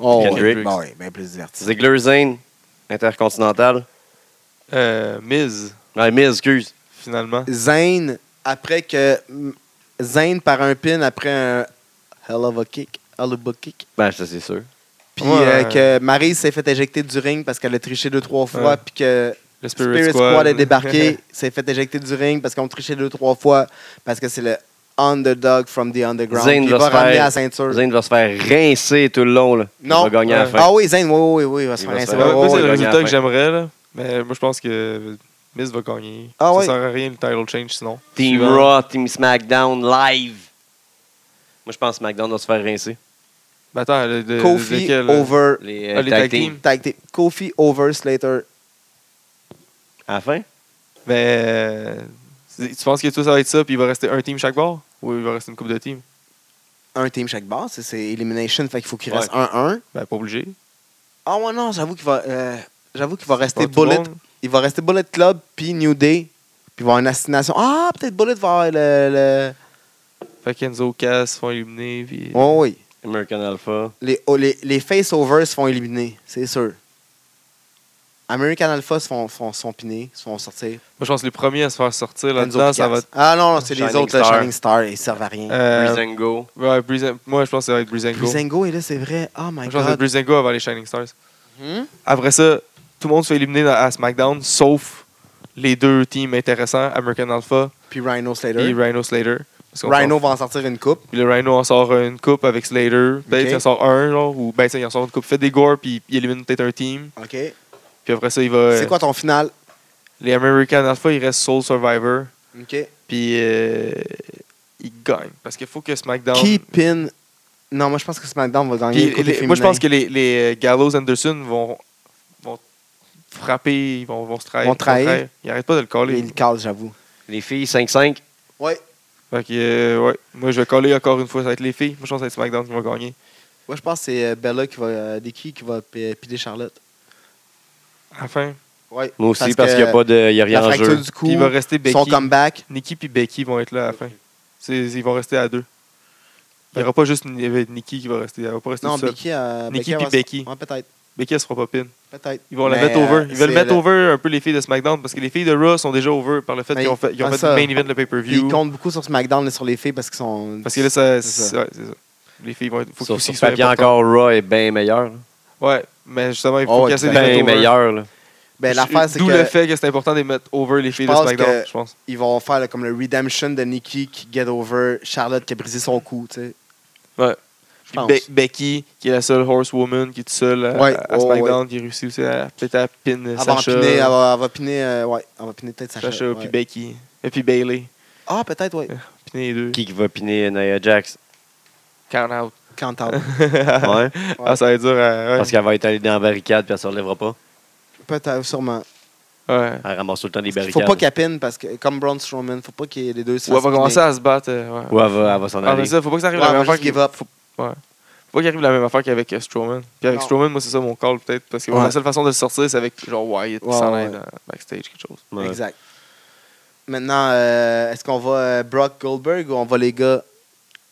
Speaker 3: Oh,
Speaker 2: Kendrick.
Speaker 3: ouais. Ben ouais, ben plus divertissant.
Speaker 2: Ziggler Zane, Intercontinental.
Speaker 4: Euh, Miz,
Speaker 2: Ouais, Miz, excuse.
Speaker 4: finalement.
Speaker 3: Zane, après que. mm, Zane par un pin après un hell of a kick. Hell of a kick.
Speaker 2: Ben, ça, c'est sûr.
Speaker 3: Puis
Speaker 4: Ouais.
Speaker 3: euh, que Maryse s'est fait éjecter du ring parce qu'elle a triché deux, trois fois.
Speaker 4: Ouais.
Speaker 3: Puis que
Speaker 4: Le
Speaker 3: Spirit, Squad. est débarqué, s'est fait éjecter du ring parce qu'on trichait deux, trois fois parce que c'est le underdog from the underground.
Speaker 2: Zayn
Speaker 3: Puis il
Speaker 2: va
Speaker 3: va
Speaker 2: se faire-
Speaker 3: ramener la ceinture.
Speaker 2: Zane va se faire rincer tout le long. Là.
Speaker 3: Non.
Speaker 2: Il va gagner à la
Speaker 4: Ouais.
Speaker 2: fin.
Speaker 3: Ah oui, Zayn, oui, oui, oui, il va se
Speaker 2: Il
Speaker 3: faire
Speaker 2: va se
Speaker 3: insérer.
Speaker 4: Ouais,
Speaker 2: faire-
Speaker 3: Ouais,
Speaker 4: moi,
Speaker 3: ouais,
Speaker 4: c'est
Speaker 2: Oh, il
Speaker 4: le
Speaker 2: va
Speaker 3: ouais.
Speaker 2: gagner à
Speaker 4: résultat
Speaker 2: la
Speaker 4: que
Speaker 2: fin.
Speaker 4: j'aimerais, là. Mais moi, je pense que Miz va gagner.
Speaker 3: Ah
Speaker 4: ça
Speaker 3: ouais.
Speaker 4: sert à rien le title change sinon.
Speaker 2: Team
Speaker 4: Suivant.
Speaker 2: Raw, Team SmackDown, live. Moi, je pense que SmackDown va se faire rincer.
Speaker 4: Mais attends, le, de,
Speaker 3: Kofi
Speaker 4: lequel, là?
Speaker 3: over.
Speaker 2: Les, euh,
Speaker 4: Ah, les
Speaker 2: tag
Speaker 4: tag
Speaker 2: team.
Speaker 4: team.
Speaker 3: tag team. Kofi over Slater.
Speaker 2: À la fin?
Speaker 4: Mais euh, tu penses que tout ça va être ça, puis il va rester un team chaque bord Ou il va rester une coupe de team
Speaker 3: Un team chaque base, c'est- c'est Elimination, fait qu'il faut qu'il
Speaker 2: Ouais.
Speaker 3: reste 1-1.
Speaker 4: Ben, pas obligé.
Speaker 3: Ah ouais, non, j'avoue qu'il va. euh, J'avoue qu'il va rester
Speaker 4: Pas tout le
Speaker 3: Bullet.
Speaker 4: monde.
Speaker 3: Il va rester Bullet Club, puis New Day, puis il va avoir une assignation. Ah, peut-être Bullet va avoir le. le...
Speaker 4: Fait qu'Enzo Cass se font éliminer. Puis...
Speaker 3: Oh, oui.
Speaker 2: American Alpha.
Speaker 3: Les, oh, les, les face-overs se font éliminer, c'est sûr. American Alpha se font, font, se font piner, se font sortir.
Speaker 4: Moi, je pense que les premiers à se faire sortir
Speaker 3: Enzo
Speaker 4: là-dedans, ça va être.
Speaker 3: Picasso. Ah non, non, c'est les
Speaker 4: Shining
Speaker 3: autres, là,
Speaker 4: Star.
Speaker 3: Shining Star, ils servent à rien.
Speaker 4: euh,
Speaker 2: Breezango.
Speaker 4: ouais, Breezan- Moi, je pense que ça va être Breezango.
Speaker 3: Brisengo est là, c'est vrai. Oh my
Speaker 4: Je pense que c'est
Speaker 3: god.
Speaker 4: Breezango avant les Shining Stars.
Speaker 3: Hmm?
Speaker 4: Après ça, tout le monde se fait éliminer dans- à SmackDown, sauf les deux teams intéressants, American Alpha
Speaker 3: Puis Rhino
Speaker 4: et
Speaker 3: Slater.
Speaker 4: Rhino Slater. Parce qu'on
Speaker 3: Rhino
Speaker 4: sort-
Speaker 3: va en sortir une coupe.
Speaker 4: Puis le Rhino en sort une coupe avec Slater. Peut-être
Speaker 3: Ok.
Speaker 4: il en sort un, genre, ou ben, ça, il en sort une coupe. Fait des gore, puis il élimine peut-être un team.
Speaker 3: OK.
Speaker 4: Puis après ça, il va. euh,
Speaker 3: C'est quoi ton final?
Speaker 4: Les American Alpha, ils restent Soul Survivor.
Speaker 3: OK.
Speaker 4: Puis euh, ils gagnent. Parce qu'il faut que SmackDown.
Speaker 3: Qui pin? Non, moi, je pense que SmackDown va
Speaker 4: Puis
Speaker 3: gagner. le côté
Speaker 4: les- moi, je
Speaker 3: féminin.
Speaker 4: pense que les, les euh, Gallows Anderson vont, vont frapper, ils vont, vont se trahir.
Speaker 3: Vont trahir.
Speaker 4: Ils arrêtent pas de le
Speaker 3: Mais
Speaker 4: coller.
Speaker 3: il cale, j'avoue.
Speaker 2: Les filles 5-5.
Speaker 3: Ouais.
Speaker 4: Fait que, euh, ouais. Moi, je vais coller encore une fois. Ça va être les filles. Moi, je pense que ça va être SmackDown qui vont gagner.
Speaker 3: Moi, je pense que c'est euh, Bella qui va. euh, Nikki qui va pi- piler Charlotte.
Speaker 4: Enfin,
Speaker 3: Ouais.
Speaker 2: Moi aussi, parce qu'il n'y a, pas de- il y a
Speaker 3: La
Speaker 2: rien en
Speaker 3: fracture
Speaker 2: jeu.
Speaker 3: du cou,
Speaker 4: puis il va rester Becky.
Speaker 3: son comeback.
Speaker 4: Nikki puis Becky vont être là à la fin. C'est- ils vont rester à deux. Il n'y aura pas juste Ni- euh, Nikki qui va rester. Elle va pas rester
Speaker 3: Non,
Speaker 4: toute seule.
Speaker 3: Becky. euh,
Speaker 4: Nikki
Speaker 3: elle
Speaker 4: puis
Speaker 3: va-
Speaker 4: Becky.
Speaker 3: Ouais, peut-être.
Speaker 4: Becky, elle se fera pas pin.
Speaker 3: Peut-être.
Speaker 4: Ils vont la
Speaker 3: Mais,
Speaker 4: mettre over.
Speaker 3: euh,
Speaker 4: Ils veulent
Speaker 3: c'est
Speaker 4: mettre
Speaker 3: le-
Speaker 4: over un peu les filles de SmackDown parce que les filles de Raw sont déjà over par le fait
Speaker 3: Mais
Speaker 4: qu'ils ont fait, ils ont
Speaker 3: ah,
Speaker 4: fait
Speaker 3: ça.
Speaker 4: le main event de pay-per-view.
Speaker 3: Ils comptent beaucoup sur SmackDown et sur les filles parce qu'ils sont.
Speaker 4: Parce que là, ça,
Speaker 3: C'est
Speaker 4: c'est- ouais, c'est ça. Les filles vont être. Faut
Speaker 2: Sur,
Speaker 4: aussi
Speaker 2: sur
Speaker 4: qu'ils soient
Speaker 2: papier
Speaker 4: importantes.
Speaker 2: encore, Raw est bien meilleur.
Speaker 4: Ouais, mais justement, il
Speaker 3: Oh,
Speaker 4: faut
Speaker 3: ouais,
Speaker 4: casser
Speaker 3: tout
Speaker 4: les
Speaker 3: à fait.
Speaker 4: mettre
Speaker 2: Bien
Speaker 4: over.
Speaker 2: meilleur. là.
Speaker 3: Ben, l'affaire, c'est
Speaker 4: D'où le
Speaker 3: que
Speaker 4: fait que c'est important de les mettre over les filles de
Speaker 3: pense
Speaker 4: SmackDown,
Speaker 3: que-
Speaker 4: je pense.
Speaker 3: ils vont faire là, comme le redemption de Nikki qui get over Charlotte qui a brisé son cou, tu sais.
Speaker 4: Ouais.
Speaker 3: Je pense.
Speaker 4: Be- Becky, qui est la seule horsewoman qui est toute seule à,
Speaker 3: Ouais,
Speaker 4: à
Speaker 3: oh,
Speaker 4: SmackDown, qui réussit aussi à peut-être à pin
Speaker 3: Elle va en
Speaker 4: Sacha,
Speaker 3: piner, elle va, elle va piner, euh, ouais, elle va piner peut-être Sacha.
Speaker 4: Sacha
Speaker 3: ouais.
Speaker 4: puis Ben, Becky. Et puis Bailey.
Speaker 3: Ah, peut-être, ouais.
Speaker 4: Piner les deux.
Speaker 2: Qui qui va piner Nia Jax?
Speaker 4: Count out.
Speaker 3: Quand t'en-
Speaker 2: Ouais.
Speaker 4: Ah, ça va être dur à. ouais.
Speaker 2: Parce qu'elle va être allée dans la barricade puis elle ne se relèvera pas.
Speaker 3: Peut-être, sûrement.
Speaker 4: Ouais.
Speaker 2: Elle ramasse tout le temps des
Speaker 3: Il
Speaker 2: barricades.
Speaker 3: faut pas qu'elle pine parce que, comme Braun Strowman, faut pas que les deux se
Speaker 4: Ou elle
Speaker 3: fassent
Speaker 4: va
Speaker 3: piner.
Speaker 4: commencer à se battre. euh, ouais.
Speaker 2: Ou elle va, elle va s'en
Speaker 4: Ah, mais
Speaker 2: aller.
Speaker 4: ça, faut pas que ça arrive
Speaker 3: Ouais,
Speaker 4: la
Speaker 3: elle
Speaker 4: même
Speaker 3: va
Speaker 4: affaire.
Speaker 3: juste give up.
Speaker 4: Faut, ouais. faut pas qu'il arrive la même affaire qu'avec euh, Strowman. Puis avec
Speaker 3: Non.
Speaker 4: Strowman, moi, c'est ça mon call, peut-être. Parce que moi,
Speaker 3: Ouais.
Speaker 4: la seule façon de le sortir, c'est avec genre Wyatt qui
Speaker 3: Ouais,
Speaker 4: s'en
Speaker 3: ouais.
Speaker 4: aille dans- backstage, quelque chose.
Speaker 2: Ouais.
Speaker 3: Exact. Maintenant, euh, est-ce qu'on va euh, Brock Goldberg ou on va les gars?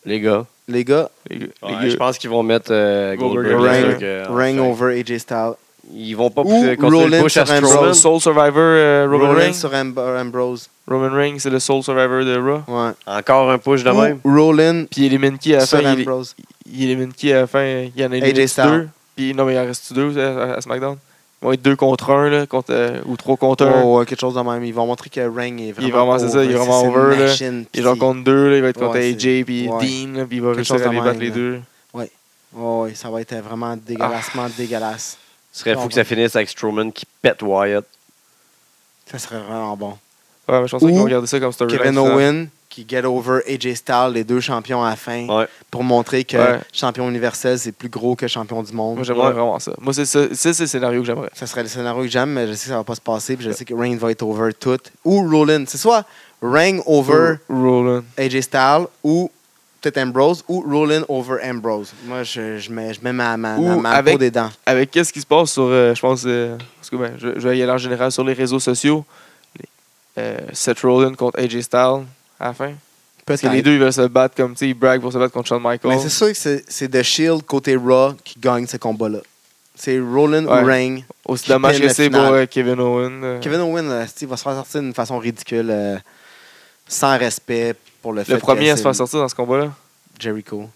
Speaker 2: Les gars.
Speaker 3: Les gars,
Speaker 4: Les gars-
Speaker 2: Ouais,
Speaker 4: les
Speaker 2: je
Speaker 4: gars.
Speaker 2: pense qu'ils vont mettre euh,
Speaker 4: Goldberg,
Speaker 2: Goldberg.
Speaker 3: Reign-
Speaker 2: bien sûr que, enfin,
Speaker 3: Ring over AJ Styles.
Speaker 2: Ils vont pas
Speaker 3: Ou
Speaker 2: pousser- continuer
Speaker 3: Rollins
Speaker 2: le push à
Speaker 3: sur un
Speaker 2: Strowman.
Speaker 4: Soul, Soul Survivor, euh, Roman
Speaker 3: Rollins
Speaker 4: Reigns.
Speaker 3: sur Amb- Ambrose.
Speaker 4: Roman Reigns, c'est le Soul Survivor de Raw.
Speaker 3: Ouais.
Speaker 2: Encore un push de même.
Speaker 3: Ou Rollins
Speaker 4: Puis il élimine qui à la
Speaker 3: sur
Speaker 4: fin il,
Speaker 3: Ambrose.
Speaker 4: il élimine qui à la fin Il y en a éliminé
Speaker 3: Styles.
Speaker 4: deux. Puis non, mais il en reste deux euh, à, à SmackDown. Ils vont être deux contre un, là, contre, euh, ou trois contre un.
Speaker 3: Oh, ouais, quelque chose de même. Ils vont montrer que Ring est vraiment.
Speaker 4: est vraiment- c'est ça, il est vraiment
Speaker 3: une
Speaker 4: over, là.
Speaker 3: machine,
Speaker 4: Et genre
Speaker 3: puis-
Speaker 4: contre deux, là, il va être contre
Speaker 3: Ouais,
Speaker 4: AJ puis
Speaker 3: ouais.
Speaker 4: Dean, là, puis il va
Speaker 3: Quelque
Speaker 4: réussir
Speaker 3: chose
Speaker 4: à
Speaker 3: de
Speaker 4: les battre
Speaker 3: même,
Speaker 4: les
Speaker 3: là.
Speaker 4: deux.
Speaker 3: Oh, Ouais, ouais, ça va être vraiment dégueulassement
Speaker 4: Ah.
Speaker 3: dégueulasse.
Speaker 2: Ce serait fou que ça finisse avec Strowman qui pète Wyatt.
Speaker 3: Ça serait vraiment bon.
Speaker 4: Ouais, mais je pense qu'ils
Speaker 3: Ou
Speaker 4: vont regarder ça comme storyline.
Speaker 3: Kevin
Speaker 4: finalement.
Speaker 3: Owen qui get over AJ Styles, les deux champions à la fin,
Speaker 2: Ouais.
Speaker 3: pour montrer que
Speaker 4: Ouais.
Speaker 3: champion universel, c'est plus gros que champion du monde.
Speaker 4: Moi, j'aimerais
Speaker 2: Ouais.
Speaker 4: vraiment ça. Moi, c'est ça, ça, c'est le scénario que j'aimerais.
Speaker 3: Ça serait le scénario que j'aime, mais je sais que ça va pas se passer, puis je sais que Reign va être over tout. Ou Rollins. C'est soit Reign over
Speaker 4: Roland.
Speaker 3: AJ Styles ou peut-être Ambrose ou Rollin over Ambrose. Moi, je, je mets, je mets ma, ma, ma,
Speaker 4: Ou
Speaker 3: ma
Speaker 4: avec-
Speaker 3: peau des dents.
Speaker 4: Avec qu'est-ce qui se passe sur, euh, je pense, euh, parce que ben, je, je vais y aller en général sur les réseaux sociaux. Les- euh, Seth Rollins contre AJ Styles à la fin. Parce
Speaker 3: Peut-être.
Speaker 4: que les deux, ils veulent se battre comme, tu sais, ils braguent pour se battre contre Shawn Michaels.
Speaker 3: Mais c'est sûr que c'est c'est The Shield côté Raw qui gagne ce combat-là. C'est Rollin
Speaker 4: Ouais.
Speaker 3: ou Reign.
Speaker 4: Aussi
Speaker 3: qui
Speaker 4: dommage
Speaker 3: pin
Speaker 4: que
Speaker 3: la
Speaker 4: c'est pour
Speaker 3: finale.
Speaker 4: euh, Kevin Owen. euh,
Speaker 3: Kevin Owen euh, Steve, va se faire sortir d'une façon ridicule, euh, sans respect pour le, fait
Speaker 4: le
Speaker 3: que
Speaker 4: premier à
Speaker 3: c'est
Speaker 4: se faire sortir dans ce combat-là.
Speaker 3: Jericho.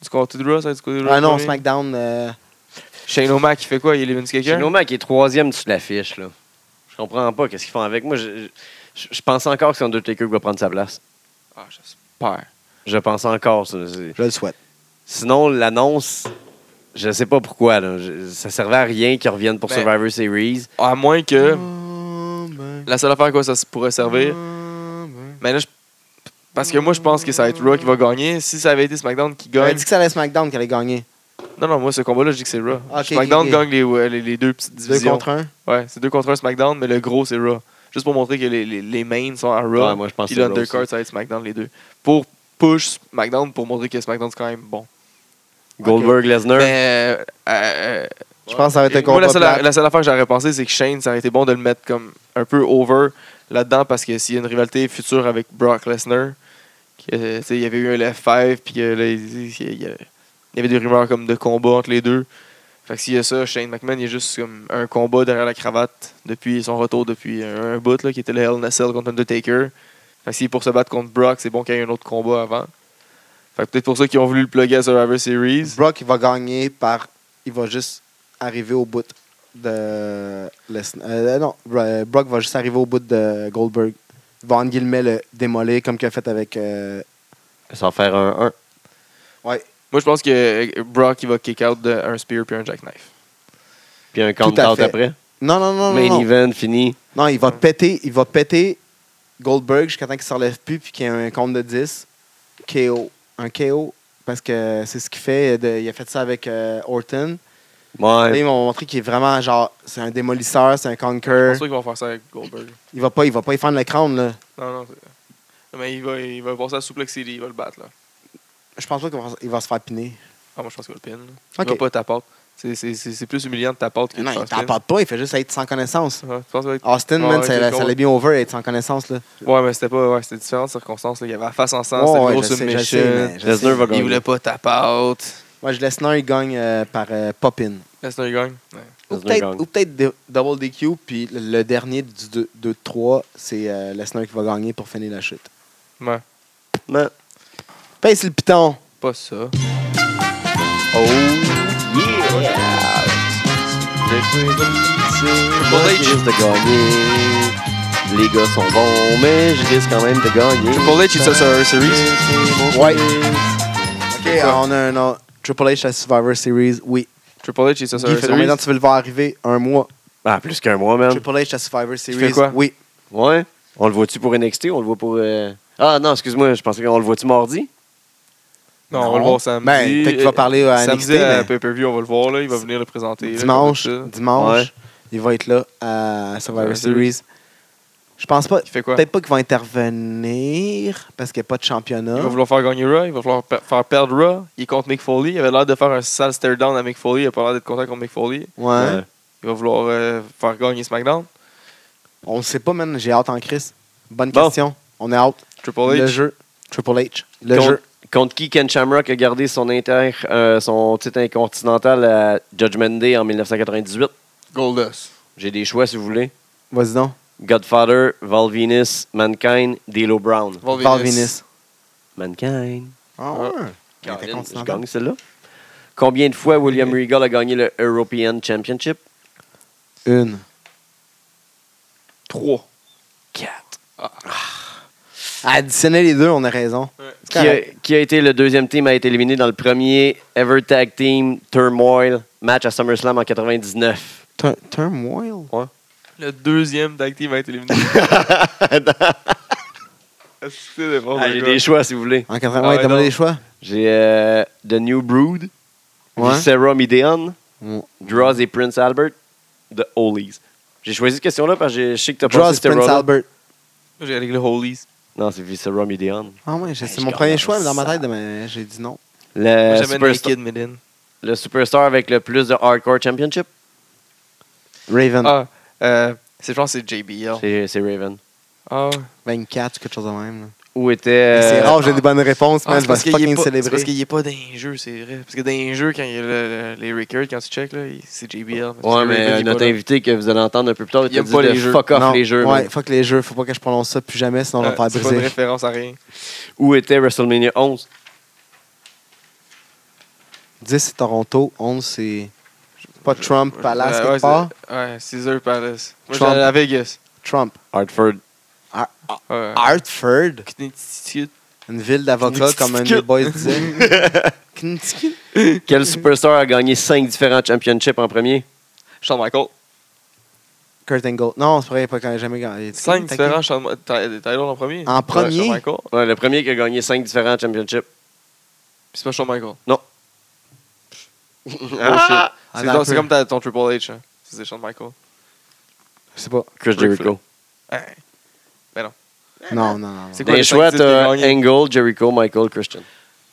Speaker 4: Du côté de Raw, ça va être du côté de Raw.
Speaker 3: Ah
Speaker 4: le
Speaker 3: non,
Speaker 4: premier?
Speaker 3: SmackDown. euh,
Speaker 4: Shane O'Mac, il fait quoi Il élimine quelqu'un
Speaker 2: Shinoma qui est troisième sur l'affiche. là. Je comprends pas qu'est-ce qu'ils font avec. Moi, je, je, je pense encore que c'est Undertaker qui va prendre sa place.
Speaker 4: Ah, j'espère.
Speaker 2: Je pense encore. ça. C'est-
Speaker 3: je le souhaite.
Speaker 2: Sinon, l'annonce, je sais pas pourquoi. Là. Je- ça servait à rien qu'ils reviennent pour
Speaker 4: Ben,
Speaker 2: Survivor Series.
Speaker 4: À moins que.
Speaker 3: Oh, ben,
Speaker 4: La seule affaire à quoi ça se pourrait servir.
Speaker 3: oh, ben.
Speaker 4: Mais là, je- parce que moi, je pense que ça va être Raw qui va gagner. Si ça avait été SmackDown qui
Speaker 3: J'aurais
Speaker 4: gagne.
Speaker 3: dit que ça allait SmackDown qu'elle allait gagner.
Speaker 4: Non, non, moi, ce combat-là, je dis que c'est Raw.
Speaker 3: Ah, Ok,
Speaker 4: SmackDown
Speaker 3: ok, ok.
Speaker 4: gagne les, ouais, les, les deux petites
Speaker 3: Deux
Speaker 4: divisions.
Speaker 3: contre un.
Speaker 4: Ouais, c'est deux contre un SmackDown, mais le gros, c'est Raw. Juste pour montrer que les, les, les mains sont à Raw.
Speaker 2: Ouais, moi, je pense
Speaker 4: puis
Speaker 2: que c'est Raw
Speaker 4: l'undercard, ça va être SmackDown, les deux. Pour push SmackDown, pour montrer que SmackDown, c'est quand même bon.
Speaker 2: Goldberg, Lesnar.
Speaker 3: Ben,
Speaker 4: Mais. euh, euh,
Speaker 3: Je pense que ça va être un combat.
Speaker 4: Moi, la seule,
Speaker 3: plate.
Speaker 4: la seule affaire que j'aurais pensé, c'est que Shane, ça aurait été bon de le mettre comme un peu over là-dedans parce que s'il y a une rivalité future avec Brock Lesnar, que, euh, tu sais, il y avait eu un left 5 puis que là, il, il- il- il- il y avait des rumeurs comme de combat entre les deux. Fait que s'il y a ça, Shane McMahon, il y a juste comme un combat derrière la cravate depuis son retour depuis un, un bout, là, qui était le Hell in a Cell contre Undertaker. Fait que s'il est pour se battre contre Brock, c'est bon qu'il y ait un autre combat avant. Fait que peut-être pour ça qu'ils ont voulu le plugger à Survivor Series.
Speaker 3: Brock, il va gagner par. Il va juste arriver au bout de. Lesnar. Euh, non, Bro- Brock va juste arriver au bout de Goldberg. Il va, entre guillemets, le démolir comme qu'il a fait avec. euh,
Speaker 2: Sans faire un 1.
Speaker 4: Moi, je pense que euh, Brock, il va kick out de un spear puis un jackknife.
Speaker 2: Puis un
Speaker 3: à
Speaker 2: count-out
Speaker 3: fait.
Speaker 2: après.
Speaker 3: Non, non, non, non.
Speaker 2: Main
Speaker 3: Non,
Speaker 2: event fini.
Speaker 3: Non, il
Speaker 4: Ah.
Speaker 3: va péter. Il va péter Goldberg jusqu'à temps qu'il ne s'enlève plus puis qu'il y ait un compte de 10. KO. Un KO. Parce que c'est ce qu'il fait. de- il a fait ça avec euh, Orton. Là,
Speaker 2: Ouais.
Speaker 3: ils m'ont montré qu'il est vraiment genre. C'est un démolisseur, c'est un
Speaker 4: Je
Speaker 3: conquer.
Speaker 4: pense pas qu'ils vont faire ça avec Goldberg.
Speaker 3: Il va pas, il va pas y faire le crâne, là.
Speaker 4: Non, non. c'est- Mais il va, il va passer à Suplex City, il va le battre. Là.
Speaker 3: Je pense pas qu'il va, il va se faire piner.
Speaker 4: Ah, moi, je pense qu'il va le pin. là.
Speaker 3: Ok.
Speaker 4: Il va pas t'apporter. C'est, c'est, c'est, c'est plus humiliant de t'apporter que
Speaker 3: Non,
Speaker 4: de
Speaker 3: il
Speaker 4: faire pin.
Speaker 3: t'apporte pas, il fait juste être sans connaissance.
Speaker 4: Ouais, tu penses que-
Speaker 3: Austin,
Speaker 4: Ah,
Speaker 3: man,
Speaker 4: ouais,
Speaker 3: ça-
Speaker 4: ok,
Speaker 3: ça
Speaker 4: cool.
Speaker 3: allait bien over être sans connaissance, là.
Speaker 4: Ouais, mais c'était pas. Ouais, c'était différentes circonstances. Là. Il y avait la face en sang,
Speaker 3: Ouais,
Speaker 4: c'était
Speaker 3: ouais,
Speaker 4: une grosse
Speaker 3: je sais, je
Speaker 4: submission.
Speaker 3: sais, mais je
Speaker 2: Lesnar
Speaker 3: sais.
Speaker 2: va
Speaker 4: il
Speaker 2: gagner.
Speaker 4: voulait pas t'apporter.
Speaker 3: Moi, je laisse il gagne euh, par euh, Poppin.
Speaker 4: Lesnar, il gagne. Ouais.
Speaker 3: Ou
Speaker 2: Lesnar
Speaker 3: peut-être
Speaker 2: gagne.
Speaker 3: ou peut-être de- Double DQ, puis le, le dernier du 2-3, c'est euh, Lesnar qui va gagner pour finir la chute.
Speaker 4: Ouais.
Speaker 2: Ouais.
Speaker 3: Pince le piton.
Speaker 4: Pas ça.
Speaker 2: Oh, Bon, je risque de gagner. Les gars sont bons, mais je risque quand même de gagner.
Speaker 4: Triple H, il est sur Survivor Series.
Speaker 3: Ouais. Ok, on a un autre. Triple H à Survivor Series, oui.
Speaker 4: Triple H, il est sur
Speaker 3: Guy,
Speaker 4: Survivor
Speaker 3: fait combien de
Speaker 4: Series. Euh,
Speaker 3: temps tu veux le voir arriver? Un mois.
Speaker 2: Ah, plus qu'un mois, man.
Speaker 3: Triple H à Survivor Series,
Speaker 4: quoi?
Speaker 3: oui.
Speaker 2: Ouais. On le voit-tu pour NXT? On le voit pour. euh, Ah non, excuse-moi, je pensais qu'on le voit-tu mardi?
Speaker 4: Non, on va le voir samedi.
Speaker 3: Ben, peut-être qu'il va parler à NXT,
Speaker 4: Samedi, à
Speaker 3: mais-
Speaker 4: pay-per-view, on va le voir. Là. Il va venir le présenter. là,
Speaker 3: Dimanche,
Speaker 4: comme ça.
Speaker 3: dimanche,
Speaker 2: Ouais.
Speaker 3: il va être là euh, à Survivor
Speaker 4: Ouais,
Speaker 3: Series. Je pense pas.
Speaker 4: Il fait quoi
Speaker 3: Peut-être pas qu'il va intervenir parce qu'il n'y a pas de championnat.
Speaker 4: Il va vouloir faire gagner Raw, il va vouloir per- faire perdre Raw. Il est contre Mick Foley. Il avait l'air de faire un sale stare-down à Mick Foley. Il a pas l'air d'être content contre Mick Foley.
Speaker 3: Ouais.
Speaker 2: Ouais.
Speaker 4: Il va vouloir euh, faire gagner SmackDown.
Speaker 3: On le sait pas, man. J'ai hâte en Chris. Bonne
Speaker 2: Bon.
Speaker 3: question. On est out.
Speaker 4: Triple H.
Speaker 3: Le jeu. Triple H. Le
Speaker 2: contre,
Speaker 3: jeu.
Speaker 2: contre qui Ken Shamrock a gardé son, inter, euh, son titre incontinental à Judgment Day en 1998?
Speaker 4: Goldust.
Speaker 2: J'ai des choix si vous voulez.
Speaker 3: Vas-y donc.
Speaker 2: Godfather, Val Venis, Mankind, D'Elo Brown.
Speaker 3: Val Venis.
Speaker 2: Mankind.
Speaker 3: Ah
Speaker 2: Caroline, Je
Speaker 3: ouais.
Speaker 2: gagne celle-là. Combien de fois William Regal a gagné le European Championship?
Speaker 3: Une.
Speaker 4: 3.
Speaker 2: Quatre.
Speaker 3: À additionner les deux, on a raison.
Speaker 4: Ouais.
Speaker 3: C'est
Speaker 2: Qui a,
Speaker 3: correct.
Speaker 2: qui a été le deuxième team à être éliminé dans le premier ever tag team Turmoil match à SummerSlam en 99?
Speaker 3: Tur- Turmoil.
Speaker 4: Le deuxième tag team a été éliminé. Est-ce que c'est
Speaker 3: Oh
Speaker 4: n'importe
Speaker 2: Ah, J'ai
Speaker 4: quoi?
Speaker 2: des choix si vous voulez.
Speaker 3: En
Speaker 4: Ah
Speaker 3: 80,
Speaker 4: ouais,
Speaker 3: t'as pas
Speaker 4: donc.
Speaker 3: des choix?
Speaker 2: J'ai euh, The New Brood,
Speaker 3: Ouais.
Speaker 2: Sarah Mideon,
Speaker 3: Mm.
Speaker 2: Draws et Prince Albert, The Holies. J'ai choisi cette question-là parce que je sais que t'as
Speaker 3: Draws
Speaker 2: pensé c'était
Speaker 3: Prince
Speaker 2: Ronald.
Speaker 3: Albert.
Speaker 4: Moi, J'ai réglé Holies.
Speaker 3: Euh,
Speaker 2: Non, c'est Viscera Mideon.
Speaker 3: Ah ouais, j'ai- c'est
Speaker 2: je
Speaker 3: mon premier
Speaker 2: commence
Speaker 3: choix mais dans ma
Speaker 2: ça.
Speaker 3: tête, mais j'ai dit non.
Speaker 2: Le,
Speaker 4: Moi, J'amène
Speaker 2: superstar,
Speaker 4: Naked Midden.
Speaker 2: le superstar avec le plus de Hardcore Championship,
Speaker 3: Raven.
Speaker 4: Ah, euh, c'est- je pense que c'est JBL.
Speaker 2: c'est c'est Raven.
Speaker 4: Ah,
Speaker 3: 24 ou quelque chose de même. là.
Speaker 2: Où était. euh,
Speaker 3: C'est rare, j'ai des bonnes réponses,
Speaker 4: Ah,
Speaker 3: man.
Speaker 4: c'est
Speaker 3: je vais
Speaker 4: parce qu'il
Speaker 3: fucking
Speaker 4: est pas- c'est parce
Speaker 3: célébrer.
Speaker 4: qu'il est pas dans les jeux, c'est vrai. Parce que dans les jeux, quand il y a le- le- les records, quand tu check, là, il- c'est JBL. Parce
Speaker 2: Ouais,
Speaker 4: que
Speaker 2: mais
Speaker 4: Raven, il
Speaker 2: euh,
Speaker 4: est
Speaker 2: notre
Speaker 4: pas là.
Speaker 2: invité que vous allez entendre un peu plus tard, il
Speaker 4: Il
Speaker 2: a
Speaker 4: aime
Speaker 2: dit
Speaker 4: pas
Speaker 2: de
Speaker 4: les jeux.
Speaker 2: fuck off
Speaker 3: Non,
Speaker 2: les jeux.
Speaker 3: Ouais,
Speaker 2: man.
Speaker 3: fuck les jeux. Faut pas que je prononce ça plus jamais, sinon on va
Speaker 4: Ah,
Speaker 3: me faire
Speaker 4: C'est pas une
Speaker 3: briser.
Speaker 4: référence à rien.
Speaker 2: Où était WrestleMania 11
Speaker 3: 10, c'est Toronto. 11, c'est. Pas Trump, Palace,
Speaker 4: Euh,
Speaker 3: quelque
Speaker 4: ouais,
Speaker 3: part.
Speaker 4: c'est- Ouais, Caesar Palace. Moi,
Speaker 3: Trump.
Speaker 4: j'allais à Vegas.
Speaker 3: Trump.
Speaker 2: Hartford.
Speaker 4: Ouais.
Speaker 3: Hartford.
Speaker 4: Connecticut.
Speaker 3: Une ville d'avocats, comme un des boys disait. Connecticut.
Speaker 2: Quel superstar a gagné 5 différents championships en premier
Speaker 4: Shawn Michaels.
Speaker 3: Kurt Angle. Non, c'est vrai, pas quand jamais gagné.
Speaker 4: Cinq
Speaker 3: T'as-
Speaker 4: différents Shawn Ma- Ty- Tyler en premier.
Speaker 3: En
Speaker 4: Ouais,
Speaker 3: premier?
Speaker 4: Shawn Michaels.
Speaker 2: Ouais, le premier qui a gagné 5 différents championships.
Speaker 4: Puis c'est pas Shawn Michaels.
Speaker 2: Non.
Speaker 4: Ah!
Speaker 3: Ah,
Speaker 4: C'est
Speaker 3: non,
Speaker 4: non,
Speaker 3: un
Speaker 4: c'est
Speaker 3: peu.
Speaker 4: comme ta- ton Triple H. hein. C'est Shawn Michaels.
Speaker 3: Je sais pas.
Speaker 2: Chris
Speaker 4: Ric
Speaker 2: Jericho.
Speaker 4: Hein.
Speaker 3: Non, non, non.
Speaker 4: C'est
Speaker 2: Dans les
Speaker 4: les
Speaker 2: choix,
Speaker 4: cinq titres
Speaker 2: t'as
Speaker 4: qu'il a gagné?
Speaker 2: Angle, Jericho, Michael, Christian.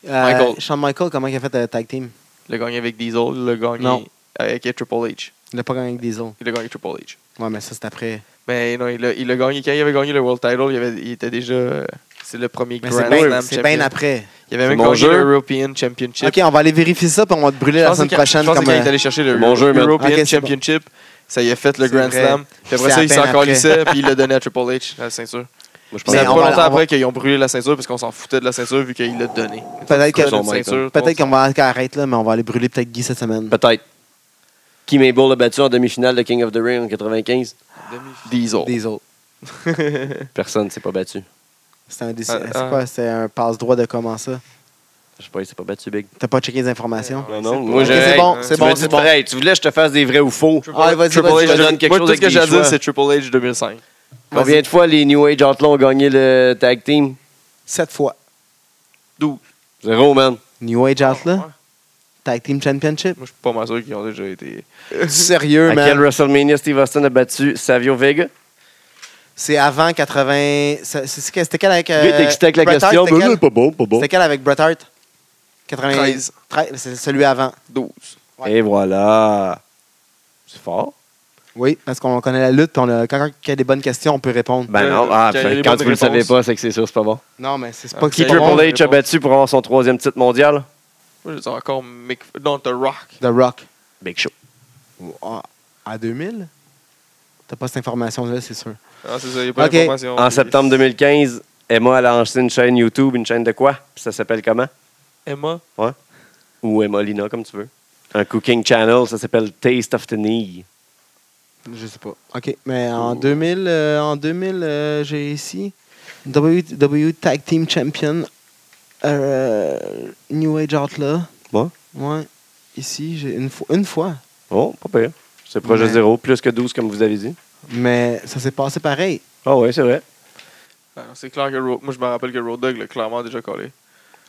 Speaker 3: Michael.
Speaker 4: Michael.
Speaker 3: Euh, Shawn Michael, comment il a fait le tag team
Speaker 4: Il a gagné avec Diesel, il a gagné
Speaker 3: Non.
Speaker 4: avec Triple H.
Speaker 3: Il a pas gagné avec Diesel.
Speaker 4: Il a gagné Triple H.
Speaker 3: Ouais, mais ça, c'est après.
Speaker 4: Ben, Mais non, il a, il a gagné. Quand il avait gagné le World Title, il, avait, il était déjà. euh, C'est le premier
Speaker 3: Mais
Speaker 4: Grand
Speaker 3: c'est
Speaker 4: Slam
Speaker 3: bien
Speaker 4: champion.
Speaker 3: bien après.
Speaker 4: Il y avait même
Speaker 2: mon
Speaker 4: gagné
Speaker 2: jeu.
Speaker 4: le European Championship.
Speaker 3: Ok, on va aller vérifier ça, puis on va te brûler
Speaker 4: Je
Speaker 3: la
Speaker 4: pense
Speaker 3: semaine
Speaker 4: que quand-
Speaker 3: prochaine.
Speaker 4: Je pense que
Speaker 3: Comme,
Speaker 4: quand il est
Speaker 3: euh,
Speaker 4: allé chercher le
Speaker 2: Bon jeu, man.
Speaker 4: European
Speaker 3: Ok, c'est bon.
Speaker 4: Championship, ça y a fait le
Speaker 3: C'est
Speaker 4: Grand
Speaker 3: vrai.
Speaker 4: Slam. Puis après
Speaker 3: C'est
Speaker 4: ça,
Speaker 3: à
Speaker 4: il
Speaker 3: peine
Speaker 4: s'en
Speaker 3: après.
Speaker 4: calissait, puis il l'a donné à Triple H, la ceinture.
Speaker 2: Moi, je
Speaker 4: C'est
Speaker 3: Mais
Speaker 4: pas
Speaker 2: pense
Speaker 3: on va-
Speaker 4: longtemps
Speaker 3: on va-
Speaker 4: après qu'ils ont brûlé la ceinture parce qu'on s'en foutait de la ceinture vu qu'il l'a donné.
Speaker 3: Peut-être que-
Speaker 4: Ils ont
Speaker 2: Peut-être
Speaker 4: une ceinture,
Speaker 3: peut-être qu'on va arrêter là, mais on va aller brûler peut-être Guy cette semaine.
Speaker 2: Peut-être. Kim Abel l'a battu en demi-finale de King of the Ring en 95.
Speaker 4: Diesel.
Speaker 3: Des autres.
Speaker 2: Personne ne s'est pas battu.
Speaker 3: C'est un, déci-
Speaker 4: Ah,
Speaker 3: c'est
Speaker 4: ah.
Speaker 3: quoi? C'est un passe-droit de comment ça?
Speaker 2: Je sais pas, il s'est pas battu, Big.
Speaker 3: T'as pas checké les informations?
Speaker 2: Non,
Speaker 4: c'est
Speaker 2: non.
Speaker 4: pas-
Speaker 2: Moi,
Speaker 3: Ok,
Speaker 2: j'ai.
Speaker 3: c'est
Speaker 2: hey,
Speaker 3: bon,
Speaker 2: tu
Speaker 3: c'est
Speaker 2: m'as
Speaker 3: bon,
Speaker 2: dit
Speaker 3: c'est
Speaker 2: de
Speaker 3: bon.
Speaker 2: pareil. Tu voulais que je te fasse des vrais ou faux.
Speaker 3: Ah, vas-y,
Speaker 4: Triple
Speaker 3: vas-y,
Speaker 4: H,
Speaker 2: je te
Speaker 4: je-
Speaker 2: donne quelque
Speaker 4: moi,
Speaker 2: chose
Speaker 4: tout ce
Speaker 2: avec
Speaker 4: que
Speaker 2: des
Speaker 4: j'ai à dire,
Speaker 2: choix.
Speaker 4: c'est Triple H 2005.
Speaker 2: Combien de fois les New Age Outlaws ont gagné le tag team?
Speaker 3: Sept fois.
Speaker 2: Zéro, man.
Speaker 3: New Age
Speaker 4: Ouais.
Speaker 3: Outlaw, Tag Team Championship.
Speaker 4: Moi, je suis pas mal sûr qu'ils ont déjà été.
Speaker 3: Sérieux,
Speaker 2: à quel
Speaker 3: man.
Speaker 2: WrestleMania Steve Austin a battu Savio Vega?
Speaker 3: C'est avant 80. c'est- c'est- c'est- C'était quel avec. euh,
Speaker 2: Lui, t'es excité avec la
Speaker 3: Bret Hart,
Speaker 2: question.
Speaker 3: C'était
Speaker 2: Ben,
Speaker 3: quel,
Speaker 2: pas bon, pas bon.
Speaker 3: C'était quel avec Bret Hart
Speaker 4: 13.
Speaker 3: 93. C'est celui avant.
Speaker 4: 12.
Speaker 3: Ouais.
Speaker 2: Et voilà. C'est fort.
Speaker 3: Oui, parce qu'on connaît la lutte. puis On a, quand quelqu'un qui a des bonnes questions, on peut répondre.
Speaker 2: Ben
Speaker 4: Euh,
Speaker 2: non, ah,
Speaker 4: quand
Speaker 2: fait-
Speaker 4: il y a
Speaker 2: quand
Speaker 4: des
Speaker 2: tu ne le
Speaker 4: bonnes
Speaker 2: savais
Speaker 4: réponses.
Speaker 2: pas, c'est que c'est sûr, c'est pas bon.
Speaker 3: non, mais c'est
Speaker 4: Ah,
Speaker 3: pas que
Speaker 2: Qui
Speaker 3: c'est
Speaker 4: Triple
Speaker 3: pas
Speaker 2: Triple
Speaker 3: bon.
Speaker 4: H
Speaker 2: H
Speaker 4: a
Speaker 2: a battu pour avoir son troisième titre mondial?
Speaker 4: Moi, je dis encore Mick. Non, The Rock.
Speaker 3: The Rock.
Speaker 2: Big Show.
Speaker 3: Ah, à 2000 T'as pas cette information-là, c'est sûr.
Speaker 4: Ah, c'est ça, il n'y a pas
Speaker 3: Ok.
Speaker 4: d'information.
Speaker 2: En septembre 2015, Emma a lancé une chaîne YouTube, une chaîne de quoi? Puis ça s'appelle comment?
Speaker 4: Emma.
Speaker 2: Ou Emma Lina, comme tu veux. Un cooking channel, ça s'appelle Taste of the Knee.
Speaker 3: Je sais pas. OK, mais
Speaker 4: Oh.
Speaker 3: en 2000, euh, en 2000 euh, j'ai ici WWE Tag Team Champion euh, New Age Outlaw.
Speaker 2: Bon.
Speaker 3: Ouais. Ici, j'ai une, fois- une fois.
Speaker 2: Oh, pas pire. C'est proche de
Speaker 3: Mais-
Speaker 2: zéro, plus que 12, comme vous avez dit.
Speaker 3: Mais ça s'est passé pareil.
Speaker 2: Ah oui, c'est vrai.
Speaker 4: Ah, C'est clair que Ro- Moi, je me rappelle que Road Dog l'a clairement déjà collé.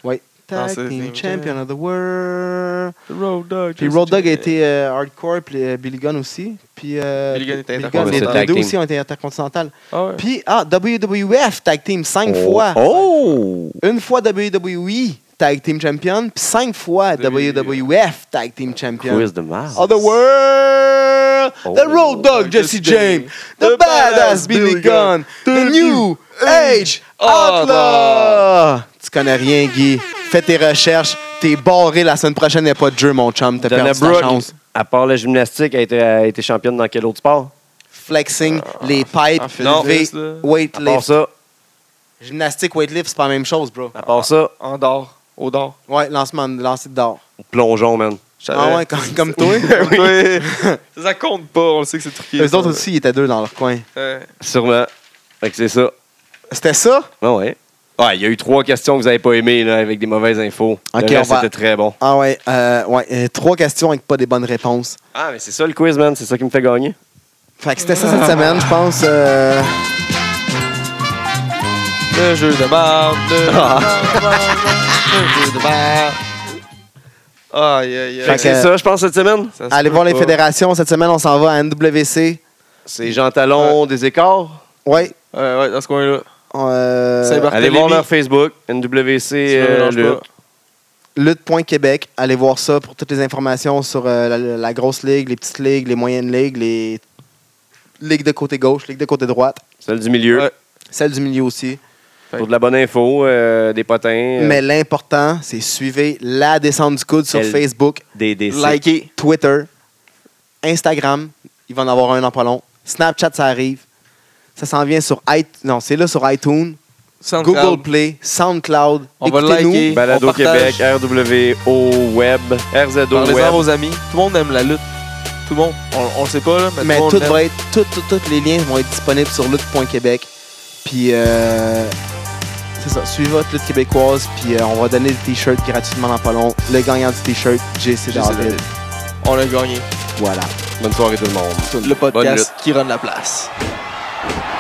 Speaker 3: Ouais. Tag
Speaker 4: Ah, c'est-
Speaker 3: Team
Speaker 4: c'est-
Speaker 3: Champion of the World.
Speaker 4: Road Dog.
Speaker 3: Puis Road Dogg a été euh, hardcore, puis euh, Billy Gunn aussi. Puis euh,
Speaker 4: Billy Gunn était
Speaker 3: Gunn,
Speaker 4: intercontinental.
Speaker 3: les
Speaker 2: Tag
Speaker 3: deux
Speaker 2: team.
Speaker 3: aussi ont été intercontinental.
Speaker 4: Ah ouais.
Speaker 3: Puis, ah, WWF Tag Team, cinq
Speaker 2: Oh.
Speaker 3: fois.
Speaker 2: Oh!
Speaker 3: Une fois WWE Tag Team Champion, puis cinq fois
Speaker 4: WWE.
Speaker 3: WWF Tag Team Champion.
Speaker 2: Quiz de mars.
Speaker 3: All the world, the
Speaker 2: Oh.
Speaker 3: Road Dog Jesse James, the Badass Billy Gunn, the New Age Outlaw. Tu connais rien, Guy. Fais tes recherches. T'es barré la semaine prochaine, il n'y a pas de jeu, mon chum. T'as
Speaker 2: Donna
Speaker 3: perdu ta
Speaker 2: Brooke,
Speaker 3: chance.
Speaker 2: à part la gymnastique, a été, a été championne dans quel autre sport?
Speaker 3: Flexing, les pipes,
Speaker 4: en fait,
Speaker 3: lever,
Speaker 4: là.
Speaker 2: À part
Speaker 3: weightlift.
Speaker 2: ça,
Speaker 3: Gymnastique, weightlift, c'est pas la même chose, bro.
Speaker 2: à part ça,
Speaker 4: En d'or. Au d'or.
Speaker 3: Ouais, lancement de lancer de d'or.
Speaker 2: plongeon, man.
Speaker 4: Je savais.
Speaker 3: Ah ouais, comme, comme toi.
Speaker 4: oui. ça, ça compte pas, on le sait que c'est truqué.
Speaker 3: Eux
Speaker 4: ça.
Speaker 3: autres aussi, ils étaient deux dans leur coin.
Speaker 4: Ouais.
Speaker 2: Sûrement. Fait que c'est ça.
Speaker 3: C'était ça?
Speaker 2: Ah ouais. Ah, il y a eu trois questions que vous n'avez pas aimées, là, avec des mauvaises infos.
Speaker 3: Ok,
Speaker 2: Le reste,
Speaker 3: on va-
Speaker 2: c'était très bon.
Speaker 3: Ah ouais, euh, ouais. euh, trois questions avec pas des bonnes réponses.
Speaker 2: Ah, mais c'est ça le quiz, man. C'est ça qui me fait gagner.
Speaker 3: Fait que c'était ça cette semaine, je pense. euh,
Speaker 4: Le jeu de marde. Le jeu de marde. Aïe, aïe,
Speaker 3: Fait
Speaker 2: Fait
Speaker 3: que-
Speaker 2: que
Speaker 4: aïe.
Speaker 2: c'est ça, je pense, cette semaine.
Speaker 4: Ça se
Speaker 3: allez
Speaker 4: peut
Speaker 3: voir les
Speaker 4: pas.
Speaker 3: fédérations. Cette semaine, on s'en va à NWC.
Speaker 2: C'est Jean Talon des écarts.
Speaker 3: Ouais.
Speaker 4: Ouais, ouais, dans ce coin-là.
Speaker 3: euh,
Speaker 4: Saint-Barthélemy.
Speaker 2: Allez voir leur Facebook, NWC. euh,
Speaker 4: Tu me mélanges
Speaker 2: Lutte.
Speaker 4: pas.
Speaker 3: Lutte.Québec. Allez voir ça pour toutes les informations sur euh, la, la grosse ligue, les petites ligues, les moyennes ligues, les ligues de côté gauche, ligues de côté droite,
Speaker 2: Celle du milieu.
Speaker 4: Ouais.
Speaker 3: celle du milieu aussi.
Speaker 2: Pour de la bonne info, euh, des potins. euh,
Speaker 3: Mais l'important, c'est suivez la descente du coude sur
Speaker 2: Elle-
Speaker 3: Facebook,
Speaker 2: des, des
Speaker 3: likez Twitter, Instagram, il va en avoir un en pas long. Snapchat, ça arrive. Ça s'en vient sur iTunes. Non, c'est là sur iTunes,
Speaker 4: SoundCloud.
Speaker 3: Google Play, SoundCloud.
Speaker 4: On va
Speaker 3: Écoutez-nous.
Speaker 4: liker.
Speaker 2: Balado
Speaker 4: On
Speaker 2: Québec,
Speaker 4: partage.
Speaker 2: RWO Web, RZO
Speaker 4: Parlez-en
Speaker 2: Web.
Speaker 4: à vos amis. Tout le monde aime la lutte. Tout le monde. On, on le sait pas, là, mais,
Speaker 3: Mais
Speaker 4: tout le
Speaker 3: tout
Speaker 4: monde l'aime.
Speaker 3: va être, tout- tout- tous les liens vont être disponibles sur lutte.québec. Puis, euh, c'est ça. Suivez votre lutte québécoise. Puis, euh, on va donner des t-shirts gratuitement dans pas long. Le gagnant du t-shirt, JC David.
Speaker 4: David. On a gagné.
Speaker 3: Voilà.
Speaker 2: Bonne soirée tout le monde.
Speaker 4: Le
Speaker 2: Bonne
Speaker 4: podcast
Speaker 2: lutte.
Speaker 4: qui rend la place.
Speaker 3: Lutte